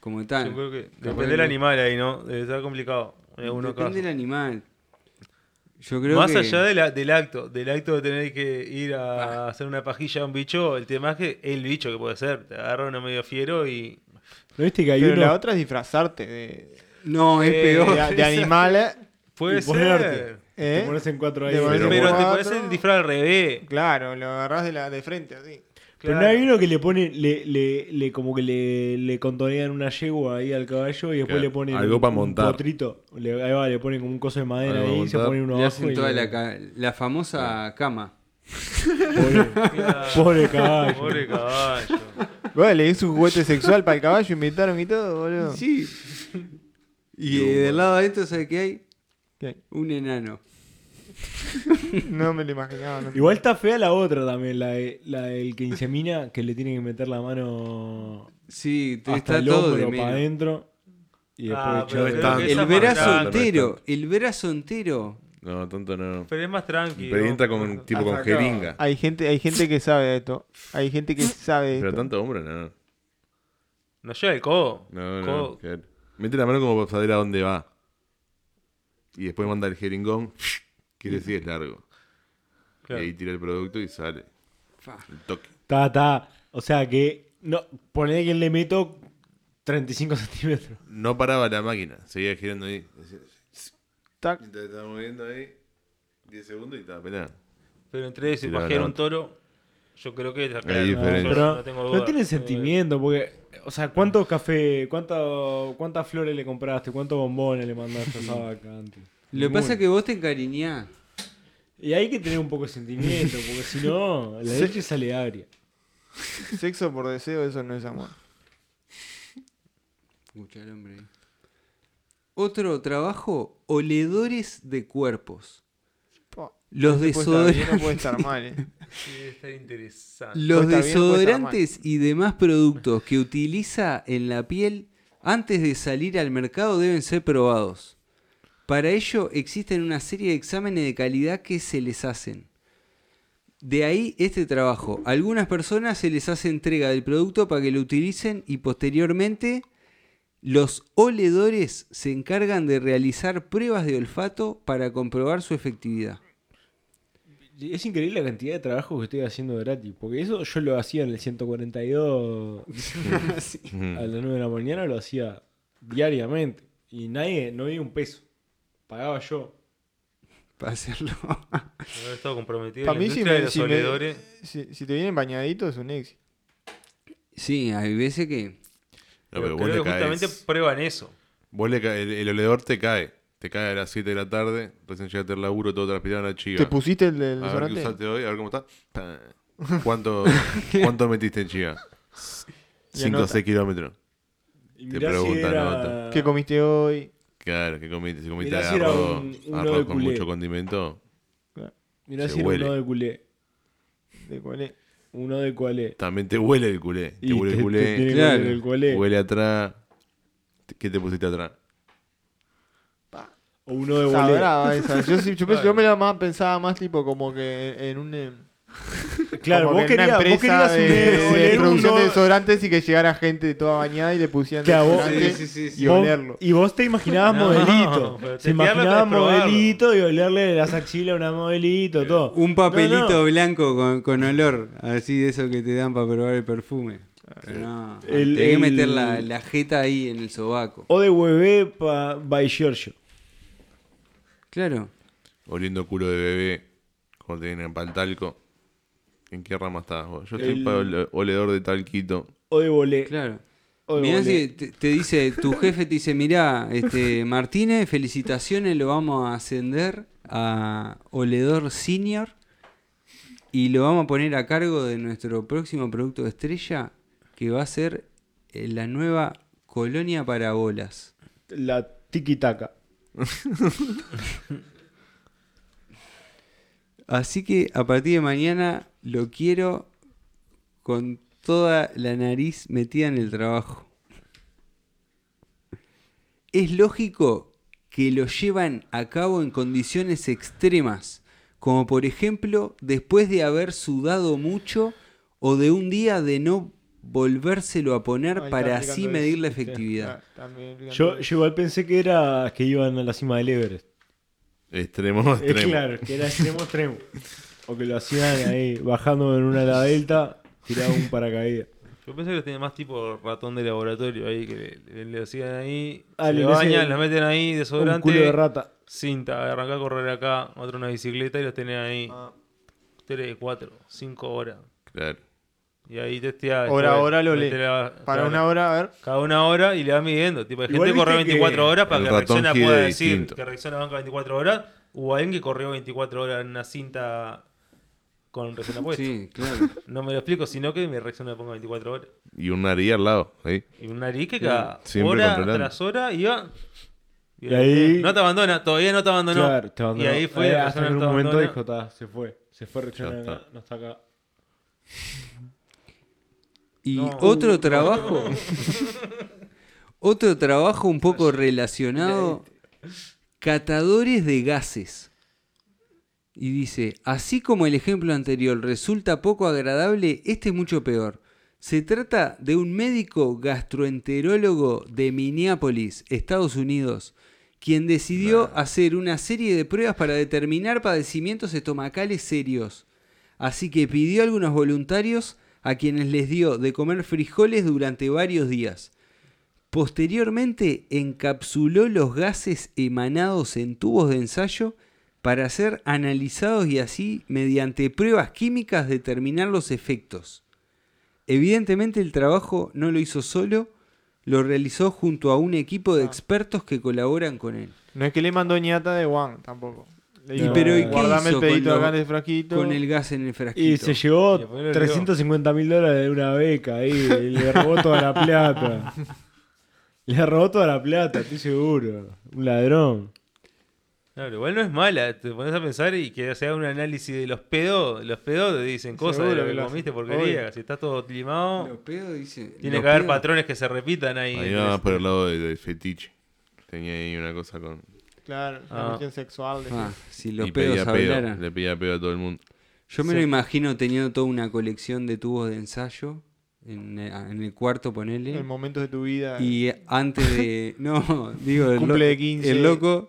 Speaker 6: como tal.
Speaker 2: Yo creo que
Speaker 6: Ah. Capaz
Speaker 2: depende del
Speaker 6: que-
Speaker 2: animal ahí, ¿no? Debe estar complicado. En algunos
Speaker 6: Depende del
Speaker 2: casos.
Speaker 6: animal. Yo creo
Speaker 2: Más
Speaker 6: que- Ah.
Speaker 2: allá de la- del acto, del acto de tener que ir a hacer una pajilla a un bicho, el tema es que el bicho que puede ser. Te agarra uno medio fiero y.
Speaker 3: ¿No viste que hay
Speaker 5: Pero
Speaker 3: uno?
Speaker 5: la otra es disfrazarte de,
Speaker 6: No, es
Speaker 2: Eh,
Speaker 6: peor.
Speaker 5: de- de animales.
Speaker 2: Puede
Speaker 3: Y
Speaker 2: ser.
Speaker 3: ponerte.
Speaker 5: ¿eh?
Speaker 3: Te pones en cuatro ahí.
Speaker 5: Te pones
Speaker 2: Pero,
Speaker 5: Pero
Speaker 2: te
Speaker 5: bueno.
Speaker 2: puede ser el disfraz al revés.
Speaker 5: Claro, lo agarrás de, la, de frente así.
Speaker 3: Pero no
Speaker 2: Claro.
Speaker 3: hay uno que le pone, le, le, le- como que le, le contonean una yegua ahí al caballo y después
Speaker 1: Claro,
Speaker 3: le ponen
Speaker 1: algo
Speaker 3: un-
Speaker 1: pa'
Speaker 3: un
Speaker 1: montar.
Speaker 3: potrito. Le, ahí va, le ponen como un coso de madera
Speaker 1: Algo pa'
Speaker 3: ahí, se
Speaker 1: montar.
Speaker 3: pone uno
Speaker 6: Le
Speaker 3: abajo
Speaker 6: hacen
Speaker 3: y
Speaker 6: toda
Speaker 3: le-
Speaker 6: la, ca- la famosa cama.
Speaker 3: Pobre,
Speaker 2: Claro.
Speaker 3: pobre caballo.
Speaker 2: Pobre caballo.
Speaker 5: Bueno, le hice un juguete sexual para el caballo, invitaron y todo, boludo.
Speaker 6: Sí. Y eh, del lado de esto, ¿sabe qué hay?
Speaker 5: ¿Qué hay?
Speaker 6: Un enano.
Speaker 5: No me lo imaginaba. no.
Speaker 3: Igual está fea la otra también, la, de- la del que insemina, que le tiene que meter la mano
Speaker 6: Sí, te-
Speaker 3: hasta
Speaker 6: está
Speaker 3: el
Speaker 6: todo de
Speaker 3: hombro para
Speaker 6: menos.
Speaker 3: adentro. Y después
Speaker 2: Ah, pero
Speaker 3: echar-
Speaker 1: no está-
Speaker 2: creo que
Speaker 6: El
Speaker 2: esa es
Speaker 6: brazo
Speaker 2: más
Speaker 1: bastante,
Speaker 6: entero,
Speaker 1: bastante.
Speaker 6: el brazo entero.
Speaker 1: No, tonto no.
Speaker 2: Pero es más tranquilo.
Speaker 1: Pero entra con, tipo con jeringa.
Speaker 5: Hay gente, hay gente que sabe de esto. Hay gente que sabe de
Speaker 1: Pero
Speaker 5: esto.
Speaker 1: tanto hombre no.
Speaker 2: No llega el codo.
Speaker 1: No, no.
Speaker 2: Codo.
Speaker 1: claro. Mete la mano como para saber a dónde va. Y después manda el jeringón. Quiere decir es largo.
Speaker 2: Claro.
Speaker 1: Y ahí tira el producto y sale. El toque.
Speaker 3: Está, está. O sea que, no, ponele que le meto 35 centímetros.
Speaker 1: No paraba la máquina. Seguía girando ahí.
Speaker 5: Tac.
Speaker 1: Y te estaba moviendo ahí. 10 segundos y estaba pelada.
Speaker 2: Pero entre eso y
Speaker 1: Tirá la
Speaker 2: pajear un
Speaker 1: otra.
Speaker 2: toro, yo creo que es acá.
Speaker 1: Hay diferencia.
Speaker 2: yo
Speaker 3: Pero
Speaker 2: no, tengo
Speaker 3: no
Speaker 2: duda. Eh,
Speaker 3: tiene sentimiento, porque, o sea, ¿cuántos café, cuánto, cuántas flores le compraste, cuántos bombones le mandaste a esa vaca antes?
Speaker 6: Lo que
Speaker 3: Ninguno.
Speaker 6: pasa es que vos te encariñás.
Speaker 3: Y hay que tener un poco de sentimiento, porque si no, la leche sale agria.
Speaker 5: Sexo por deseo, eso no es amor.
Speaker 6: Escucha el hombre ahí. Otro trabajo, oledores de cuerpos.
Speaker 5: Po,
Speaker 6: Los
Speaker 5: puede estar bien,
Speaker 6: desodorantes.
Speaker 5: no puede estar mal. eh.
Speaker 2: Sí, debe estar interesante.
Speaker 6: Los
Speaker 5: Puede estar bien, puede estar
Speaker 6: desodorantes y demás productos que utiliza en la piel antes de salir al mercado deben ser probados. Para ello existen una serie de exámenes de calidad que se les hacen. De ahí este trabajo. A algunas personas se les hace entrega del producto para que lo utilicen y posteriormente los oledores se encargan de realizar pruebas de olfato para comprobar su efectividad.
Speaker 3: Es increíble la cantidad de trabajo que estoy haciendo gratis. Porque eso yo lo hacía en el 142
Speaker 1: Mm.
Speaker 3: a las 9 de la mañana, lo hacía diariamente. Y nadie, no había un peso. Pagaba yo.
Speaker 6: Para hacerlo.
Speaker 2: Haber estado comprometido
Speaker 5: Para
Speaker 2: en la
Speaker 5: mí, si,
Speaker 2: industria de
Speaker 5: me-
Speaker 2: los
Speaker 5: si me-
Speaker 2: oledores.
Speaker 5: si- si te vienen bañadito, es un éxito.
Speaker 6: sí, hay veces que.
Speaker 1: No,
Speaker 2: Pero
Speaker 1: pero vos
Speaker 2: creo
Speaker 1: le
Speaker 2: que justamente
Speaker 1: caes.
Speaker 2: prueban eso.
Speaker 1: Vos le caes- el, el oledor te cae. Te cae a las 7 de la tarde, recién llegaste al laburo, todo transpirado en la chiva.
Speaker 5: ¿Te pusiste el del
Speaker 1: a ver qué
Speaker 5: desodorante?
Speaker 1: usaste hoy, a ver cómo está. Pa. ¿Cuánto, ¿cuánto metiste en chiva? 5 o
Speaker 5: anota.
Speaker 1: 6 kilómetros.
Speaker 3: Y
Speaker 1: Te
Speaker 3: mirá si
Speaker 1: preguntan,
Speaker 3: era...
Speaker 5: ¿Qué comiste hoy?
Speaker 1: Claro, que comiste, si comiste
Speaker 3: Mirá si era
Speaker 1: arroz,
Speaker 3: un- un
Speaker 1: arroz
Speaker 3: ove
Speaker 1: con
Speaker 3: culé.
Speaker 1: mucho condimento.
Speaker 3: Mirá
Speaker 1: Se
Speaker 3: si era
Speaker 1: huele.
Speaker 3: uno de culé.
Speaker 5: ¿De cuál es?
Speaker 3: Uno de cualé.
Speaker 1: También te huele el culé. Te
Speaker 3: Y
Speaker 1: huele el culé.
Speaker 3: tiene que
Speaker 6: Claro.
Speaker 3: oler el culé.
Speaker 1: Huele atrás. ¿Qué te pusiste atrás?
Speaker 3: O uno de
Speaker 5: Ah,
Speaker 3: bolé.
Speaker 5: brava esa. Yo, sí- yo pens- yo me la más pensaba más tipo como que en un em,
Speaker 3: Claro,
Speaker 5: como
Speaker 3: vos
Speaker 5: que en
Speaker 3: querías,
Speaker 5: una
Speaker 3: vos
Speaker 5: empresa
Speaker 3: querías
Speaker 5: de, de
Speaker 3: un- oler
Speaker 5: producción
Speaker 3: uno-
Speaker 5: de desodorantes y que llegara gente toda bañada y le pusieran
Speaker 3: Claro, vos-
Speaker 5: desodorante
Speaker 6: Sí, sí, sí,
Speaker 5: y
Speaker 3: vos-
Speaker 5: olerlo.
Speaker 3: y vos te imaginabas
Speaker 2: No,
Speaker 3: modelito.
Speaker 2: pero
Speaker 3: Se
Speaker 2: testearlo
Speaker 3: imaginaba
Speaker 2: tenés que probarlo.
Speaker 3: modelito y olerle las axilas a una
Speaker 1: Eh,
Speaker 3: modelito, todo.
Speaker 6: Un papelito
Speaker 3: No, no.
Speaker 6: blanco con, con olor, así de eso que te dan para probar el perfume. Pero no,
Speaker 3: Eh, El-
Speaker 6: tenés que
Speaker 3: el-
Speaker 6: meter la, la jeta ahí en el sobaco.
Speaker 3: O de huevé pa, by Giorgio.
Speaker 6: Claro.
Speaker 1: Oliendo culo de bebé. Como te vienen para el talco. ¿En qué rama estás vos? Yo estoy
Speaker 3: El-
Speaker 1: para el oledor de talquito.
Speaker 3: O de bolé.
Speaker 6: Claro.
Speaker 3: O de
Speaker 6: Mirá
Speaker 3: bolé.
Speaker 6: si te, te dice, tu jefe te dice, mirá, este, Martínez, felicitaciones, lo vamos a ascender a Oledor Senior y lo vamos a poner a cargo de nuestro próximo producto estrella, que va a ser eh, la nueva colonia para bolas.
Speaker 3: La tiquitaca.
Speaker 6: Así que a partir de mañana lo quiero con toda la nariz metida en el trabajo. Es lógico que lo llevan a cabo en condiciones extremas, como por ejemplo después de haber sudado mucho o de un día de no volvérselo a poner
Speaker 5: Ahí está
Speaker 6: para
Speaker 5: aplicando
Speaker 6: así
Speaker 5: eso.
Speaker 6: medir la
Speaker 5: Sí,
Speaker 6: efectividad.
Speaker 5: Ah, también aplicando
Speaker 3: Yo,
Speaker 5: eso.
Speaker 3: yo igual pensé que era que iban a la cima del Everest.
Speaker 1: Extremo,
Speaker 3: Es
Speaker 1: extremo.
Speaker 3: Eh, claro, que era extremo extremo. O que lo hacían ahí, bajando en una la delta, tiraba un paracaídas.
Speaker 2: Yo pensé que los tenía más tipo ratón de laboratorio ahí, que le, le- le hacían ahí,
Speaker 3: Ah,
Speaker 2: se
Speaker 3: le
Speaker 2: le
Speaker 3: hacen
Speaker 2: bañan, los meten ahí,
Speaker 3: Un culo de
Speaker 2: desodorante,
Speaker 3: rata.
Speaker 2: cinta, arrancá a correr acá, otra una bicicleta y los tenés ahí. Tres, cuatro, cinco horas.
Speaker 1: Claro.
Speaker 2: Y ahí testea.
Speaker 5: Hora a hora lo lee. Para una hora, a ver.
Speaker 2: Cada una hora y le vas midiendo. Tipo, hay gente
Speaker 3: Igual
Speaker 2: que corre
Speaker 3: viste que
Speaker 2: 24 horas para
Speaker 1: el
Speaker 2: que
Speaker 1: ratón
Speaker 2: Rexona
Speaker 1: gide
Speaker 2: pueda decir
Speaker 1: distinto.
Speaker 2: que Rexona banca 24 horas. O alguien que corrió 24 horas en una cinta con Rexona puesta.
Speaker 6: Sí, claro.
Speaker 2: No me lo explico, sino que mi Rexona ponga 24 horas.
Speaker 1: Y un nariz al lado. ahí.
Speaker 2: Y un nariz que cada
Speaker 1: Siempre
Speaker 2: hora
Speaker 1: controlando.
Speaker 2: tras hora iba.
Speaker 3: Y ahí-
Speaker 2: No te abandona, todavía no te abandonó.
Speaker 3: Claro, te abandonó.
Speaker 2: Y ahí fue.
Speaker 3: Eh,
Speaker 2: la
Speaker 3: hasta
Speaker 2: persona no
Speaker 3: en un
Speaker 2: te
Speaker 3: momento
Speaker 2: abandona.
Speaker 3: dijo, "Ta, se fue. Se fue Rechona,
Speaker 1: Ya está.
Speaker 3: no está acá.
Speaker 6: Y
Speaker 2: No.
Speaker 6: otro trabajo. otro trabajo un poco relacionado. Catadores de gases. Y dice, así como el ejemplo anterior resulta poco agradable, este es mucho peor. Se trata de un médico gastroenterólogo de Minneapolis, Estados Unidos, quien decidió hacer una serie de pruebas para determinar padecimientos estomacales serios. Así que pidió a algunos voluntarios a quienes les dio de comer frijoles durante varios días. Posteriormente encapsuló los gases emanados en tubos de ensayo para ser analizados y así, mediante pruebas químicas, determinar los efectos. Evidentemente el trabajo no lo hizo solo, lo realizó junto a un equipo
Speaker 3: Ah.
Speaker 6: de expertos que colaboran con él.
Speaker 5: No es que le mandó ñata de Juan tampoco. Le
Speaker 3: Y
Speaker 5: dijo,
Speaker 3: pero, ¿y qué
Speaker 5: guardame el
Speaker 6: hizo
Speaker 5: pedito
Speaker 6: con lo-
Speaker 5: acá en el frasquito.
Speaker 6: Con el gas en el frasquito.
Speaker 3: Y se llevó
Speaker 2: Y después lo
Speaker 3: 350 mil dólares de una beca ahí. y le robó toda la plata. Le robó toda la plata, estoy seguro. Un ladrón.
Speaker 2: Claro, igual no es mala. Te pones a pensar y que se haga un análisis de los pedos. Los pedos te dicen cosas de
Speaker 5: Seguro
Speaker 2: lo
Speaker 5: que
Speaker 2: que
Speaker 5: lo
Speaker 2: comiste,
Speaker 5: hace.
Speaker 2: porquería.
Speaker 5: Obvio.
Speaker 2: Si está todo limado,
Speaker 6: Lo pedo, dice,
Speaker 2: tiene
Speaker 6: lo
Speaker 2: que haber
Speaker 6: pedo.
Speaker 2: patrones que se repitan ahí.
Speaker 1: Ahí va más por el lado de- del fetiche. Tenía ahí una cosa con.
Speaker 5: Claro,
Speaker 2: Ah.
Speaker 5: una cuestión sexual. de-
Speaker 6: Ah, si los
Speaker 1: y
Speaker 6: pedos
Speaker 1: pedía pedo.
Speaker 6: hablaran.
Speaker 1: Le pedía pedo a todo el mundo.
Speaker 6: Yo me lo imagino teniendo toda una colección de tubos de ensayo en, eh, en el cuarto, ponele.
Speaker 5: En momentos de tu vida.
Speaker 6: Y antes de. No, digo, el,
Speaker 5: Cumple
Speaker 6: lo-
Speaker 5: de 15.
Speaker 6: el loco.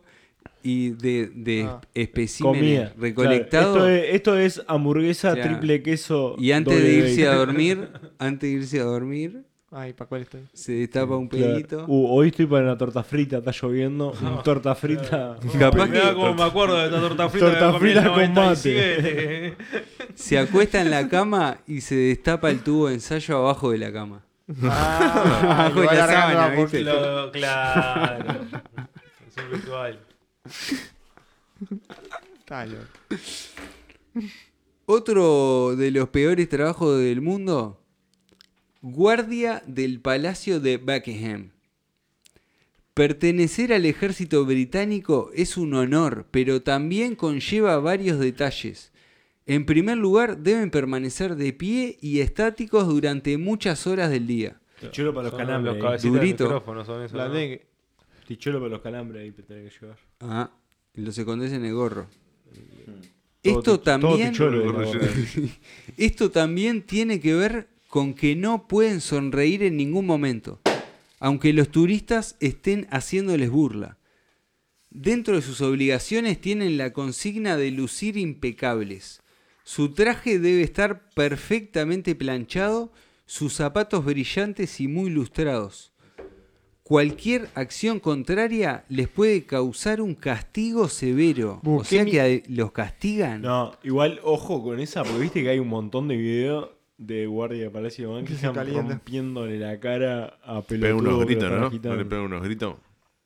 Speaker 6: Y de, de
Speaker 5: Ah.
Speaker 6: especímenes
Speaker 3: Comida.
Speaker 6: recolectados.
Speaker 3: Claro, esto, es, esto es hamburguesa
Speaker 6: Claro.
Speaker 3: triple queso.
Speaker 6: Y antes
Speaker 3: doble
Speaker 6: de irse a
Speaker 3: bacon.
Speaker 6: dormir, antes de irse a dormir,
Speaker 5: Ay, ¿para cuál estoy?
Speaker 6: se destapa un
Speaker 3: Claro.
Speaker 6: pedito.
Speaker 3: Uh, hoy estoy para la torta frita, está lloviendo. Un torta frita.
Speaker 6: Capaz
Speaker 2: Me da
Speaker 6: que
Speaker 2: como me acuerdo de esta torta frita. que
Speaker 3: Torta
Speaker 2: comí en el
Speaker 3: frita con
Speaker 2: 97.
Speaker 6: se acuesta en la cama y se destapa el tubo de ensayo abajo de la cama.
Speaker 5: Ah,
Speaker 6: Abajo de la sábana, ¿viste?
Speaker 2: Lo- claro. Es un ritual.
Speaker 6: Otro de los peores trabajos del mundo, guardia del Palacio de Buckingham. Pertenecer al ejército británico es un honor, pero también conlleva varios detalles. En primer lugar, deben permanecer de pie y estáticos durante muchas horas del día.
Speaker 3: Tichuelo para los
Speaker 2: Son
Speaker 3: calambres.
Speaker 2: Los
Speaker 3: eh. ahí.
Speaker 2: cabecitas del
Speaker 6: Durito.
Speaker 2: micrófono son esos,
Speaker 5: La
Speaker 2: ¿no?
Speaker 5: dengue.
Speaker 3: Tichuelo para los calambres ahí te tenés que llevar.
Speaker 6: Ah, los escondes en el gorro.
Speaker 3: Todo
Speaker 6: Esto
Speaker 3: tich- todo
Speaker 6: también...
Speaker 3: tichuelo de la
Speaker 1: Gorro
Speaker 3: gorra.
Speaker 6: Esto también tiene que ver con que no pueden sonreír en ningún momento, aunque los turistas estén haciéndoles burla. Dentro de sus obligaciones tienen la consigna de lucir impecables. Su traje debe estar perfectamente planchado, sus zapatos brillantes y muy lustrados. Cualquier acción contraria les puede causar un castigo severo. o sea que a- los castigan.
Speaker 3: No, igual ojo con esa, porque viste que hay un montón de videos de guardia de Palacio de
Speaker 5: Que se
Speaker 3: Buckingham
Speaker 5: calientan.
Speaker 3: rompiéndole la cara a
Speaker 1: Pega
Speaker 3: pelotudo.
Speaker 1: unos gritos,
Speaker 3: pero
Speaker 1: ¿no?
Speaker 3: gitano.
Speaker 1: ¿No le pega unos gritos?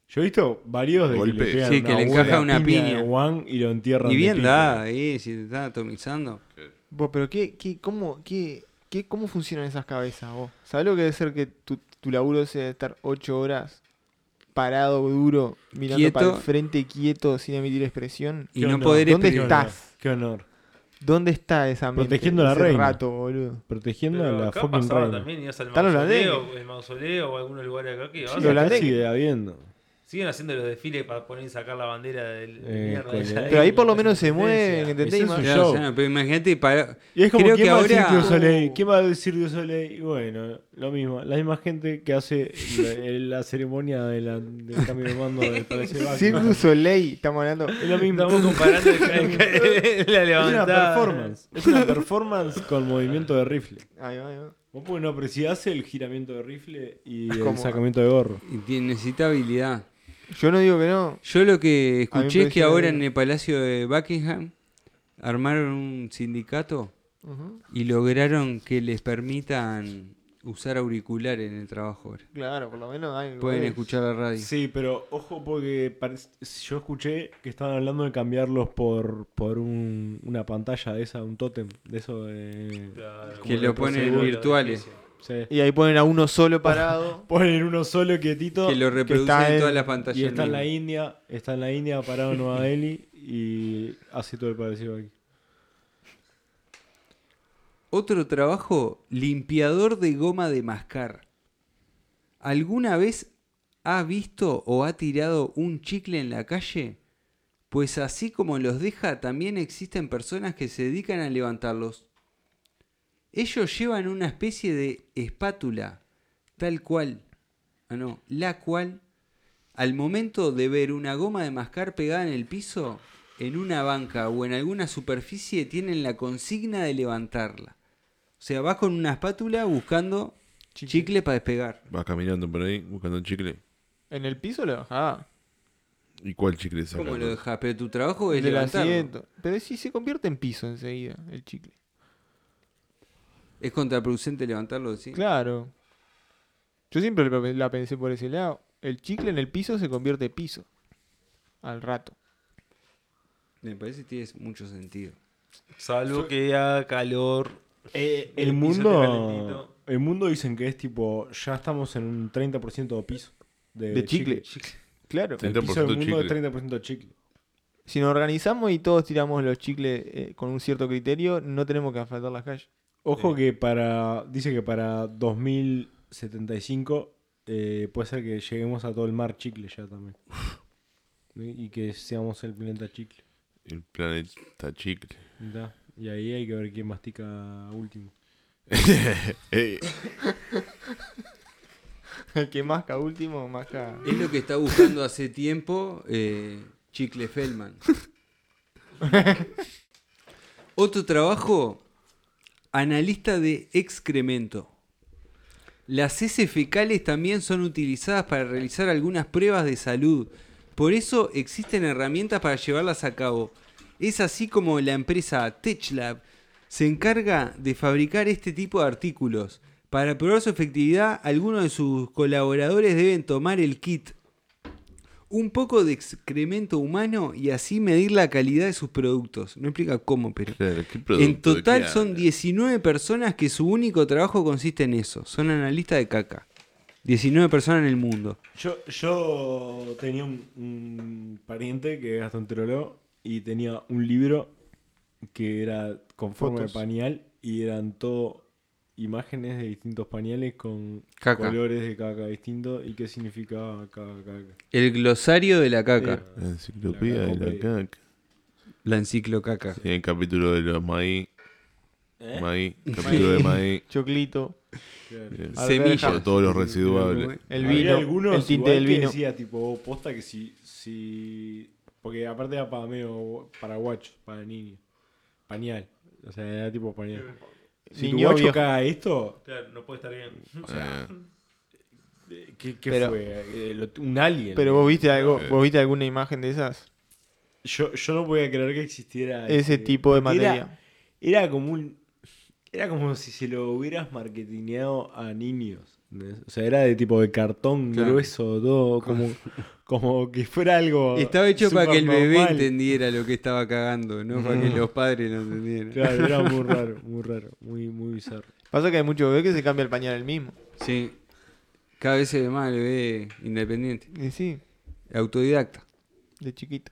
Speaker 3: Yo he visto varios de
Speaker 1: Golpes.
Speaker 3: que le pegan
Speaker 6: Sí, que le
Speaker 3: buena
Speaker 6: encaja una
Speaker 3: de
Speaker 6: piña.
Speaker 3: Juan y lo entierran.
Speaker 6: Y
Speaker 3: de
Speaker 6: bien
Speaker 3: pito.
Speaker 6: da, eh. ahí, si te están atomizando.
Speaker 5: Vos, pero qué, qué, cómo, qué, qué, ¿cómo funcionan esas cabezas vos? ¿Sabés lo que debe ser que tu, tu laburo sea de estar ocho horas parado, duro, mirando para
Speaker 6: Quieto.
Speaker 5: el frente, quieto, sin emitir expresión?
Speaker 6: Y
Speaker 3: ¿Qué
Speaker 6: no
Speaker 3: onda?
Speaker 6: poder
Speaker 5: ¿Dónde
Speaker 6: exprimir.
Speaker 5: está?
Speaker 3: honor,
Speaker 5: estás?
Speaker 3: Qué honor.
Speaker 5: ¿Dónde está esa mente?
Speaker 3: Protegiendo a la
Speaker 5: ese
Speaker 3: reina.
Speaker 5: rato, boludo.
Speaker 3: Protegiendo
Speaker 2: Pero
Speaker 3: a la
Speaker 2: acá
Speaker 3: fucking
Speaker 2: pasaba
Speaker 3: reina.
Speaker 2: también, ibas al
Speaker 5: Están los
Speaker 2: mausoleo, el mausoleo o algunos lugares acá que ibas.
Speaker 3: Sí, acá
Speaker 5: holandeses.
Speaker 3: sigue habiendo.
Speaker 2: Siguen haciendo los desfiles para poner y sacar la bandera del de
Speaker 3: Eh,
Speaker 2: mierda.
Speaker 3: coño.
Speaker 2: esa de
Speaker 5: Pero ahí
Speaker 2: la
Speaker 5: por lo menos se
Speaker 2: independencia.
Speaker 5: mueven, ¿entendés?
Speaker 3: Ese es un
Speaker 5: Ima-
Speaker 6: Claro,
Speaker 3: show.
Speaker 6: o sea, pero imagínate, para...
Speaker 3: Y es como,
Speaker 6: Creo
Speaker 3: ¿quién
Speaker 6: que
Speaker 3: va a decir
Speaker 6: ahora-
Speaker 3: Tío Soleil? ¿Quién va a decir Tío Soleil? Y bueno, lo mismo. La misma gente que hace la, el- la ceremonia de la- del cambio de mando del Palacio de Buckingham.
Speaker 5: Cirque du Soleil, estamos hablando.
Speaker 3: Es lo mismo.
Speaker 2: Estamos comparando el- el- la
Speaker 3: Es una
Speaker 2: levantada.
Speaker 3: performance. Es una performance con movimiento de rifle.
Speaker 5: Ahí va, ahí va.
Speaker 3: Vos porque no, pero si hace el giramiento de rifle y el
Speaker 5: ¿Cómo?
Speaker 3: sacamiento de gorro.
Speaker 6: y tiene- necesita habilidad.
Speaker 5: Yo no digo que no.
Speaker 6: Yo lo que
Speaker 5: A mí me
Speaker 6: escuché es que
Speaker 5: pareció-
Speaker 6: ahora en el Palacio de Buckingham armaron un sindicato
Speaker 5: Ujú,
Speaker 6: y lograron que les permitan usar auriculares en el trabajo. ahora.
Speaker 5: Claro, por lo menos hay-
Speaker 6: Pueden
Speaker 5: güey.
Speaker 6: escuchar la radio.
Speaker 3: Sí, pero ojo porque pare- yo escuché que estaban hablando de cambiarlos por, por un- una pantalla de esa, un tótem, de eso de...
Speaker 2: Claro,
Speaker 6: Que
Speaker 2: como
Speaker 6: lo ponen
Speaker 2: seguro,
Speaker 6: virtuales.
Speaker 3: sí.
Speaker 5: Y ahí ponen a uno solo parado.
Speaker 3: Ponen uno solo quietito
Speaker 6: Que lo reproducen
Speaker 5: está
Speaker 6: en
Speaker 5: en-
Speaker 6: todas las pantallas.
Speaker 3: y está en la
Speaker 6: mismo.
Speaker 3: India, está en la India parado en Nueva Delhi y hace todo el parecido aquí.
Speaker 6: Otro trabajo, limpiador de goma de mascar. ¿Alguna vez ha visto o ha tirado un chicle en la calle? Pues así como los deja, también existen personas que se dedican a levantarlos. Ellos llevan una especie de espátula, tal cual, ah no, la cual, al momento de ver una goma de mascar pegada en el piso, en una banca o en alguna superficie, tienen la consigna de levantarla. O sea, vas con una espátula buscando chicle, para despegar.
Speaker 1: Vas caminando por ahí buscando un chicle.
Speaker 5: ¿En el piso lo Ah. bajaba?
Speaker 1: ¿Y cuál chicle sacas?
Speaker 6: ¿Cómo lo dejas? Pero tu trabajo es
Speaker 5: Del
Speaker 6: levantarlo.
Speaker 5: asiento. Pero si se convierte en piso enseguida el chicle.
Speaker 6: Es contraproducente levantarlo, ¿sí?
Speaker 5: Claro. Yo siempre lo pe- la pensé por ese lado. El chicle en el piso se convierte en piso. Al rato.
Speaker 6: Me parece que tiene mucho sentido.
Speaker 2: Salvo que haga calor.
Speaker 3: el
Speaker 2: piso está
Speaker 3: mundo
Speaker 2: Eh, calentito.
Speaker 3: el mundo dicen que es tipo ya estamos en un 30% de piso de,
Speaker 5: De chicle. Claro.
Speaker 3: El piso
Speaker 1: 30%
Speaker 3: del mundo
Speaker 1: chicle.
Speaker 3: es 30% chicle.
Speaker 5: Si nos organizamos y todos tiramos los chicles eh, con un cierto criterio, no tenemos que asfaltar las calles.
Speaker 3: Ojo que para dice que para 2075 eh, puede ser que lleguemos a todo el mar chicle ya también. Y y que seamos el planeta chicle.
Speaker 1: El planeta chicle.
Speaker 3: ¿Está? Y ahí hay que ver quién mastica último.
Speaker 1: Eh,
Speaker 5: El que masca último, masca.
Speaker 6: Es lo que está buscando hace tiempo eh, Chicle Feldman. Otro trabajo, analista de excremento. Las heces fecales también son utilizadas para realizar algunas pruebas de salud. Por eso existen herramientas para llevarlas a cabo. Es así como la empresa TechLab se encarga de fabricar este tipo de artículos. Para probar su efectividad, algunos de sus colaboradores deben tomar el kit un poco de excremento humano y así medir la calidad de sus productos. No explica cómo, pero...
Speaker 1: claro, ¿qué producto?
Speaker 6: En total
Speaker 1: ¿Qué
Speaker 6: son
Speaker 1: habla?
Speaker 6: 19 personas que su único trabajo consiste en eso. Son analistas de caca. 19 personas en el mundo.
Speaker 3: Yo, yo tenía un, un pariente que es gastroenterólogo y tenía un libro que era con forma
Speaker 5: Fotos.
Speaker 3: de pañal y eran todo imágenes de distintos pañales con
Speaker 6: Caca.
Speaker 3: colores de caca distintos y qué significaba cada caca.
Speaker 6: El glosario de la caca.
Speaker 1: La enciclopedia de la caca.
Speaker 6: La enciclocaca.
Speaker 1: Sí, el capítulo de los maíz.
Speaker 3: ¿Eh?
Speaker 1: Maíz. Capítulo de maíz.
Speaker 5: Choclito,
Speaker 1: eh,
Speaker 6: Semillas.
Speaker 1: Por todos los residuables.
Speaker 5: el
Speaker 3: Había
Speaker 5: vino,
Speaker 3: algunos
Speaker 5: el tinte
Speaker 3: igual
Speaker 5: del
Speaker 3: que
Speaker 5: vino.
Speaker 3: decía tipo "Oh, posta que si, si porque aparte era para medio para guacho, para niño. Pañal. O sea, era tipo pañal. Si tu
Speaker 5: Niño
Speaker 3: guacho
Speaker 5: viejo.
Speaker 3: caga esto,
Speaker 2: Claro, no puede estar bien.
Speaker 1: Eh,
Speaker 3: eh, ¿qué, qué
Speaker 5: Pero-
Speaker 3: fue? Eh, lo- un alien.
Speaker 5: Pero vos viste algo, vos viste alguna imagen de esas,
Speaker 3: yo, yo no podía creer que existiera
Speaker 5: ese tipo de
Speaker 3: porque era-
Speaker 5: materia.
Speaker 3: Era, como un era como si se lo hubieras marketineado a niños. ¿entendés? O sea, era de tipo de cartón
Speaker 6: Claro.
Speaker 3: grueso, todo como, como que fuera algo.
Speaker 6: Estaba hecho para que el bebé
Speaker 3: supernormal.
Speaker 6: entendiera lo que estaba cagando, no para que los padres lo entendieran.
Speaker 3: Claro, era muy raro, muy raro, muy, muy bizarro.
Speaker 5: Pasa que hay muchos bebés que se cambia el pañal el mismo.
Speaker 6: Sí. Cada vez se ve más el bebé independiente.
Speaker 5: Y sí,
Speaker 6: Autodidacta.
Speaker 5: de chiquito.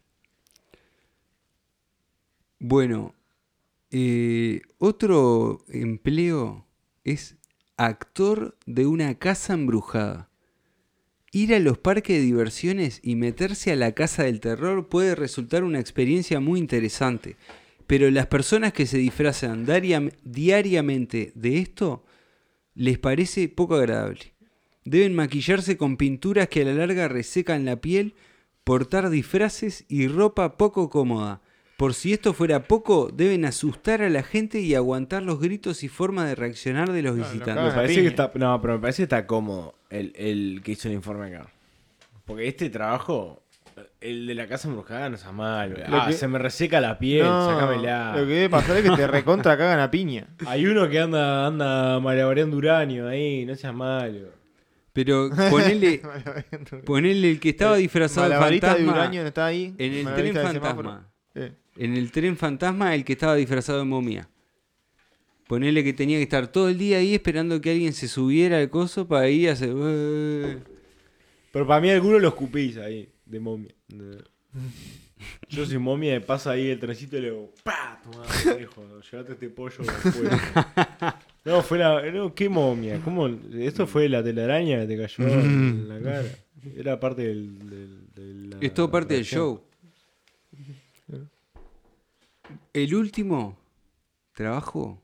Speaker 6: Bueno, eh, otro empleo es actor de una casa embrujada. Ir a los parques de diversiones y meterse a la casa del terror puede resultar una experiencia muy interesante, pero las personas que se disfrazan diaria- diariamente de esto les parece poco agradable. Deben maquillarse con pinturas que a la larga resecan la piel, portar disfraces y ropa poco cómoda. Por si esto fuera poco, deben asustar a la gente y aguantar los gritos y formas de reaccionar de los
Speaker 5: Claro,
Speaker 6: visitantes.
Speaker 5: acá-
Speaker 3: Me
Speaker 5: Ah,
Speaker 3: parece
Speaker 5: piña.
Speaker 3: que está, no, pero me parece que está cómodo el, el que hizo el informe acá. Porque este trabajo, el de la casa embrujada no está mal. Ah,
Speaker 5: que-
Speaker 3: se me reseca la piel,
Speaker 5: No,
Speaker 3: sacámela.
Speaker 5: Lo que debe pasar es que te recontra cagan a piña.
Speaker 3: Hay uno que anda, anda malabareando uranio ahí, no seas malo.
Speaker 6: Pero ponele, ponele el que estaba disfrazado de
Speaker 5: Eh, Malabarista
Speaker 6: fantasma.
Speaker 5: de uranio no está ahí.
Speaker 6: en el
Speaker 5: malabarista
Speaker 6: tren
Speaker 5: de semáforo.
Speaker 6: fantasma.
Speaker 5: Eh,
Speaker 6: En el tren fantasma, el que estaba disfrazado de momia. Ponele que tenía que estar todo el día ahí esperando que alguien se subiera al coso para ir a hacer.
Speaker 3: Pero para mí algunos los cupís ahí, de momia. Yo soy momia, me pasa ahí el trencito y le digo, ¡pa! Tomá, viejo, llevate este pollo después. No, fue la. No, ¿Qué momia? ¿Cómo? ¿Esto fue la telaraña que te cayó en la cara? Era parte del. del- de la
Speaker 6: Mm. Es todo parte del
Speaker 3: atracción.
Speaker 6: show. El último trabajo,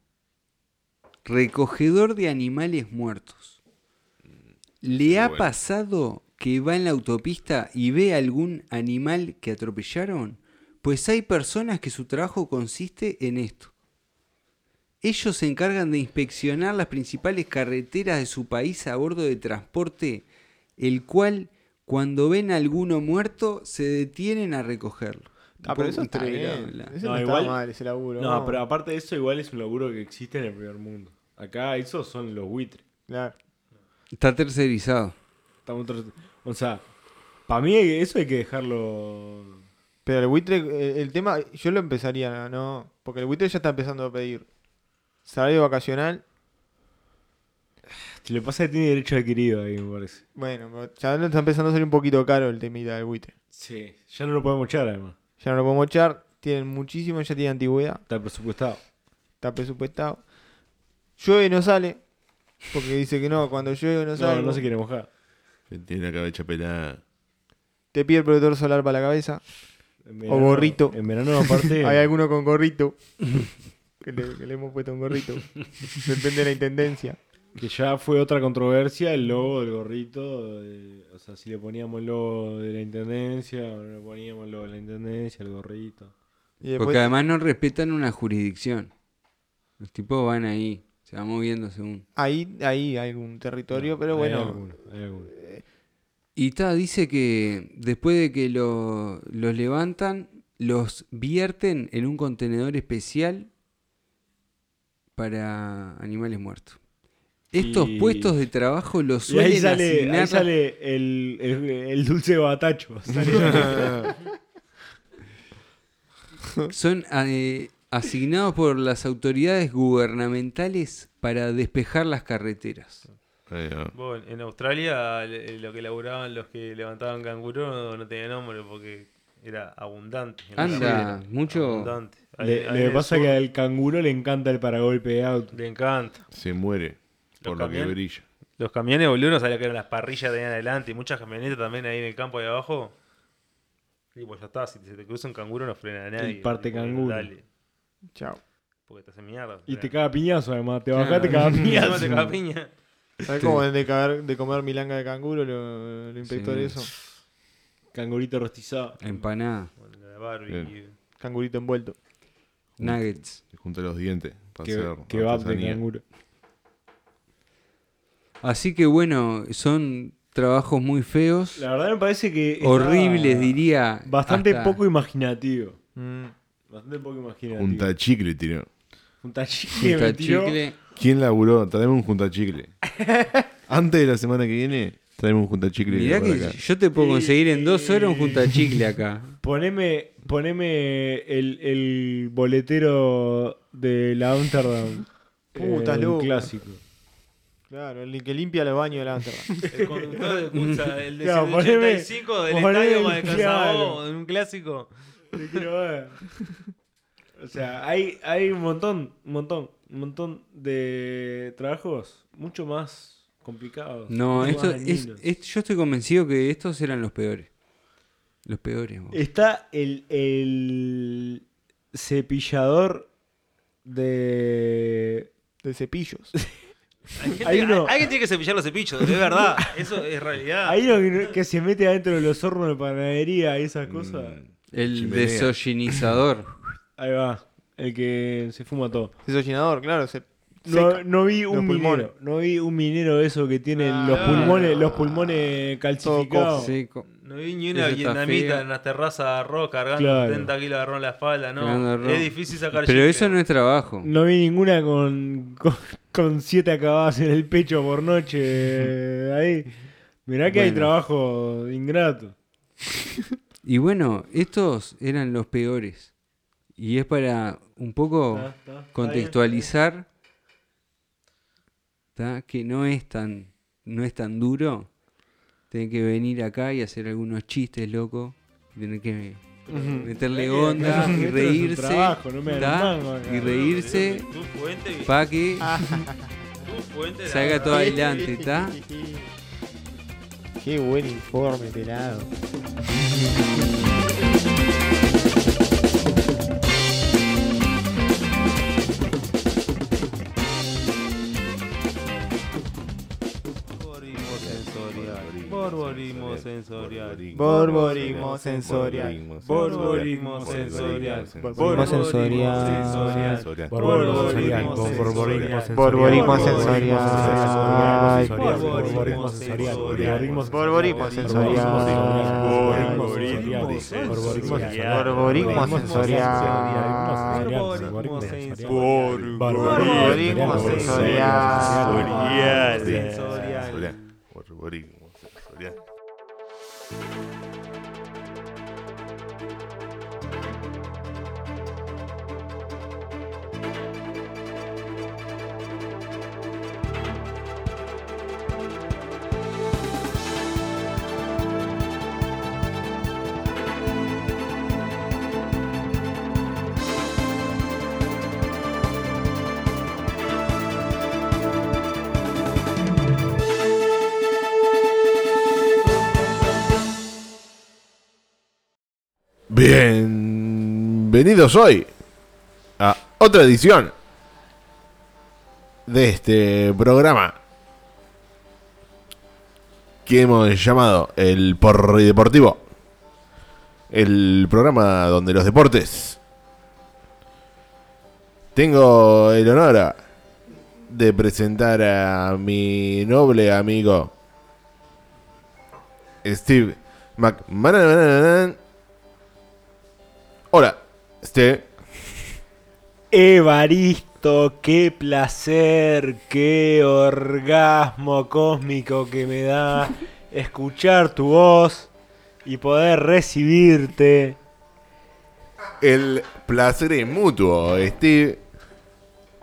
Speaker 6: recogedor de animales muertos.
Speaker 5: Mm,
Speaker 6: ¿Le ha
Speaker 1: bueno.
Speaker 6: pasado que va en la autopista y ve algún animal que atropellaron? Pues hay personas que su trabajo consiste en esto. Ellos se encargan de inspeccionar las principales carreteras de su país a bordo de transporte, el cual, cuando ven a alguno muerto, se detienen a recogerlo.
Speaker 5: Ah, pero eso
Speaker 6: Un
Speaker 5: está
Speaker 6: poco
Speaker 5: bien.
Speaker 6: desagradable.
Speaker 5: Eso
Speaker 3: No,
Speaker 5: no,
Speaker 3: igual-
Speaker 5: está mal, ese laburo.
Speaker 3: No, pero aparte de eso, igual es un laburo que existe en el primer mundo. Acá, esos son los buitres.
Speaker 5: Claro.
Speaker 6: Está tercerizado.
Speaker 3: Estamos tras- O sea, para mí eso hay que dejarlo.
Speaker 5: Pero el buitre, eh, el tema, yo lo empezaría, ¿no? Porque el buitre ya está empezando a pedir salario vacacional.
Speaker 3: Si le pasa que tiene derecho adquirido ahí, me parece.
Speaker 5: Bueno, pero ya le está empezando a salir un poquito caro el temita del buitre.
Speaker 3: Sí. Ya no lo podemos echar, además.
Speaker 5: Ya no lo podemos echar, tienen muchísimo, ya tienen antigüedad,
Speaker 3: Está presupuestado.
Speaker 5: está presupuestado. Llueve y no sale, porque dice que no, cuando llueve no
Speaker 3: No,
Speaker 5: sale.
Speaker 3: no se quiere mojar.
Speaker 1: que Tiene la cabeza pelada.
Speaker 5: Te pide el protector solar para la cabeza.
Speaker 3: En
Speaker 5: gorrito.
Speaker 3: En verano, aparte.
Speaker 5: Hay alguno con gorrito. que le, que le hemos puesto a un gorrito. Depende de la intendencia.
Speaker 3: Que ya fue otra controversia el logo del gorrito. eh, o sea, si le poníamos el logo de la intendencia o no le poníamos el logo de la intendencia, el gorrito.
Speaker 5: Y después,
Speaker 6: Porque además no respetan una jurisdicción. Los tipos van ahí, se van moviendo según.
Speaker 5: ahí, ahí hay un territorio, pero
Speaker 3: Hay
Speaker 5: bueno.
Speaker 3: alguno, hay alguno.
Speaker 6: Y está, dice que después de que lo- los levantan, los vierten en un contenedor especial para animales muertos. Estos
Speaker 3: Y-
Speaker 6: puestos de trabajo los
Speaker 3: Y ahí
Speaker 6: suelen
Speaker 3: sale,
Speaker 6: asignar
Speaker 3: ahí sale el, el- el dulce batacho. sale.
Speaker 6: son eh, asignados por las autoridades gubernamentales para despejar las carreteras.
Speaker 1: Ahí va.
Speaker 2: Bueno, en Australia le- eh, lo que laburaban los que levantaban canguro no, no tenía nombre porque era abundante. en la
Speaker 6: Anda,
Speaker 2: carrera.
Speaker 6: mucho-
Speaker 2: Abundante. Ahí-
Speaker 3: Le,
Speaker 2: ahí
Speaker 3: le
Speaker 2: en el
Speaker 3: pasa
Speaker 2: sur
Speaker 3: que al canguro le encanta el paragolpe de auto.
Speaker 2: Le encanta.
Speaker 1: Se muere por lo que
Speaker 2: camiones?
Speaker 1: brilla.
Speaker 2: Los camiones, boludo, no sabía que eran las parrillas que tenían adelante y muchas camionetas también ahí en el campo de abajo. Y pues ya está, si se te cruza un canguro no frena a nadie.
Speaker 3: parte
Speaker 2: Tipo,
Speaker 3: canguro.
Speaker 2: Dale,
Speaker 5: Chao.
Speaker 2: porque te hace mierda.
Speaker 3: Y
Speaker 2: frena.
Speaker 3: te caga piñazo, además. Te
Speaker 6: Claro.
Speaker 3: bajaste te caga
Speaker 2: Encima te caga
Speaker 3: piñazo.
Speaker 2: piña.
Speaker 5: ¿Sabes cómo es de, cagar- de comer milanga de canguro lo, lo inspector
Speaker 6: Sí.
Speaker 5: eso?
Speaker 3: Cangurito rostizado.
Speaker 6: Empanada,
Speaker 2: Bueno, la barbecue.
Speaker 5: Cangurito envuelto.
Speaker 6: nuggets.
Speaker 1: Se junta los dientes para
Speaker 3: Que,
Speaker 1: hacer
Speaker 3: que va de
Speaker 1: artesanía.
Speaker 3: canguro.
Speaker 6: Así que bueno, son trabajos muy feos,
Speaker 3: La verdad me parece que. está
Speaker 6: horribles diría.
Speaker 3: Bastante
Speaker 6: hasta-
Speaker 3: poco imaginativo.
Speaker 5: Mm.
Speaker 3: Bastante poco imaginativo.
Speaker 1: Junta chicle, tiró.
Speaker 3: Junta chicle.
Speaker 6: Junta
Speaker 3: me tiró.
Speaker 6: chicle.
Speaker 1: ¿Quién laburó? Traeme un junta chicle. Antes de la semana que viene, traeme un junta chicle.
Speaker 6: Mirá
Speaker 1: para
Speaker 6: que
Speaker 1: acá.
Speaker 6: yo te puedo conseguir en dos horas un
Speaker 3: Y-
Speaker 6: junta chicle acá.
Speaker 3: Poneme, poneme el, el boletero de la Amsterdam. Eh,
Speaker 5: Puta,
Speaker 3: un
Speaker 5: loco.
Speaker 3: clásico.
Speaker 5: Claro, el que limpia los baños de la Amsterdam.
Speaker 2: El conductor de escucha, el de
Speaker 3: Claro, poneme-
Speaker 2: 185 del
Speaker 3: poneme
Speaker 2: estadio
Speaker 3: el-
Speaker 2: más de
Speaker 3: claro.
Speaker 2: Casabó, en un clásico.
Speaker 3: Te quiero ver. O sea, hay, hay un montón, un montón, un montón de trabajos mucho más complicados.
Speaker 6: No,
Speaker 3: mucho
Speaker 6: esto
Speaker 3: más
Speaker 6: es,
Speaker 3: dañinos.
Speaker 6: es- yo estoy convencido que estos eran los peores. Los peores. vos.
Speaker 3: Está el, el cepillador de...
Speaker 5: De cepillos.
Speaker 2: Hay gente-
Speaker 3: Hay uno-
Speaker 2: hay- Alguien tiene que cepillar los cepillos, de verdad. Eso es realidad.
Speaker 3: Hay uno que, que se mete adentro de los hornos de panadería y esas cosas.
Speaker 1: Mm.
Speaker 6: El
Speaker 1: Chimenea.
Speaker 6: desollinizador.
Speaker 3: Ahí va, el que se fuma todo.
Speaker 5: Desollinador, claro. Se,
Speaker 3: No,
Speaker 5: seca.
Speaker 3: no vi
Speaker 5: los
Speaker 3: un
Speaker 5: pulmones.
Speaker 3: minero, no vi un minero de eso que tiene
Speaker 5: Ah,
Speaker 3: los
Speaker 2: claro.
Speaker 3: pulmones, los pulmones calcificados.
Speaker 6: Sí, co-
Speaker 2: No vi ni una
Speaker 6: Eso está
Speaker 2: vietnamita
Speaker 6: feo.
Speaker 2: en la terraza de arroz cargando
Speaker 3: Claro.
Speaker 2: 70 kilos de arroz en la espalda,
Speaker 6: Cargando
Speaker 2: ¿no?
Speaker 6: arroz.
Speaker 2: Es difícil sacar
Speaker 6: Pero
Speaker 2: chicle.
Speaker 6: eso no es trabajo.
Speaker 3: No vi ninguna con, con, con siete acabadas en el pecho por noche. eh, Ahí. Mirá que hay
Speaker 6: Bueno.
Speaker 3: trabajo ingrato.
Speaker 6: Y bueno, estos eran los peores. Y es para un poco
Speaker 3: Está, está, está
Speaker 6: contextualizar ¿tá? que no es tan no es tan duro. Tener que venir acá y hacer algunos chistes, loco. Tener que meterle onda
Speaker 3: Esto
Speaker 6: y
Speaker 3: es un
Speaker 6: reírse.
Speaker 3: trabajo, no me Ah. dan
Speaker 6: ¿tá?
Speaker 3: un mango acá.
Speaker 6: Y reírse
Speaker 2: Tu fuente,
Speaker 6: para que
Speaker 2: tu fuente de
Speaker 6: salga
Speaker 2: arroz.
Speaker 6: todo adelante, ¿está?
Speaker 5: Qué buen informe, pelado.
Speaker 2: Borborismo sensorial. Borborismo sensorial.
Speaker 5: Borborismo sensorial.
Speaker 2: Borborismo sensorial.
Speaker 5: Borborismo sensorial.
Speaker 1: sensorial.
Speaker 2: Borborismo sensorial.
Speaker 5: Borborismo sensorial.
Speaker 2: Borborismo sensorial.
Speaker 5: Borborismo sensorial. Borborismo sensorial.
Speaker 2: Borborismo sensorial.
Speaker 5: Borborismo sensorial.
Speaker 2: Sensorial.
Speaker 1: Sensorial. Borborismo sensorial. Bienvenidos hoy a otra edición de este programa que hemos llamado el Deportivo El programa donde los deportes. Tengo el honor a- de presentar a mi noble amigo Steve McManaman. Hola, Steve.
Speaker 3: Evaristo, qué placer, qué orgasmo cósmico que me da escuchar tu voz y poder recibirte.
Speaker 1: El placer es mutuo, Steve.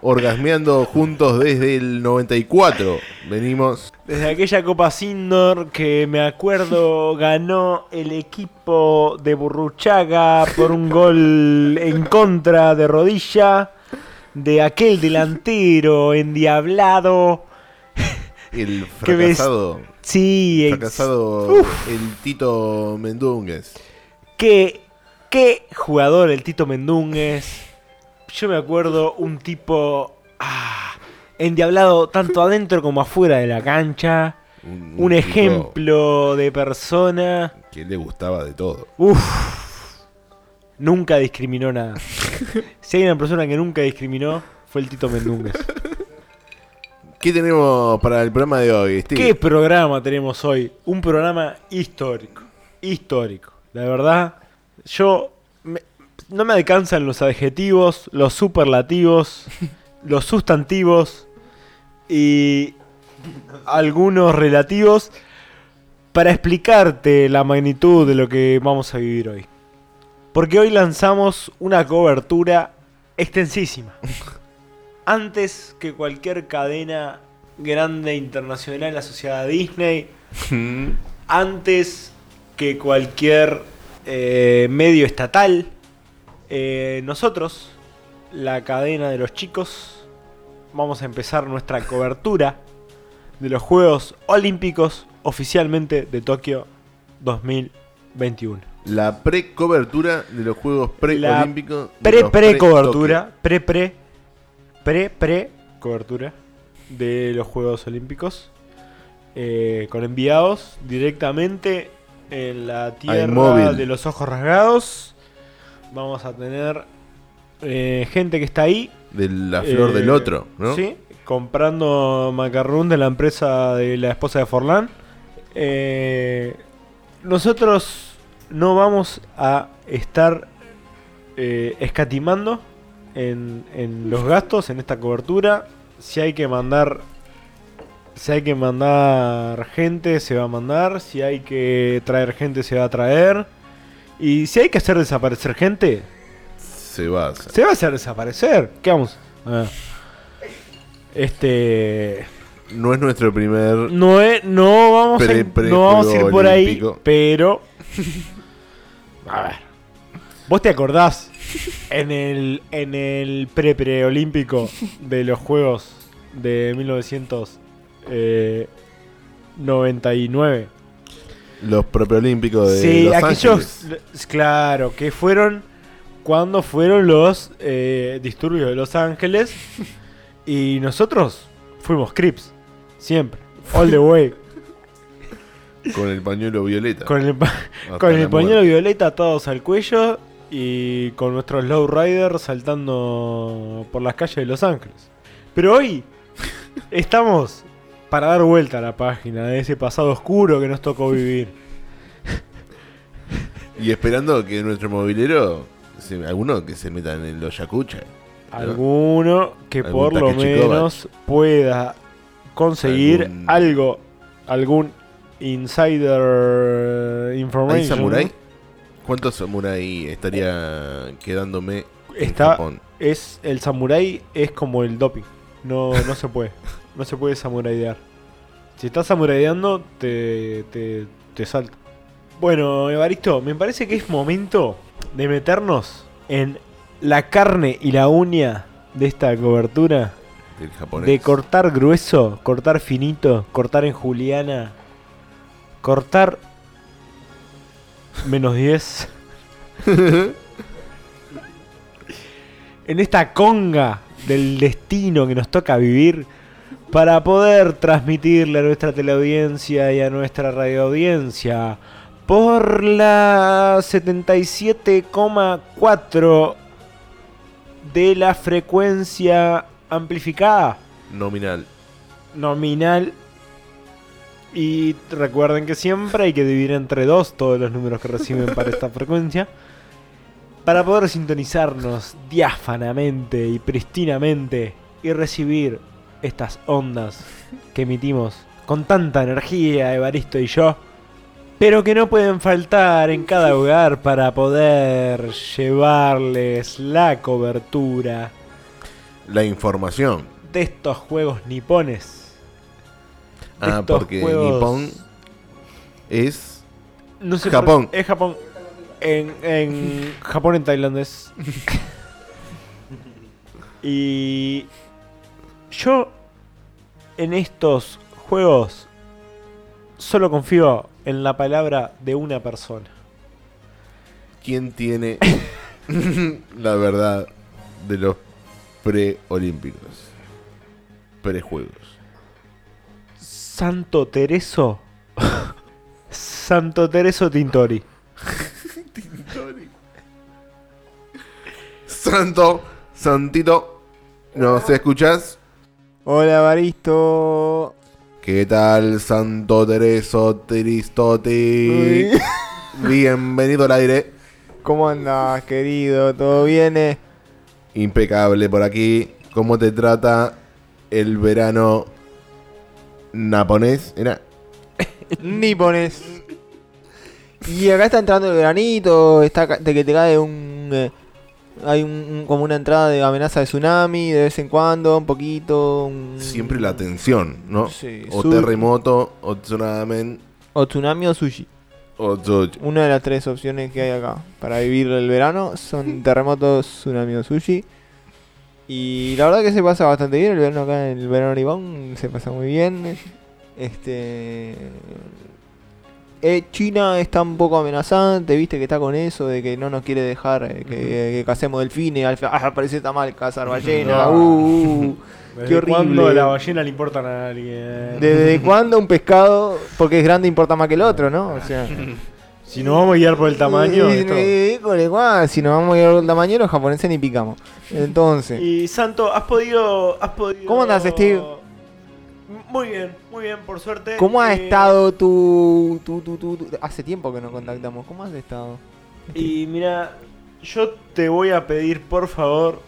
Speaker 1: Orgasmeando juntos desde el 94. Venimos.
Speaker 3: Desde aquella Copa Sindor que me acuerdo ganó el equipo de Burruchaga por un gol en contra de rodilla de aquel delantero endiablado.
Speaker 1: El
Speaker 3: Qué bes-
Speaker 1: fracasado.
Speaker 3: Sí, ex-
Speaker 1: Fracasado. El Tito Mendúnguez.
Speaker 3: Qué, qué jugador el Tito Mendúnguez. Yo me acuerdo un tipo ah, endiablado tanto adentro como afuera de la cancha.
Speaker 1: Un,
Speaker 3: Un
Speaker 1: chico
Speaker 3: ejemplo de persona.
Speaker 1: Que le gustaba de todo.
Speaker 3: Uf, nunca discriminó nada. Si hay una persona que nunca discriminó, fue el Tito Mendúnguez.
Speaker 1: ¿Qué tenemos para el programa de hoy, Steve?
Speaker 3: ¿Qué programa tenemos hoy? Un programa histórico. Histórico. La verdad, yo. me- no me alcanzan los adjetivos, los superlativos, los sustantivos y algunos relativos para explicarte la magnitud de lo que vamos a vivir hoy. Porque hoy lanzamos una cobertura extensísima. Antes que cualquier cadena grande internacional asociada a Disney, antes que cualquier eh, medio estatal, eh, nosotros, la cadena de los chicos, vamos a empezar nuestra cobertura de los Juegos Olímpicos oficialmente de Tokio 2021.
Speaker 1: La pre-cobertura de los Juegos Preolímpicos. de
Speaker 3: pre
Speaker 1: los
Speaker 3: pre
Speaker 1: pre-Tokio.
Speaker 3: cobertura pre pre pre pre cobertura de los Juegos Olímpicos eh, con enviados directamente en la tierra
Speaker 1: móvil.
Speaker 3: de los ojos rasgados vamos a tener eh, gente que está ahí
Speaker 1: De la flor
Speaker 3: eh,
Speaker 1: del otro, ¿no?
Speaker 3: sí comprando macarrón de la empresa de la esposa de Forlán Eh, nosotros no vamos a estar eh, escatimando en, en los gastos, en esta cobertura. Si hay que mandar. Si hay que mandar gente, se va a mandar. Si hay que traer gente, se va a traer. Y si hay que hacer desaparecer gente,
Speaker 1: Se va a hacer.
Speaker 3: se va a hacer desaparecer. ¿Qué vamos? a ver? Este.
Speaker 1: No es nuestro primer.
Speaker 3: No, es- no vamos, a,
Speaker 1: Pre-
Speaker 3: ir-
Speaker 1: pre-
Speaker 3: no vamos a ir por ahí,
Speaker 1: olímpico.
Speaker 3: pero. A ver. ¿Vos te acordás en el, en el pre-preolímpico de los Juegos de eh, 1999?
Speaker 1: Los preolímpicos de
Speaker 3: Sí,
Speaker 1: Los
Speaker 3: aquellos.
Speaker 1: Ángeles.
Speaker 3: Claro, que fueron cuando fueron los eh, disturbios de Los Ángeles. Y nosotros fuimos Crips. Siempre. All the way.
Speaker 1: Con el pañuelo violeta.
Speaker 3: Con el, pa-
Speaker 1: Hasta
Speaker 3: con
Speaker 1: la
Speaker 3: el pañuelo violeta atados al cuello y con nuestros lowriders saltando por las calles de Los Ángeles. Pero hoy estamos para dar vuelta a la página de ese pasado oscuro que nos tocó vivir.
Speaker 1: Y esperando que nuestro movilero, se- alguno que se metan en los yacucha.
Speaker 3: Alguno que
Speaker 1: Algún
Speaker 3: por lo
Speaker 1: Takeshi Kovacs.
Speaker 3: menos pueda conseguir
Speaker 1: Algún-
Speaker 3: algo, algún insider
Speaker 1: ¿Hay
Speaker 3: information.
Speaker 1: samurái? ¿Cuántos samurái estaría quedándome en
Speaker 3: Está-
Speaker 1: Japón?
Speaker 3: es el samurái es como el doping. No, no se puede. No se puede samuraidear. Si estás samuraideando, te, te, te salta. Bueno, Evaristo, me parece que es momento de meternos en la carne y la uña de esta cobertura.
Speaker 1: Del japonés.
Speaker 3: De cortar grueso, cortar finito, cortar en juliana, cortar menos 10. en esta conga del destino que nos toca vivir para poder transmitirle a nuestra teleaudiencia y a nuestra radioaudiencia por la 77,4 de la frecuencia amplificada
Speaker 1: Nominal.
Speaker 3: nominal. Y recuerden que siempre hay que dividir entre dos todos los números que reciben para esta frecuencia. Para poder sintonizarnos diáfanamente y pristinamente y recibir estas ondas que emitimos con tanta energía, Evaristo y yo. Pero que no pueden faltar en cada hogar para poder llevarles la cobertura
Speaker 1: La información.
Speaker 3: de estos juegos nipones. De
Speaker 1: Ah,
Speaker 3: estos
Speaker 1: porque
Speaker 3: juegos-
Speaker 1: Nippon es.
Speaker 3: No sé
Speaker 1: Japón.
Speaker 3: por qué- Es Japón. En, en Japón, en tailandés. y yo en estos juegos solo confío en la palabra de una persona.
Speaker 1: quien tiene la verdad de los preolímpicos? Prejuegos.
Speaker 3: Santo Tereso. Santo Tereso Tintori.
Speaker 1: Santo, Santito, ¿nos escuchás?
Speaker 5: Hola, Baristo.
Speaker 1: ¿Qué tal, Santo Tereso Tristoti? Bienvenido al aire.
Speaker 5: ¿Cómo andás, querido? ¿Todo eh? viene?
Speaker 1: Impecable por aquí. ¿Cómo te trata el verano naponés? Era.
Speaker 5: nipones. Y acá está entrando el veranito, está ca- de que te cae un... eh, hay un- un- como una entrada de amenaza de tsunami de vez en cuando, un poquito. un-
Speaker 1: Siempre la tensión, ¿no?
Speaker 5: Mm. Sí,
Speaker 1: o
Speaker 5: su-
Speaker 1: terremoto, o tsunami,
Speaker 5: O tsunami o sushi.
Speaker 1: o tsuch-
Speaker 5: Una de las tres opciones que hay acá para vivir el verano son terremotos, tsunami o sushi. Y la verdad que se pasa bastante bien el verano acá en el verano Ribón, se pasa muy bien. Este eh, China está un poco amenazante, viste que está con eso de que no nos quiere dejar eh, que, que casemos delfines, al fin- ah, parece que está mal cazar ballena.
Speaker 3: No.
Speaker 5: uh, uh. Qué horrible.
Speaker 3: Cuando la ballena le importa a alguien.
Speaker 5: ¿Desde cuándo un pescado, porque es grande, importa más que el otro, no? O sea,
Speaker 3: Si nos vamos a guiar por el tamaño.
Speaker 5: Y,
Speaker 3: esto-
Speaker 5: eh, con el guan, si nos vamos a ir al tamaño, los japoneses ni picamos. Entonces,
Speaker 3: Y Santo, has podido, has podido.
Speaker 5: ¿Cómo andás, Steve?
Speaker 3: Muy bien, muy bien, por suerte.
Speaker 5: ¿cómo ha
Speaker 3: Eh,
Speaker 5: estado tu, tu, tu, tu- tu- Hace tiempo que nos contactamos, ¿cómo has estado?
Speaker 3: Y mira, yo te voy a pedir, por favor,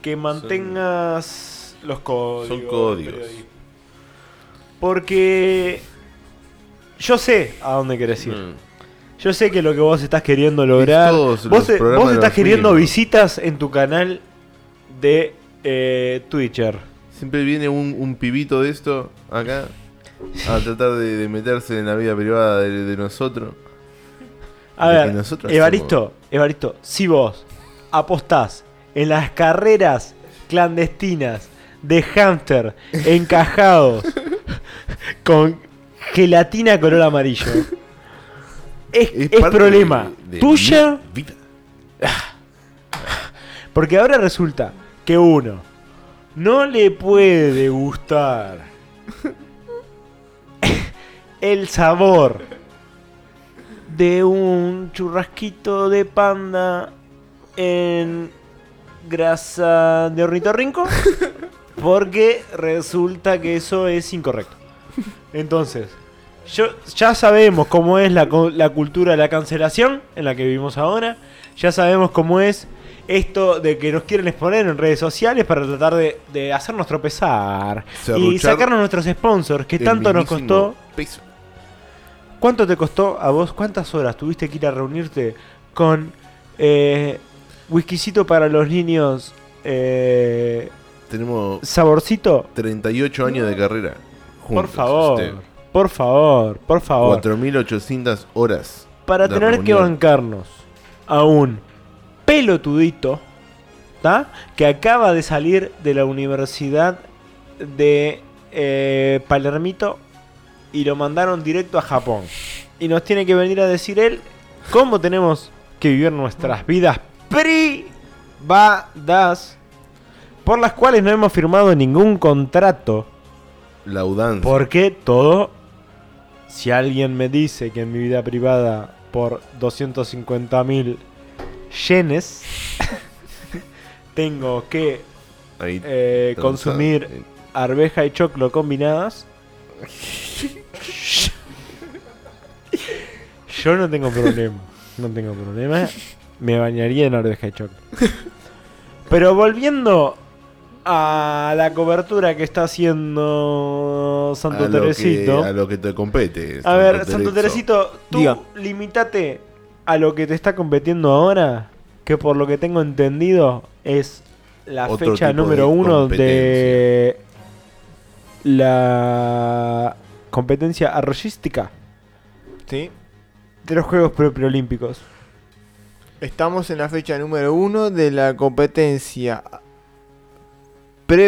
Speaker 3: que mantengas los códigos.
Speaker 1: son códigos.
Speaker 3: periodismo. Porque yo sé a dónde querés ir. Yo sé que lo que vos estás queriendo lograr.
Speaker 1: Mm. todos los
Speaker 3: Vos, te-
Speaker 1: programas
Speaker 3: vos
Speaker 1: de
Speaker 3: estás
Speaker 1: los
Speaker 3: queriendo
Speaker 1: mismos.
Speaker 3: visitas en tu canal de eh, Twitcher.
Speaker 1: Siempre viene un, un pibito de esto acá a tratar de, de meterse en la vida privada de, de nosotros. Lo
Speaker 3: A
Speaker 1: que
Speaker 3: ver,
Speaker 1: nosotros
Speaker 3: Evaristo, Evaristo, si vos apostás en las carreras clandestinas de hámster encajados con gelatina color amarillo, es, es
Speaker 1: parte
Speaker 3: problema
Speaker 1: de- de
Speaker 3: tuya,
Speaker 1: mi vida.
Speaker 3: porque ahora resulta que uno no le puede gustar el sabor de un churrasquito de panda en grasa de ornitorrinco porque resulta que eso es incorrecto. Entonces, yo, ya sabemos cómo es la, co- la cultura de la cancelación en la que vivimos ahora. Ya sabemos cómo es esto de que nos quieren exponer en redes sociales para tratar de, de hacernos tropezar. y
Speaker 1: Serruchar
Speaker 3: sacarnos nuestros sponsors que
Speaker 1: El
Speaker 3: tanto nos
Speaker 1: mismísimo
Speaker 3: costó.
Speaker 1: peso.
Speaker 3: ¿Cuánto te costó a vos? ¿Cuántas horas tuviste que ir a reunirte con eh, Whiskycito para los niños eh,
Speaker 1: Tenemos
Speaker 3: Saborcito?
Speaker 1: 38 años de carrera. juntos,
Speaker 3: Por
Speaker 1: Este,
Speaker 3: favor,
Speaker 1: Esteban.
Speaker 3: por favor, por favor.
Speaker 1: 4.800 horas.
Speaker 3: para
Speaker 1: de
Speaker 3: tener que
Speaker 1: reunión.
Speaker 3: bancarnos a un pelotudito ¿tá? que acaba de salir de la universidad de eh, Palermito y lo mandaron directo a Japón. Y nos tiene que venir a decir él cómo tenemos que vivir nuestras vidas
Speaker 8: badass por las cuales no hemos firmado ningún contrato.
Speaker 1: Laudancia.
Speaker 8: Porque todo, si alguien me dice que en mi vida privada por 250 mil yenes tengo que
Speaker 1: Ahí
Speaker 8: eh,
Speaker 1: está,
Speaker 8: consumir
Speaker 1: eh,
Speaker 8: arveja y choclo combinadas, yo no tengo problema. No tengo problema. Me bañaría en arveja y choclo. Pero volviendo a la cobertura que está haciendo Santo
Speaker 1: a lo
Speaker 8: Teresito.
Speaker 1: que- a lo que te compete.
Speaker 8: A ver, Santo Teresito, tú
Speaker 5: Diga.
Speaker 8: limitate a lo que te está competiendo ahora, que por lo que tengo entendido es la
Speaker 1: Otro
Speaker 8: fecha
Speaker 1: tipo
Speaker 8: número
Speaker 1: de
Speaker 8: uno de la competencia arroyística
Speaker 5: Sí.
Speaker 8: de los Juegos Preolímpicos.
Speaker 5: Estamos en la fecha número uno de la competencia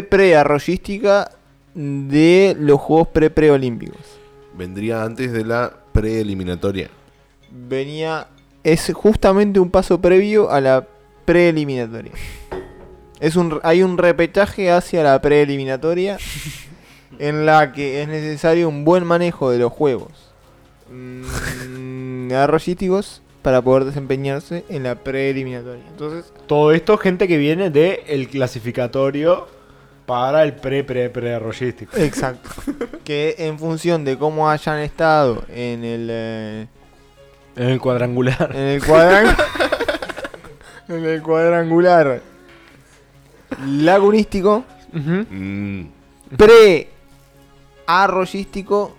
Speaker 5: pre-pre-arroyística de los Juegos pre-preolímpicos.
Speaker 1: Vendría antes de la preeliminatoria.
Speaker 5: Venía. Es justamente un paso previo a la preeliminatoria. Es un, hay un repetaje hacia la preeliminatoria en la que es necesario un buen manejo de los juegos mm, arroyísticos para poder desempeñarse en la preeliminatoria. Entonces,
Speaker 3: Todo esto gente que viene del clasificatorio para el pre-pre-pre-arroyístico.
Speaker 5: Exacto. que en función de cómo hayan estado en el eh,
Speaker 3: En el cuadrangular.
Speaker 5: en el cuadrangular en el cuadrangular lagunístico
Speaker 1: Mm,
Speaker 5: pre arroyístico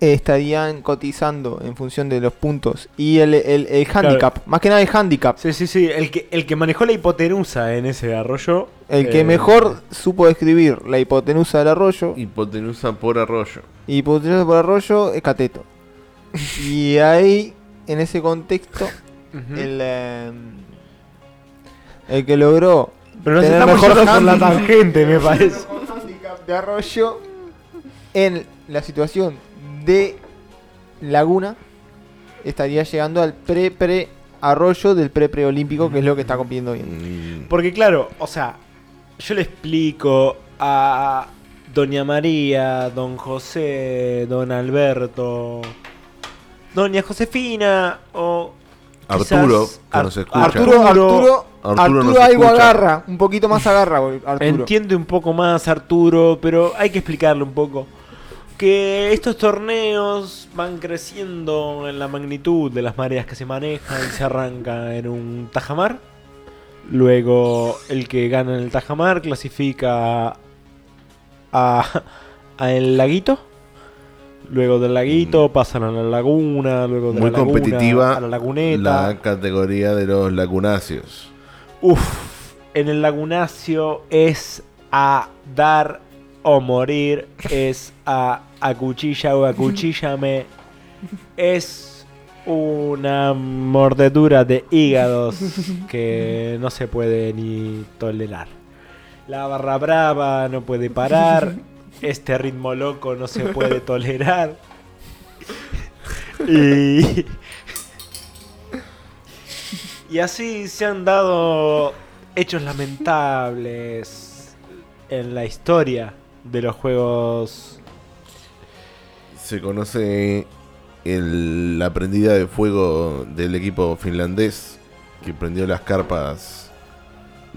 Speaker 5: eh, estarían cotizando en función de los puntos y el, el, el handicap, más que nada el handicap,
Speaker 3: Sí, sí, sí. El que, el que manejó la hipotenusa en ese arroyo.
Speaker 5: el que
Speaker 3: eh,
Speaker 5: mejor supo describir la hipotenusa del arroyo
Speaker 1: hipotenusa por arroyo.
Speaker 5: Y hipotenusa por arroyo es cateto. Y ahí, en ese contexto, el, eh, el que logró
Speaker 3: Pero nos
Speaker 5: tener
Speaker 3: estamos
Speaker 5: mejor
Speaker 3: yendo por la
Speaker 5: handicap-
Speaker 3: tangente, me parece.
Speaker 5: handicap de arroyo en la situación de Laguna estaría llegando al pre-pre arroyo del pre-pre olímpico, que es lo que está compitiendo hoy. en día.
Speaker 1: Mm,
Speaker 3: Porque claro, o sea, yo le explico a Doña María, Don José, Don Alberto, Doña Josefina o... quizás
Speaker 1: Arturo, que
Speaker 3: Ar-
Speaker 1: nos escucha.
Speaker 5: Arturo, Arturo,
Speaker 1: Arturo
Speaker 5: Arturo,
Speaker 1: nos
Speaker 5: algo
Speaker 1: escucha.
Speaker 5: agarra, un poquito más agarra, bol- Arturo.
Speaker 3: Entiende un poco más Arturo, pero hay que explicarle un poco. Que estos torneos van creciendo en la magnitud de las mareas que se manejan. Se arranca en un tajamar. Luego el que gana en el tajamar clasifica a, a el laguito. Luego del laguito pasan a la laguna. Luego de
Speaker 1: Mm. Muy
Speaker 3: la laguna
Speaker 1: competitiva
Speaker 3: a la laguneta.
Speaker 1: la categoría de los lagunacios.
Speaker 3: Uf, en el lagunacio es a dar o morir, es a acuchilla o acuchillame, es una mordedura de hígados que no se puede ni tolerar. La barra brava no puede parar, este ritmo loco no se puede tolerar. Y y así se han dado hechos lamentables en la historia de los juegos.
Speaker 1: Se conoce el- la prendida de fuego del equipo finlandés que prendió las carpas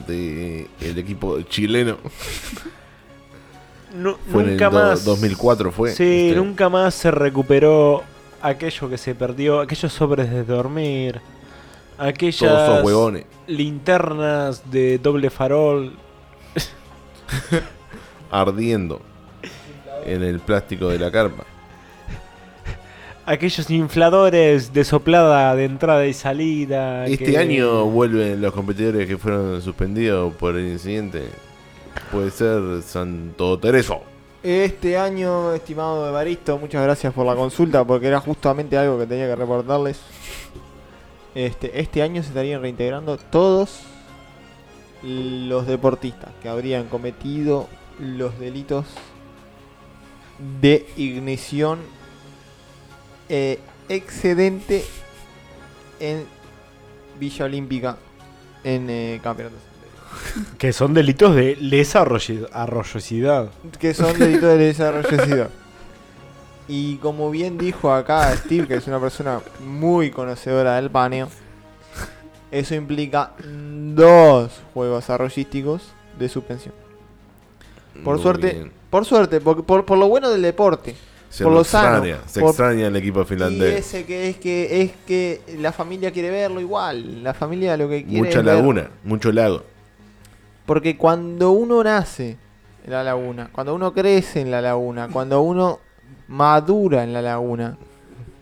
Speaker 1: del equipo chileno.
Speaker 3: Nu-
Speaker 1: Fue
Speaker 3: nunca
Speaker 1: en el do-
Speaker 3: más.
Speaker 1: 2004 fue.
Speaker 3: Sí,
Speaker 1: este,
Speaker 3: nunca más se recuperó aquello que se perdió, aquellos sobres de dormir,
Speaker 1: Todos
Speaker 3: aquellas
Speaker 1: esos huevones.
Speaker 3: linternas de doble farol.
Speaker 1: ardiendo en el plástico de la carpa.
Speaker 3: Aquellos infladores de soplada de entrada y
Speaker 5: Ah,
Speaker 3: salida.
Speaker 1: Este
Speaker 3: que-
Speaker 1: año vuelven los competidores que fueron suspendidos por el incidente. Puede ser Santo Tereso.
Speaker 5: Este año, estimado Evaristo, muchas gracias por la consulta, porque era justamente algo que tenía que reportarles. Este, este año se estarían reintegrando todos los deportistas que habrían cometido los delitos de ignición eh, excedente en Villa Olímpica en eh, campeonatos.
Speaker 3: Que son delitos de lesa arroyo- arroyosidad.
Speaker 5: que son delitos de desarrollo Y como bien dijo acá Steve, que es una persona muy conocedora del paneo, eso implica dos juegos arroyísticos de suspensión. Por
Speaker 1: Muy
Speaker 5: suerte,
Speaker 1: bien.
Speaker 5: por suerte, por, por, por lo bueno del deporte.
Speaker 1: Se
Speaker 5: por
Speaker 1: lo
Speaker 5: lo sano,
Speaker 1: extraña, se
Speaker 5: por-
Speaker 1: extraña el equipo
Speaker 5: Y
Speaker 1: finlandés.
Speaker 5: ese que es que es que la familia quiere verlo igual, la familia lo que quiere
Speaker 1: Mucha
Speaker 5: es ver-
Speaker 1: laguna, mucho lago.
Speaker 5: Porque cuando uno nace en la laguna, cuando uno crece en la laguna, cuando uno madura en la laguna,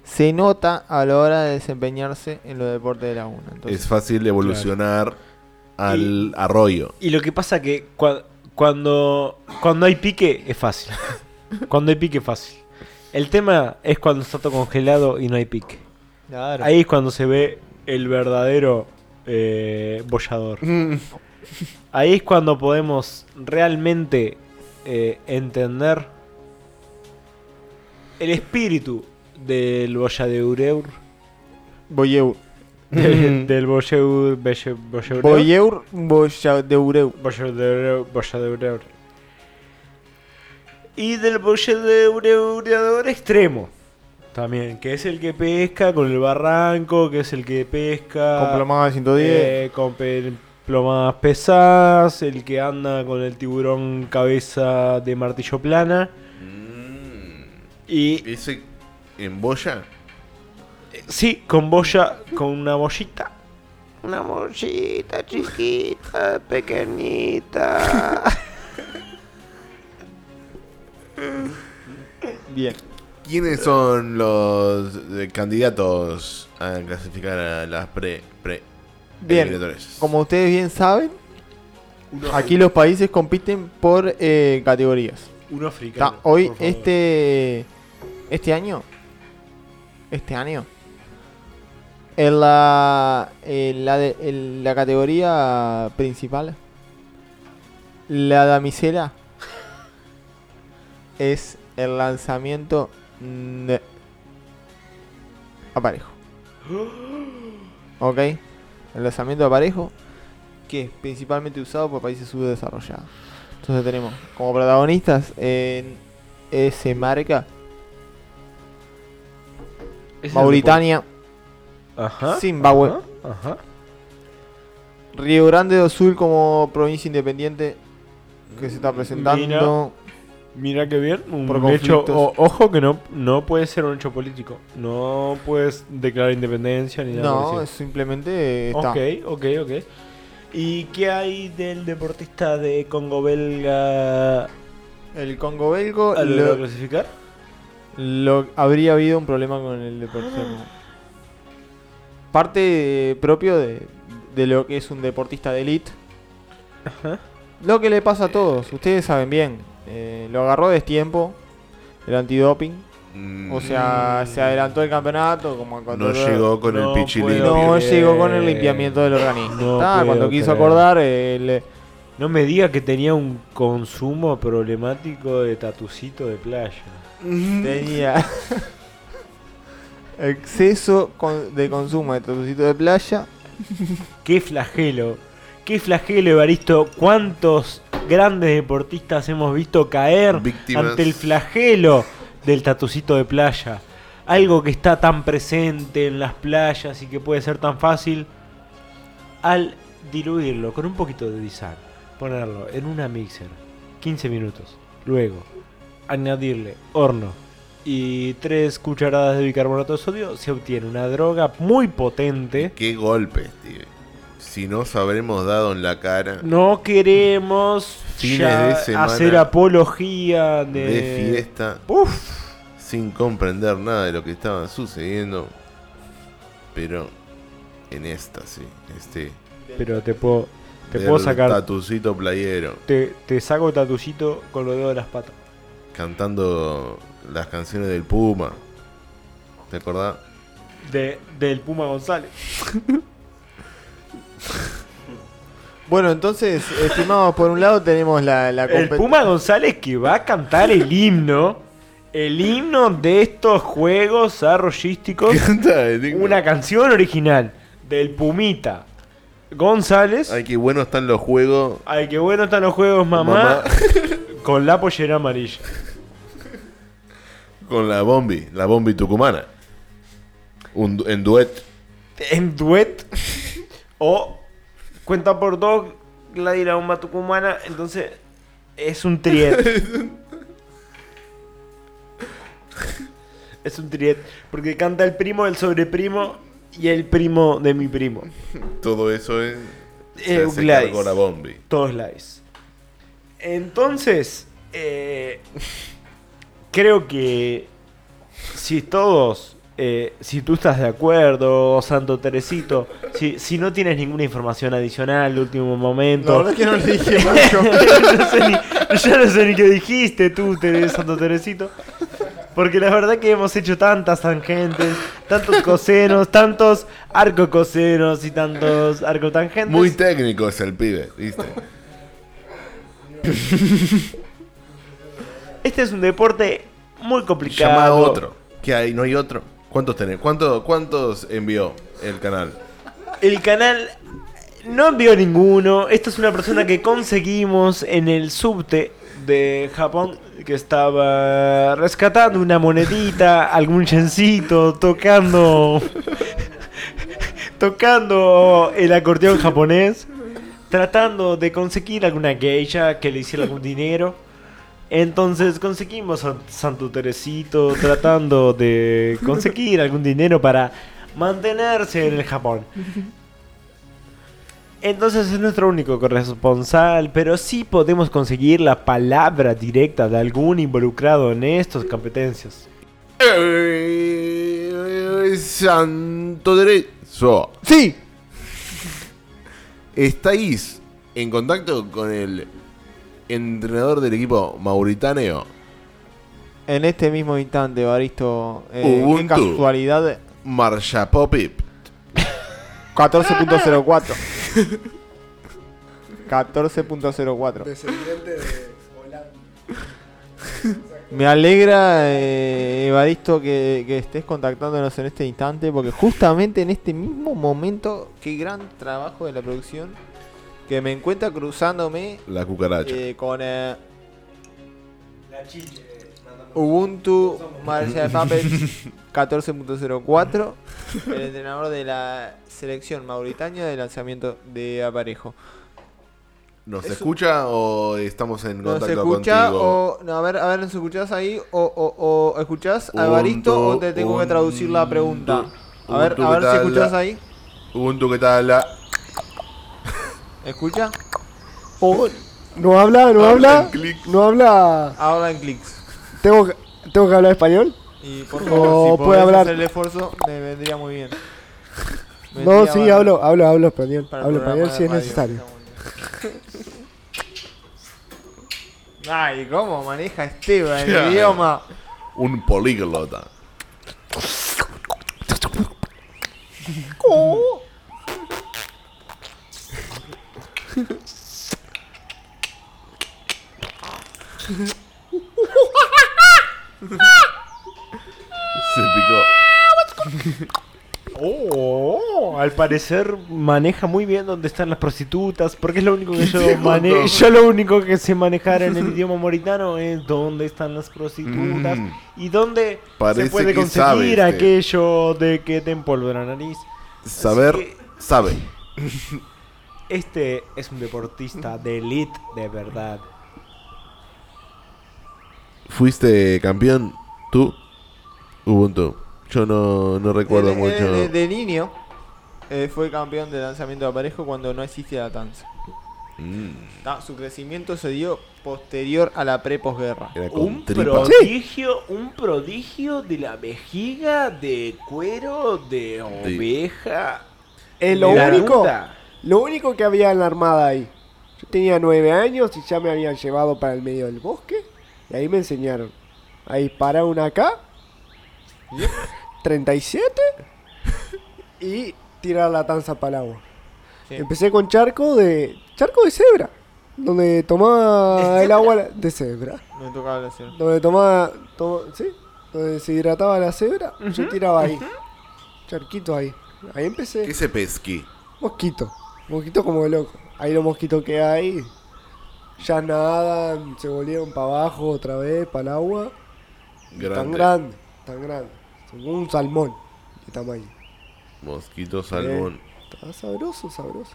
Speaker 5: se nota a la hora de desempeñarse en los deportes de laguna. Entonces,
Speaker 1: es fácil evolucionar al arroyo.
Speaker 3: Y lo que pasa que cua- cuando, cuando hay pique es fácil. Cuando hay pique es fácil. El tema es cuando está todo congelado y no hay pique.
Speaker 5: claro.
Speaker 3: Ahí es cuando se ve el verdadero eh, bollador. Ahí es cuando podemos realmente eh, entender el espíritu del boyadeur.
Speaker 5: Boyeur.
Speaker 3: del boyeur. boyeur-
Speaker 5: Boyeur, Boyadeureu.
Speaker 3: Bolladeur- Bolladeur. Y del bolladeureador extremo. También, que es el que pesca con el barranco, que es el que pesca
Speaker 5: Con plomada de 110.
Speaker 3: eh, con pe- plomadas pesadas, el que anda con el tiburón cabeza de martillo plana. Y
Speaker 1: Ese en boya
Speaker 3: Sí, con boya, con una bollita. Una bollita chiquita, pequeñita.
Speaker 5: Bien.
Speaker 1: ¿Quiénes son los eh, candidatos a clasificar a las pre pre
Speaker 5: Bien.
Speaker 1: eliminatorias?
Speaker 5: Como ustedes bien saben, aquí los países compiten por eh, categorías.
Speaker 3: Un
Speaker 5: Ta-
Speaker 3: africano.
Speaker 5: hoy,
Speaker 3: por favor.
Speaker 5: este. Este año. Este año. En la. En la, de- en la categoría principal. La damisela. es el lanzamiento. De aparejo. Ok. El lanzamiento de aparejo. Que es principalmente usado por países subdesarrollados. Entonces tenemos como protagonistas en ese marca
Speaker 3: Ese es el
Speaker 5: Mauritania,
Speaker 3: de Pol- Ajá.
Speaker 5: Zimbabue.
Speaker 3: Ajá. ajá.
Speaker 5: Río Grande do Sul como provincia independiente que se
Speaker 3: Mm,
Speaker 5: está presentando.
Speaker 3: Mira qué bien. Un
Speaker 5: Por
Speaker 3: hecho,
Speaker 5: conflictos.
Speaker 3: o- ojo que no, no puede ser un hecho político. No puedes declarar independencia ni nada.
Speaker 5: No,
Speaker 3: por
Speaker 5: es
Speaker 3: el
Speaker 5: simplemente eh, está.
Speaker 3: estilo. Ok, ok, ok. ¿Y qué hay del deportista de Congo belga?
Speaker 5: El Congo belgo
Speaker 3: Ah, ¿Lo logró
Speaker 5: lo,
Speaker 3: clasificar?
Speaker 5: lo- habría habido un problema con el deporte.
Speaker 3: Ah.
Speaker 5: Parte eh, propio de, de lo que es un deportista de elite.
Speaker 3: Ajá.
Speaker 5: Lo que le pasa a todos, ustedes saben bien. eh, lo agarró de tiempo el antidoping.
Speaker 1: Mm,
Speaker 5: O sea, se adelantó el campeonato como cuando
Speaker 1: no llegó con
Speaker 3: No
Speaker 1: el pichilín.
Speaker 3: puedo.
Speaker 5: No
Speaker 3: Bien.
Speaker 5: llegó con el limpiamiento del organismo.
Speaker 3: No
Speaker 5: Ah,
Speaker 3: puedo
Speaker 5: cuando quiso
Speaker 3: creer.
Speaker 5: acordar, eh, le-
Speaker 3: No me diga que tenía un consumo problemático de tatucito de playa.
Speaker 5: tenía exceso con- de consumo de tatucito de playa.
Speaker 3: ¡Qué flagelo! ¡Qué flagelo, Evaristo! ¿Cuántos grandes deportistas hemos visto caer
Speaker 1: Víctimas.
Speaker 3: ante el flagelo del tatucito de playa? Algo que está tan presente en las playas y que puede ser tan fácil al diluirlo con un poquito de disal, ponerlo en una mixer, 15 minutos, luego añadirle horno y 3 cucharadas de bicarbonato de sodio, se obtiene una droga muy potente.
Speaker 1: Qué golpe, Steve. Si nos habremos dado en la cara
Speaker 3: No queremos
Speaker 1: Fines
Speaker 3: ya
Speaker 1: de semana
Speaker 3: hacer apología de,
Speaker 1: de fiesta
Speaker 3: Uf,
Speaker 1: sin comprender nada de lo que estaba sucediendo. Pero en esta sí, este
Speaker 3: pero te puedo te
Speaker 1: del
Speaker 3: puedo sacar
Speaker 1: tatucito playero
Speaker 3: te, te saco tatucito con los dedos de las patas.
Speaker 1: cantando las canciones del Puma. ¿Te acordás?
Speaker 3: De- del Puma González.
Speaker 5: Bueno, entonces, estimados, por un lado tenemos la, la
Speaker 3: El
Speaker 5: compet-
Speaker 3: Puma González que va a cantar el himno, el himno de estos juegos arroyísticos,
Speaker 1: Canta el himno.
Speaker 3: una canción original del Pumita. González.
Speaker 1: Ay, qué bueno están los juegos.
Speaker 3: Ay, qué bueno están los juegos, mamá.
Speaker 1: Mamá.
Speaker 3: Con la pollera amarilla.
Speaker 1: Con la bombi, la bombi tucumana. Un, du- en duet.
Speaker 3: En duet. O cuenta por dos, Gladys la bomba tucumana. Entonces, es un triet. es un triet. Porque canta el primo, el sobreprimo y el primo de mi primo.
Speaker 1: Todo eso es.
Speaker 3: Eh,
Speaker 1: se hace
Speaker 3: Gladys.
Speaker 1: cargo la bombi.
Speaker 3: Todos lives. Entonces, eh, creo que si todos, eh, si tú estás de acuerdo, Santo Teresito, si, si no tienes ninguna información adicional de último momento,
Speaker 5: es que no le dije mucho.
Speaker 3: yo, no sé ni, yo no sé ni qué dijiste tú, Tere- Santo Teresito. Porque la verdad que hemos hecho tantas tangentes, tantos cosenos, tantos arcocosenos y tantos arcotangentes.
Speaker 1: Muy técnico es el pibe, ¿viste?
Speaker 3: Este es un deporte muy complicado.
Speaker 1: Llama a otro. ¿Qué hay? ¿No hay otro? ¿Cuántos tenés? ¿Cuánto- ¿Cuántos envió el canal?
Speaker 3: El canal no envió ninguno. Esta es una persona que conseguimos en el subte de Japón que estaba rescatando una monedita, algún chencito, tocando tocando el acordeón japonés, tratando de conseguir alguna geisha que le hiciera algún dinero. Entonces conseguimos a Santo Teresito tratando de conseguir algún dinero para mantenerse en el Japón. Entonces es nuestro único corresponsal, pero sí podemos conseguir la palabra directa de algún involucrado en estas competencias.
Speaker 1: Eh, Santo Derecho.
Speaker 5: sí,
Speaker 1: ¿Estáis en contacto con el entrenador del equipo mauritano?
Speaker 5: en este mismo instante, Baristo. eh, qué
Speaker 1: Ubuntu.
Speaker 5: casualidad.
Speaker 1: Marsha Popip.
Speaker 5: 14.04. 14.04.
Speaker 9: Descendiente de Holanda.
Speaker 5: Me alegra, eh, Evaristo, que, que estés contactándonos en este instante, porque justamente en este mismo momento, qué gran trabajo de la producción, que me encuentra cruzándome
Speaker 1: La cucaracha.
Speaker 5: eh, con eh, Ubuntu Marcia Puppets 14.04, el entrenador de la selección mauritania de lanzamiento de aparejo.
Speaker 1: ¿Nos
Speaker 5: es-
Speaker 1: escucha o estamos en
Speaker 5: ¿Nos
Speaker 1: contacto
Speaker 5: escucha
Speaker 1: contigo?
Speaker 5: o.? No, a ver, a ver, ¿nos escuchás ahí? ¿O, o, o escuchás a Evaristo
Speaker 1: Ubuntu,
Speaker 5: o te tengo que traducir la pregunta?
Speaker 1: Ubuntu,
Speaker 5: A ver,
Speaker 1: Ubuntu,
Speaker 5: a ver
Speaker 1: ¿qué
Speaker 5: si
Speaker 1: tal?
Speaker 5: escuchás ahí.
Speaker 1: Ubuntu, ¿qué tal?
Speaker 5: Ah,
Speaker 1: La...
Speaker 5: ¿Escucha?
Speaker 9: No habla, no habla. No habla.
Speaker 5: Ahora en clics.
Speaker 9: ¿Tengo que, tengo que hablar español?
Speaker 5: Y por
Speaker 9: Oh,
Speaker 5: favor, si
Speaker 9: puede
Speaker 5: podés
Speaker 9: hablar.
Speaker 5: hacer el esfuerzo, me vendría muy bien.
Speaker 9: No,
Speaker 5: Vendría
Speaker 9: sí,
Speaker 5: bárbaro
Speaker 9: hablo, hablo, hablo español.
Speaker 5: para el
Speaker 9: Hablo
Speaker 5: programa de
Speaker 9: español si es
Speaker 5: radio.
Speaker 9: necesario.
Speaker 5: Ay, ¿cómo maneja Esteban
Speaker 1: Ya.
Speaker 5: el idioma?
Speaker 1: Un políglota. Se picó.
Speaker 3: Oh, al parecer maneja muy bien dónde están las prostitutas, porque es lo único que yo manejo.
Speaker 1: contó?
Speaker 3: Yo lo único que sé manejar en el idioma mauritano es dónde están las prostitutas
Speaker 1: Mm.
Speaker 3: y dónde
Speaker 1: Parece
Speaker 3: se puede
Speaker 1: que sabe
Speaker 3: conseguir
Speaker 1: este.
Speaker 3: aquello de que te empolvo la nariz.
Speaker 1: Saber, sabe.
Speaker 3: Este es un deportista de elite de verdad.
Speaker 1: ¿Fuiste campeón? ¿Tú? Ubuntu. Yo no, no recuerdo
Speaker 5: de, de-
Speaker 1: mucho.
Speaker 5: Eh, de- de niño eh, fue campeón de lanzamiento de aparejo cuando no existía la danza.
Speaker 1: Mm,
Speaker 5: Ta- su crecimiento se dio posterior a la pre-posguerra.
Speaker 1: era con
Speaker 3: Un
Speaker 1: tripa.
Speaker 3: prodigio, un prodigio de la vejiga de cuero de oveja.
Speaker 9: Es Eh, lo
Speaker 3: de la
Speaker 9: único.
Speaker 3: ruta.
Speaker 9: Lo único que había en la armada ahí. Yo tenía nueve años y ya me habían llevado para el medio del bosque. Y ahí me enseñaron. A disparar una acá. 37. Y tirar la tanza para el agua.
Speaker 5: Sí.
Speaker 9: Empecé con charco de. charco de cebra. Donde tomaba el agua la- de cebra.
Speaker 5: Me tocaba la cena.
Speaker 9: Donde tomaba. to- sí, Donde se hidrataba la cebra. Yo tiraba ahí. Charquito ahí. Ahí empecé.
Speaker 1: ¿Qué se pesqui?
Speaker 9: Mosquito. Mosquitos como de loco. Ahí los mosquitos que hay. Ya nadan, se volvieron para abajo otra vez, para el agua. Tan
Speaker 1: Grande.
Speaker 9: grande, tan grande. Como un salmón de tamaño.
Speaker 1: Mosquito
Speaker 9: Eh.
Speaker 1: salmón.
Speaker 9: Está sabroso, sabroso.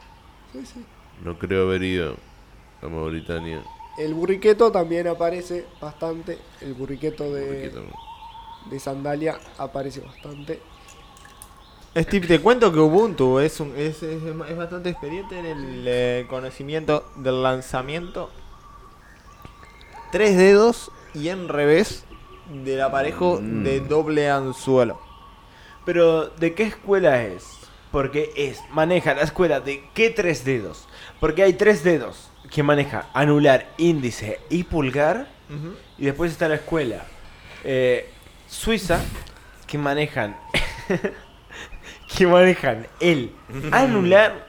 Speaker 9: Sí, sí.
Speaker 1: No creo haber ido a Mauritania.
Speaker 9: El burriqueto también aparece bastante. El burriqueto de,
Speaker 1: Mosquito.
Speaker 9: de sandalia aparece bastante.
Speaker 5: Steve, te cuento que Ubuntu es, un- es, es- es bastante experiente en el eh, conocimiento del lanzamiento. Tres dedos y en revés del aparejo de doble anzuelo.
Speaker 8: Pero, ¿de qué escuela es? Porque es, maneja la escuela de qué tres dedos. Porque hay tres dedos que maneja anular, índice y pulgar. Y después está la escuela eh, suiza que manejan. que manejan el anular,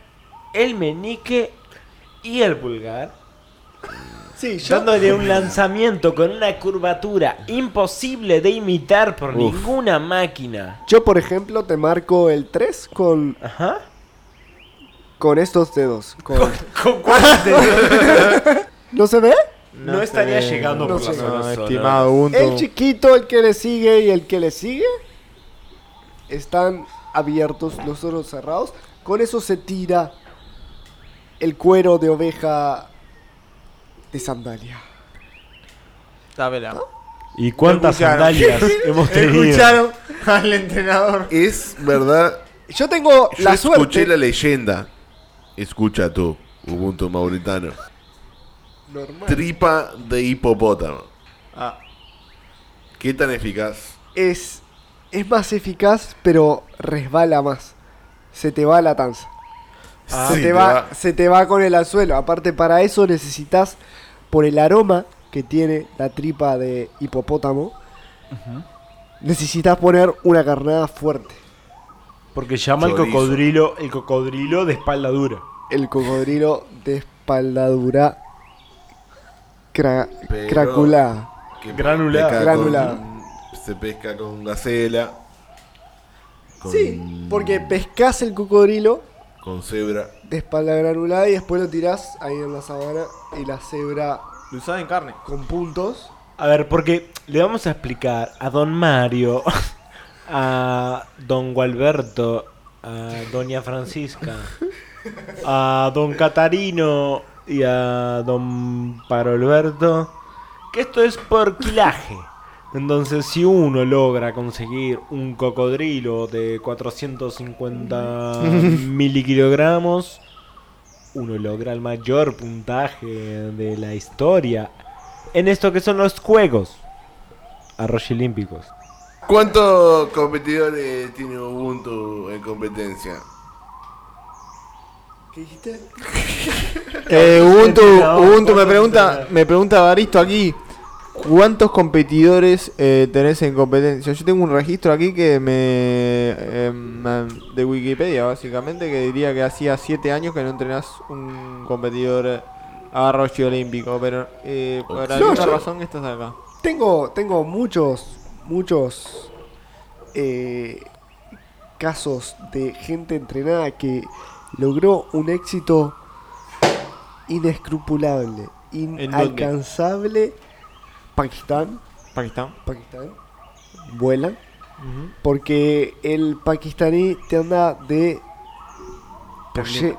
Speaker 8: el menique y el pulgar.
Speaker 9: Sí, yo.
Speaker 8: Dándole un lanzamiento con una curvatura imposible de imitar por
Speaker 1: Uf.
Speaker 8: ninguna máquina.
Speaker 9: Yo, por ejemplo, te marco el 3 con,
Speaker 8: Ajá.
Speaker 9: con estos dedos. con-
Speaker 8: ¿Con cuántos dedos?
Speaker 9: ¿No se ve?
Speaker 8: No estaría llegando
Speaker 9: no
Speaker 8: por la
Speaker 9: sé.
Speaker 8: zona
Speaker 5: No,
Speaker 8: sola.
Speaker 5: estimado Ubuntu.
Speaker 9: El chiquito, el que le sigue y el que le sigue están abiertos, los otros cerrados. Con eso se tira el cuero de oveja de sandalia.
Speaker 5: Está pelado.
Speaker 3: ¿Y cuántas
Speaker 5: Escucharon.
Speaker 3: sandalias hemos tenido?
Speaker 5: Escucharon al entrenador.
Speaker 1: Es verdad.
Speaker 9: Yo tengo
Speaker 1: Yo
Speaker 9: la
Speaker 1: escuché
Speaker 9: suerte.
Speaker 1: la leyenda. Escucha tú, Ubuntu Mauritano. Tripa de hipopótamo.
Speaker 5: Ah.
Speaker 1: ¿Qué tan eficaz?
Speaker 9: Es, es más eficaz, pero resbala más. Se te va la tanza. Ah.
Speaker 1: Ah,
Speaker 9: se,
Speaker 1: Sí,
Speaker 9: te
Speaker 1: te
Speaker 9: va,
Speaker 1: va.
Speaker 9: se te va con el anzuelo. Aparte, para eso necesitas, por el aroma que tiene la tripa de hipopótamo, necesitas poner una carnada fuerte.
Speaker 3: Porque llama
Speaker 1: Chorizo.
Speaker 3: el cocodrilo, el cocodrilo de espalda dura.
Speaker 9: El cocodrilo de espaldadura cra
Speaker 1: Pero-
Speaker 9: craculada.
Speaker 1: Que
Speaker 3: Granulada.
Speaker 1: pesca
Speaker 9: Granulada.
Speaker 1: con- se pesca con gacela. Con,
Speaker 9: Sí, porque pescas el cocodrilo
Speaker 1: Con cebra.
Speaker 9: de espalda granulada y después lo tirás ahí en la sabana y la cebra
Speaker 5: Lo usás en carne.
Speaker 9: con puntos.
Speaker 3: A ver, porque le vamos a explicar a don Mario, a don Gualberto, a doña Francisca, a don Catarino y a don Parolberto que esto es por quilaje. Entonces, si uno logra conseguir un cocodrilo de 450 milikilogramos, uno logra el mayor puntaje de la historia en esto que son los juegos arroz olímpicos.
Speaker 1: ¿Cuántos competidores tiene Ubuntu en competencia?
Speaker 9: ¿Qué dijiste?
Speaker 5: Eh, Ubuntu,
Speaker 3: Entrenador,
Speaker 5: Ubuntu me
Speaker 3: ¿cuántos
Speaker 5: pregunta,
Speaker 3: entrenadores?
Speaker 5: me pregunta Baristo aquí, ¿cuántos competidores eh, tenés en competencia? Yo tengo un registro aquí que me eh, mm, de Wikipedia básicamente que diría que hacía 7 años que no entrenás un competidor eh, a arroyo olímpico, pero eh, por
Speaker 1: No,
Speaker 5: alguna
Speaker 9: yo-
Speaker 5: razón estás acá.
Speaker 9: Tengo, tengo muchos, muchos eh, casos de gente entrenada que logró un éxito inescrupulable,
Speaker 5: dónde?
Speaker 9: inalcanzable. Pakistán,
Speaker 5: Pakistán.
Speaker 9: Pakistán, vuelan. Porque el pakistaní te anda de. polle-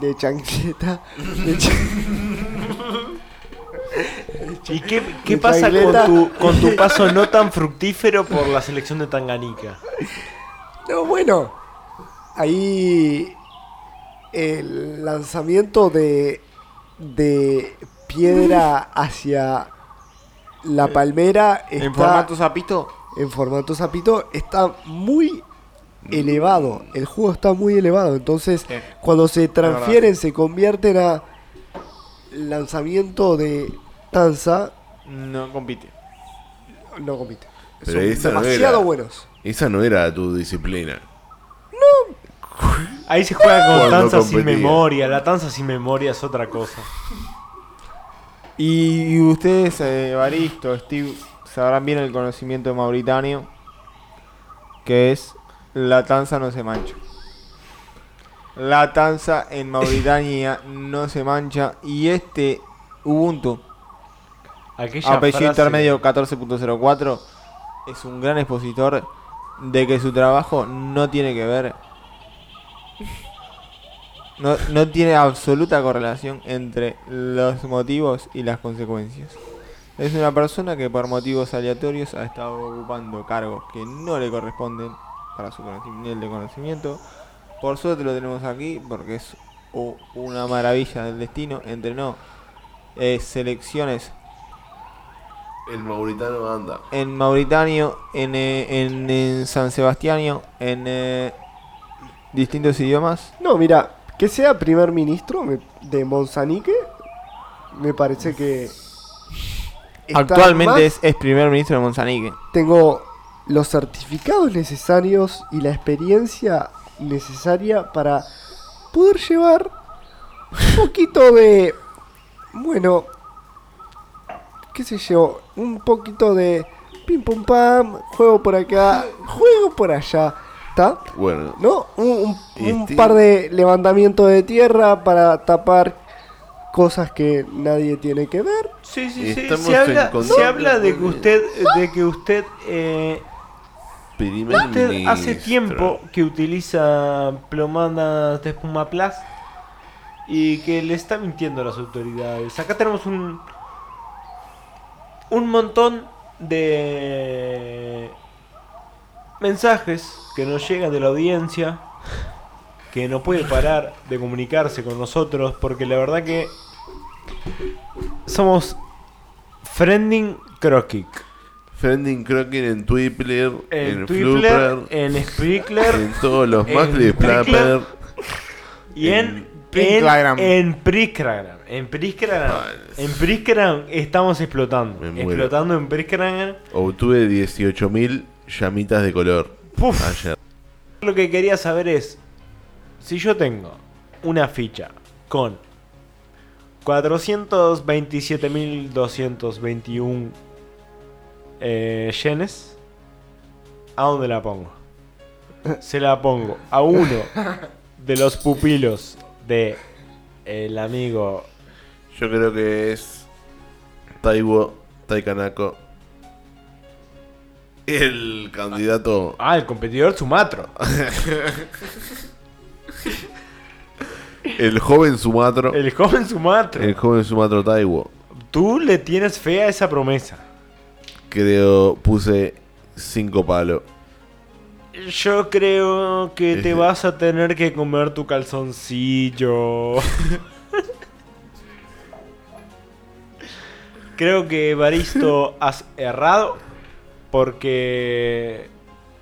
Speaker 9: de, de chanqueta. de cha-
Speaker 3: ¿Y qué, qué
Speaker 9: Mi
Speaker 3: pasa con
Speaker 9: chancleta.
Speaker 3: tu, con tu paso no tan fructífero por la selección de Tanganica?
Speaker 9: No, bueno. Ahí el lanzamiento de, de piedra hacia la palmera está,
Speaker 5: Eh, En formato zapito.
Speaker 9: en formato sapito está muy elevado. El juego está muy elevado. Entonces, cuando se transfieren, se convierten a lanzamiento de tanza.
Speaker 5: No compite.
Speaker 9: No compite.
Speaker 1: Pero
Speaker 9: Son
Speaker 1: esa no
Speaker 9: demasiado
Speaker 1: era.
Speaker 9: buenos.
Speaker 1: Esa no era tu disciplina.
Speaker 3: Ahí se juega con
Speaker 1: Cuando
Speaker 3: tanza sin
Speaker 1: competía.
Speaker 3: memoria. La tanza sin memoria es otra cosa.
Speaker 5: Y, y ustedes, eh, Baristo, Steve, sabrán bien el conocimiento de Mauritania, que es la tanza no se mancha. La tanza en Mauritania no se mancha. Y este Ubuntu,
Speaker 3: Aquella
Speaker 5: apellido
Speaker 3: frase-
Speaker 5: intermedio 14.04, es un gran expositor de que su trabajo no tiene que ver. No, no tiene absoluta correlación entre los motivos y las consecuencias. Es una persona que por motivos aleatorios ha estado ocupando cargos que no le corresponden para su conoci- nivel de conocimiento. Por suerte lo tenemos aquí porque es u- una maravilla del destino. Entrenó eh, selecciones
Speaker 1: El mauritano anda.
Speaker 5: en Mauritanio, en, eh, en, en San Sebastián, en eh, distintos idiomas.
Speaker 9: No, mira, que sea primer ministro me- de Monzanique, me parece que. está más.
Speaker 5: Actualmente es, es primer ministro de Monzanique.
Speaker 9: Tengo los certificados necesarios y la experiencia necesaria para poder llevar un poquito de. Bueno. ¿Qué sé yo? Un poquito de. Pim pum pam, juego por acá, juego por allá. ¿Está?
Speaker 1: Bueno,
Speaker 9: ¿No? Un, un- un
Speaker 1: Este-
Speaker 9: par de levantamientos de tierra para tapar cosas que nadie tiene que ver.
Speaker 3: Sí, sí, sí.
Speaker 1: Estamos
Speaker 3: Se habla,
Speaker 1: en
Speaker 3: se habla de que
Speaker 1: contra-
Speaker 3: usted, de que usted, eh,
Speaker 1: primer
Speaker 3: usted hace
Speaker 1: ministro.
Speaker 3: tiempo que utiliza plomadas de espuma plus y que le está mintiendo a las autoridades. Acá tenemos un un montón de mensajes que nos llegan de la audiencia que no puede parar de comunicarse con nosotros porque la verdad que somos Friending Croquic.
Speaker 1: Friending Crocker en Twitter, en,
Speaker 3: en Twitter,
Speaker 1: Flooper, en,
Speaker 3: en Sprinkler
Speaker 1: todos los
Speaker 3: en
Speaker 1: más de
Speaker 3: Twitter,
Speaker 1: Plapper.
Speaker 3: y en
Speaker 5: Pricklegram.
Speaker 3: en en Pricklegram. En Pricklegram. En Pricklegram estamos explotando.
Speaker 1: Ah, Me muero.
Speaker 3: Explotando en Pricklegram.
Speaker 1: Obtuve 18.000 llamitas de color
Speaker 3: Puf.
Speaker 1: ayer.
Speaker 3: Lo que quería saber es si yo tengo una ficha con 427.221 eh, yenes, ¿a dónde la pongo? Se la pongo a uno de los pupilos de el amigo
Speaker 1: Yo creo que es Taiwo Taikanako. El candidato.
Speaker 3: Ah, el competidor Sumatro.
Speaker 1: El joven Sumatro.
Speaker 3: El joven Sumatro.
Speaker 1: El joven Sumatro Taiwo.
Speaker 3: Tú le tienes fe a esa promesa.
Speaker 1: Creo puse 5 palos.
Speaker 3: Yo creo que te
Speaker 1: Ese.
Speaker 3: vas a tener que comer tu calzoncillo. creo que Baristo has errado porque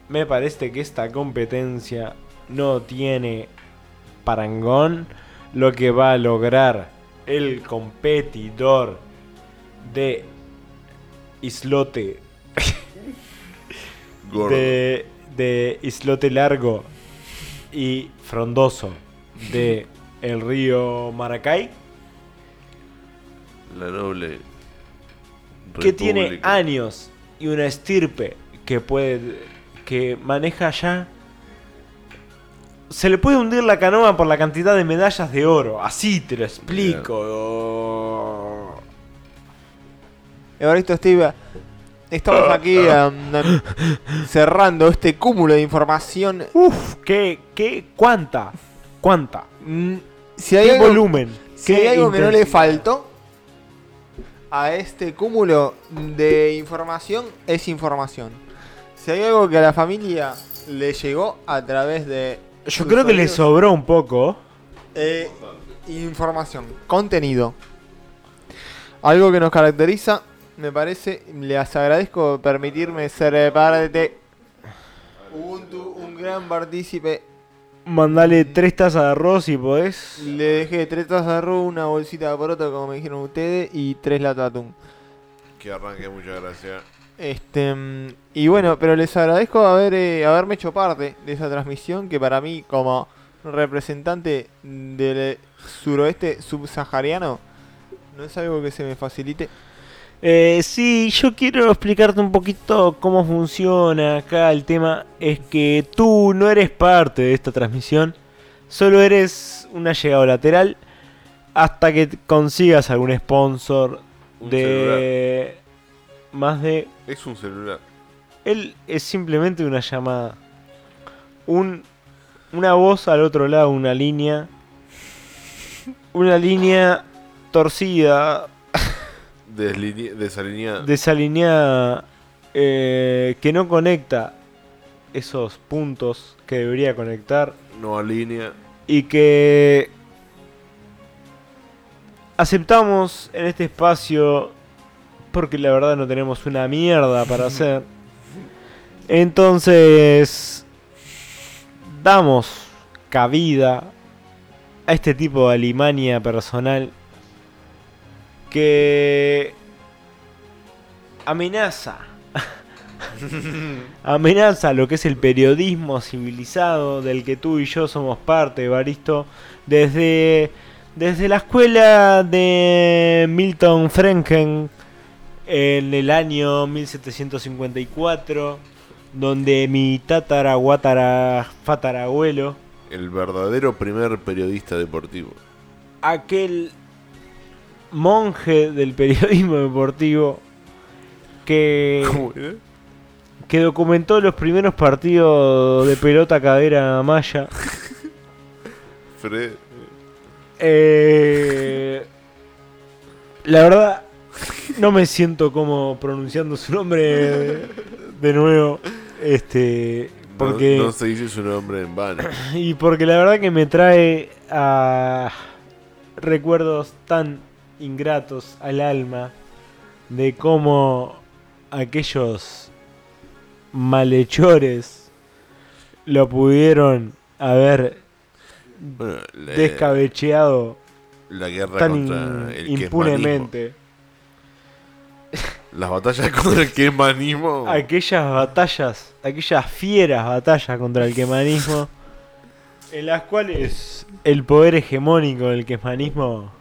Speaker 3: me parece que esta competencia no tiene parangón. Lo que va a lograr el competidor de Islote
Speaker 1: Gordo.
Speaker 3: de, de islote largo y frondoso de el río Maracay
Speaker 1: La noble.
Speaker 3: que tiene
Speaker 1: república.
Speaker 3: años y una estirpe que puede que maneja ya se le puede hundir la canoa por la cantidad de medallas de oro así te lo explico
Speaker 5: Evaristo Steve, estamos aquí em, em, cerrando este cúmulo de información.
Speaker 3: uf qué qué cuánta cuánta
Speaker 5: Mm, Si hay
Speaker 3: qué
Speaker 5: algo-
Speaker 3: volumen
Speaker 5: Si hay
Speaker 3: qué
Speaker 5: algo que no le
Speaker 3: intensidad.
Speaker 5: faltó a este cúmulo de información, es información. Si hay algo que a la familia le llegó a través de.
Speaker 3: yo
Speaker 5: sus
Speaker 3: creo que le
Speaker 5: oídos,
Speaker 3: sobró un poco
Speaker 5: eh, información, contenido. Algo que nos caracteriza, me parece. Les agradezco permitirme ser eh, parte. Ubuntu, un gran partícipe
Speaker 3: Mandale tres tazas de arroz si podés.
Speaker 5: Le dejé tres tazas de arroz, una bolsita de poroto, como me dijeron ustedes, y tres latas de atún.
Speaker 1: Que arranque, muchas gracias.
Speaker 5: Este, mm, y bueno, pero les agradezco haber, eh, haberme hecho parte de esa transmisión que para mí, como representante del eh, suroeste subsahariano, no es algo que se me facilite.
Speaker 3: Eh, sí, yo quiero explicarte un poquito cómo funciona acá el tema. Es que tú no eres parte de esta transmisión. Solo eres un allegado lateral hasta que consigas algún sponsor
Speaker 1: Un
Speaker 3: de más de
Speaker 1: Es un celular.
Speaker 3: él es simplemente una llamada. Un, una voz al otro lado, una línea. Una línea torcida,
Speaker 1: Desline- desalineado.
Speaker 3: desalineada, eh, que no conecta esos puntos que debería conectar
Speaker 1: no alinea.
Speaker 3: y que aceptamos en este espacio porque la verdad no tenemos una mierda para hacer. Entonces damos cabida a este tipo de alimania personal que amenaza amenaza lo que es el periodismo civilizado del que tú y yo somos parte, Baristo, desde, desde la escuela de Milton Franken en el año 1754, donde mi tatara, guatara, fatarabuelo,
Speaker 1: El verdadero primer periodista deportivo.
Speaker 3: aquel monje del periodismo deportivo que...
Speaker 1: era?
Speaker 3: que documentó los primeros partidos de pelota cadera maya.
Speaker 1: Fred.
Speaker 3: Eh, la verdad, no me siento como pronunciando su nombre de, de nuevo. Este,
Speaker 1: No-
Speaker 3: porque,
Speaker 1: No, se dice su nombre en vano.
Speaker 3: Y porque la verdad que me trae a recuerdos tan ingratos al alma de cómo aquellos malhechores lo pudieron haber
Speaker 1: Bueno, la,
Speaker 3: descabecheado
Speaker 1: la guerra
Speaker 3: tan
Speaker 1: contra el
Speaker 3: in- impunemente.
Speaker 1: quesmanismo. Las batallas contra el quesmanismo.
Speaker 3: Aquellas batallas, aquellas fieras batallas contra el quemanismo, en las cuales el poder hegemónico del quemanismo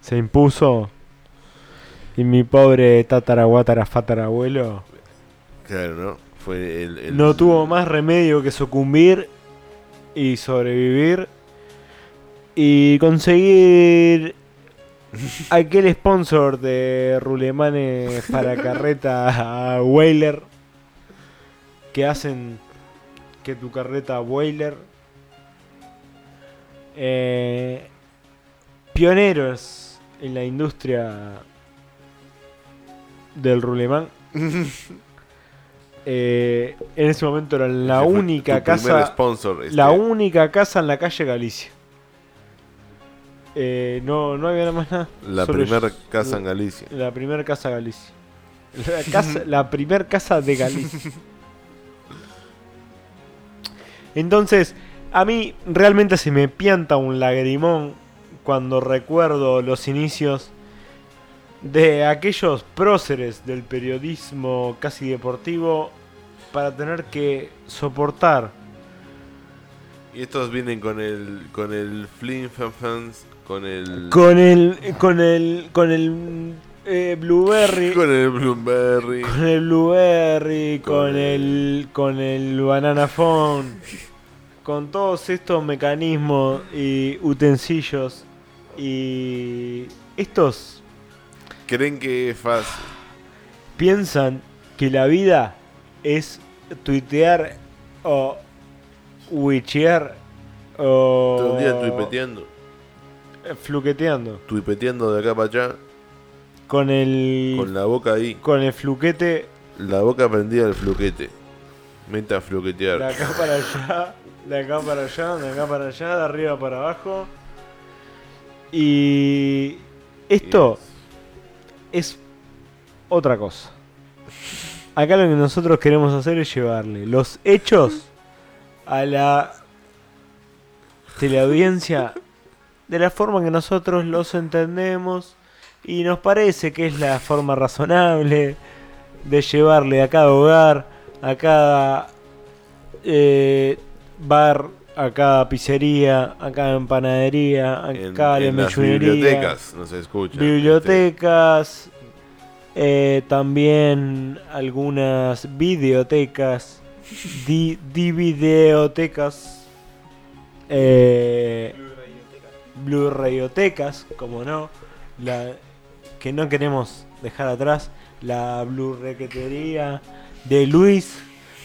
Speaker 3: se impuso. Y mi pobre tataraguatara fatarabuelo
Speaker 1: Claro, ¿no? Fue el, el-
Speaker 3: no tuvo más remedio que sucumbir y sobrevivir y conseguir aquel sponsor de rulemanes para carreta a Whaler que hacen que tu carreta Whaler eh, pioneros en la industria del rulemán Eh, en ese momento era la
Speaker 1: Ese fue tu
Speaker 3: única
Speaker 1: primer
Speaker 3: casa
Speaker 1: sponsor, este,
Speaker 3: la única casa en la calle Galicia. Eh, no, no había nada más nada.
Speaker 1: la
Speaker 3: Solo
Speaker 1: primera
Speaker 3: ellos.
Speaker 1: casa en Galicia.
Speaker 3: La primera casa Galicia. La, casa, la primer casa de Galicia. Entonces, a mí realmente se me pianta un lagrimón cuando recuerdo los inicios de aquellos próceres del periodismo casi deportivo para tener que soportar
Speaker 1: Y estos vienen con el con el Flynn Fan Fans, con el
Speaker 3: Con el. Con el. Con el. eh, Blueberry.
Speaker 1: con el Bloomberry,
Speaker 3: Con el Blueberry.
Speaker 1: Con el-
Speaker 3: Con el. Con el Banana Phone. Con todos estos mecanismos y utensilios. Y. Estos
Speaker 1: creen que es fácil.
Speaker 3: piensan que la vida es tuitear o. Witchear o.
Speaker 1: Todo el día tuipeteando,
Speaker 3: Fluqueteando.
Speaker 1: tuipeteando de acá para allá,
Speaker 3: Con el.
Speaker 1: con la boca ahí,
Speaker 3: con el fluquete
Speaker 1: la boca prendida al fluquete. Meta a fluquetear.
Speaker 3: De acá para allá, de acá para allá, de acá para allá, de arriba para abajo. Y esto es otra cosa. Acá lo que nosotros queremos hacer es llevarle los hechos a la teleaudiencia de la forma que nosotros los entendemos y nos parece que es la forma razonable de llevarle a cada hogar, a cada eh, bar, a cada pizzería, a cada empanadería, a
Speaker 1: en,
Speaker 3: cada
Speaker 1: en las
Speaker 3: lemechunería,
Speaker 1: bibliotecas, no se escucha.
Speaker 3: bibliotecas, eh, también algunas videotecas, di, divideotecas, Eh, Blue Radiotecas, como no. La, que no queremos dejar atrás. La Blue Requetería de Luis.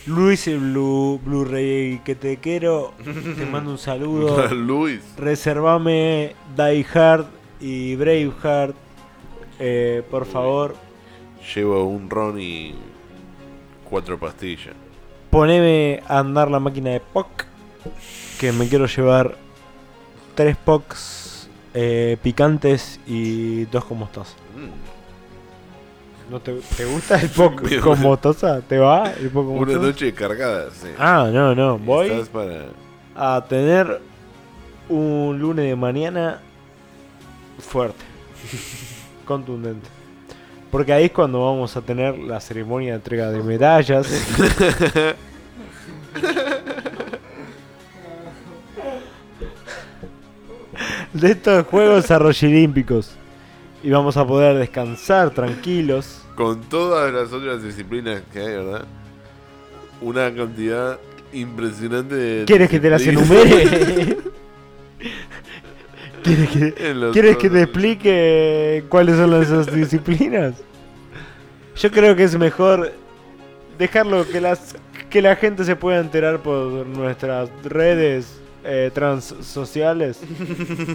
Speaker 3: Luis el Blue, Blue Requetequero. Te mando un saludo.
Speaker 1: Luis.
Speaker 3: Reservame Die Hard y Braveheart. eh, por favor,
Speaker 1: Llevo un ron y cuatro pastillas.
Speaker 3: poneme a andar la máquina de POC. Que me quiero llevar tres POCs eh, picantes y dos con mostaza.
Speaker 1: Mm.
Speaker 3: ¿No te, te gusta el POC
Speaker 1: Bien,
Speaker 3: con
Speaker 1: bueno.
Speaker 3: mostaza? ¿Te va el POC con
Speaker 1: Una
Speaker 3: mostaza?
Speaker 1: noche cargada, sí.
Speaker 3: Ah, no, no. Voy
Speaker 1: Estás para...
Speaker 3: a tener un lunes de mañana fuerte, contundente. Porque ahí es cuando vamos a tener la ceremonia de entrega de medallas. de estos Juegos Arroyolímpicos. Y vamos a poder descansar tranquilos.
Speaker 1: Con todas las otras disciplinas que hay, ¿verdad? Una cantidad impresionante de...
Speaker 3: ¿Quieres que te las enumere? ¿Quieres que,
Speaker 1: En los
Speaker 3: ¿Quieres que te
Speaker 1: tonos.
Speaker 3: explique cuáles son las esas disciplinas? Yo creo que es mejor dejarlo que las que la gente se pueda enterar por nuestras redes eh, trans sociales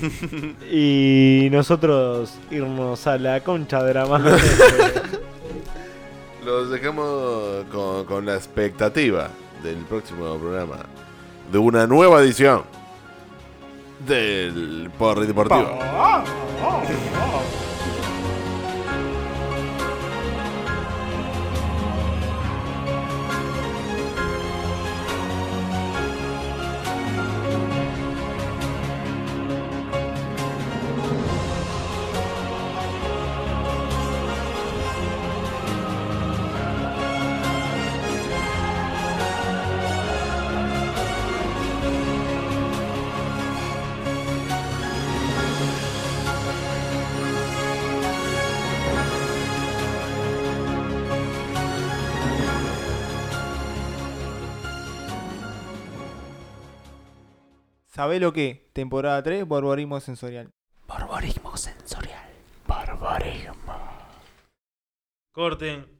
Speaker 3: y nosotros irnos a la concha de la madre.
Speaker 1: Los dejamos con, con la expectativa del próximo programa de una nueva edición del Porri Deportivo.
Speaker 5: ¿Sabés lo que? Temporada 3, barbarismo sensorial.
Speaker 2: Corten.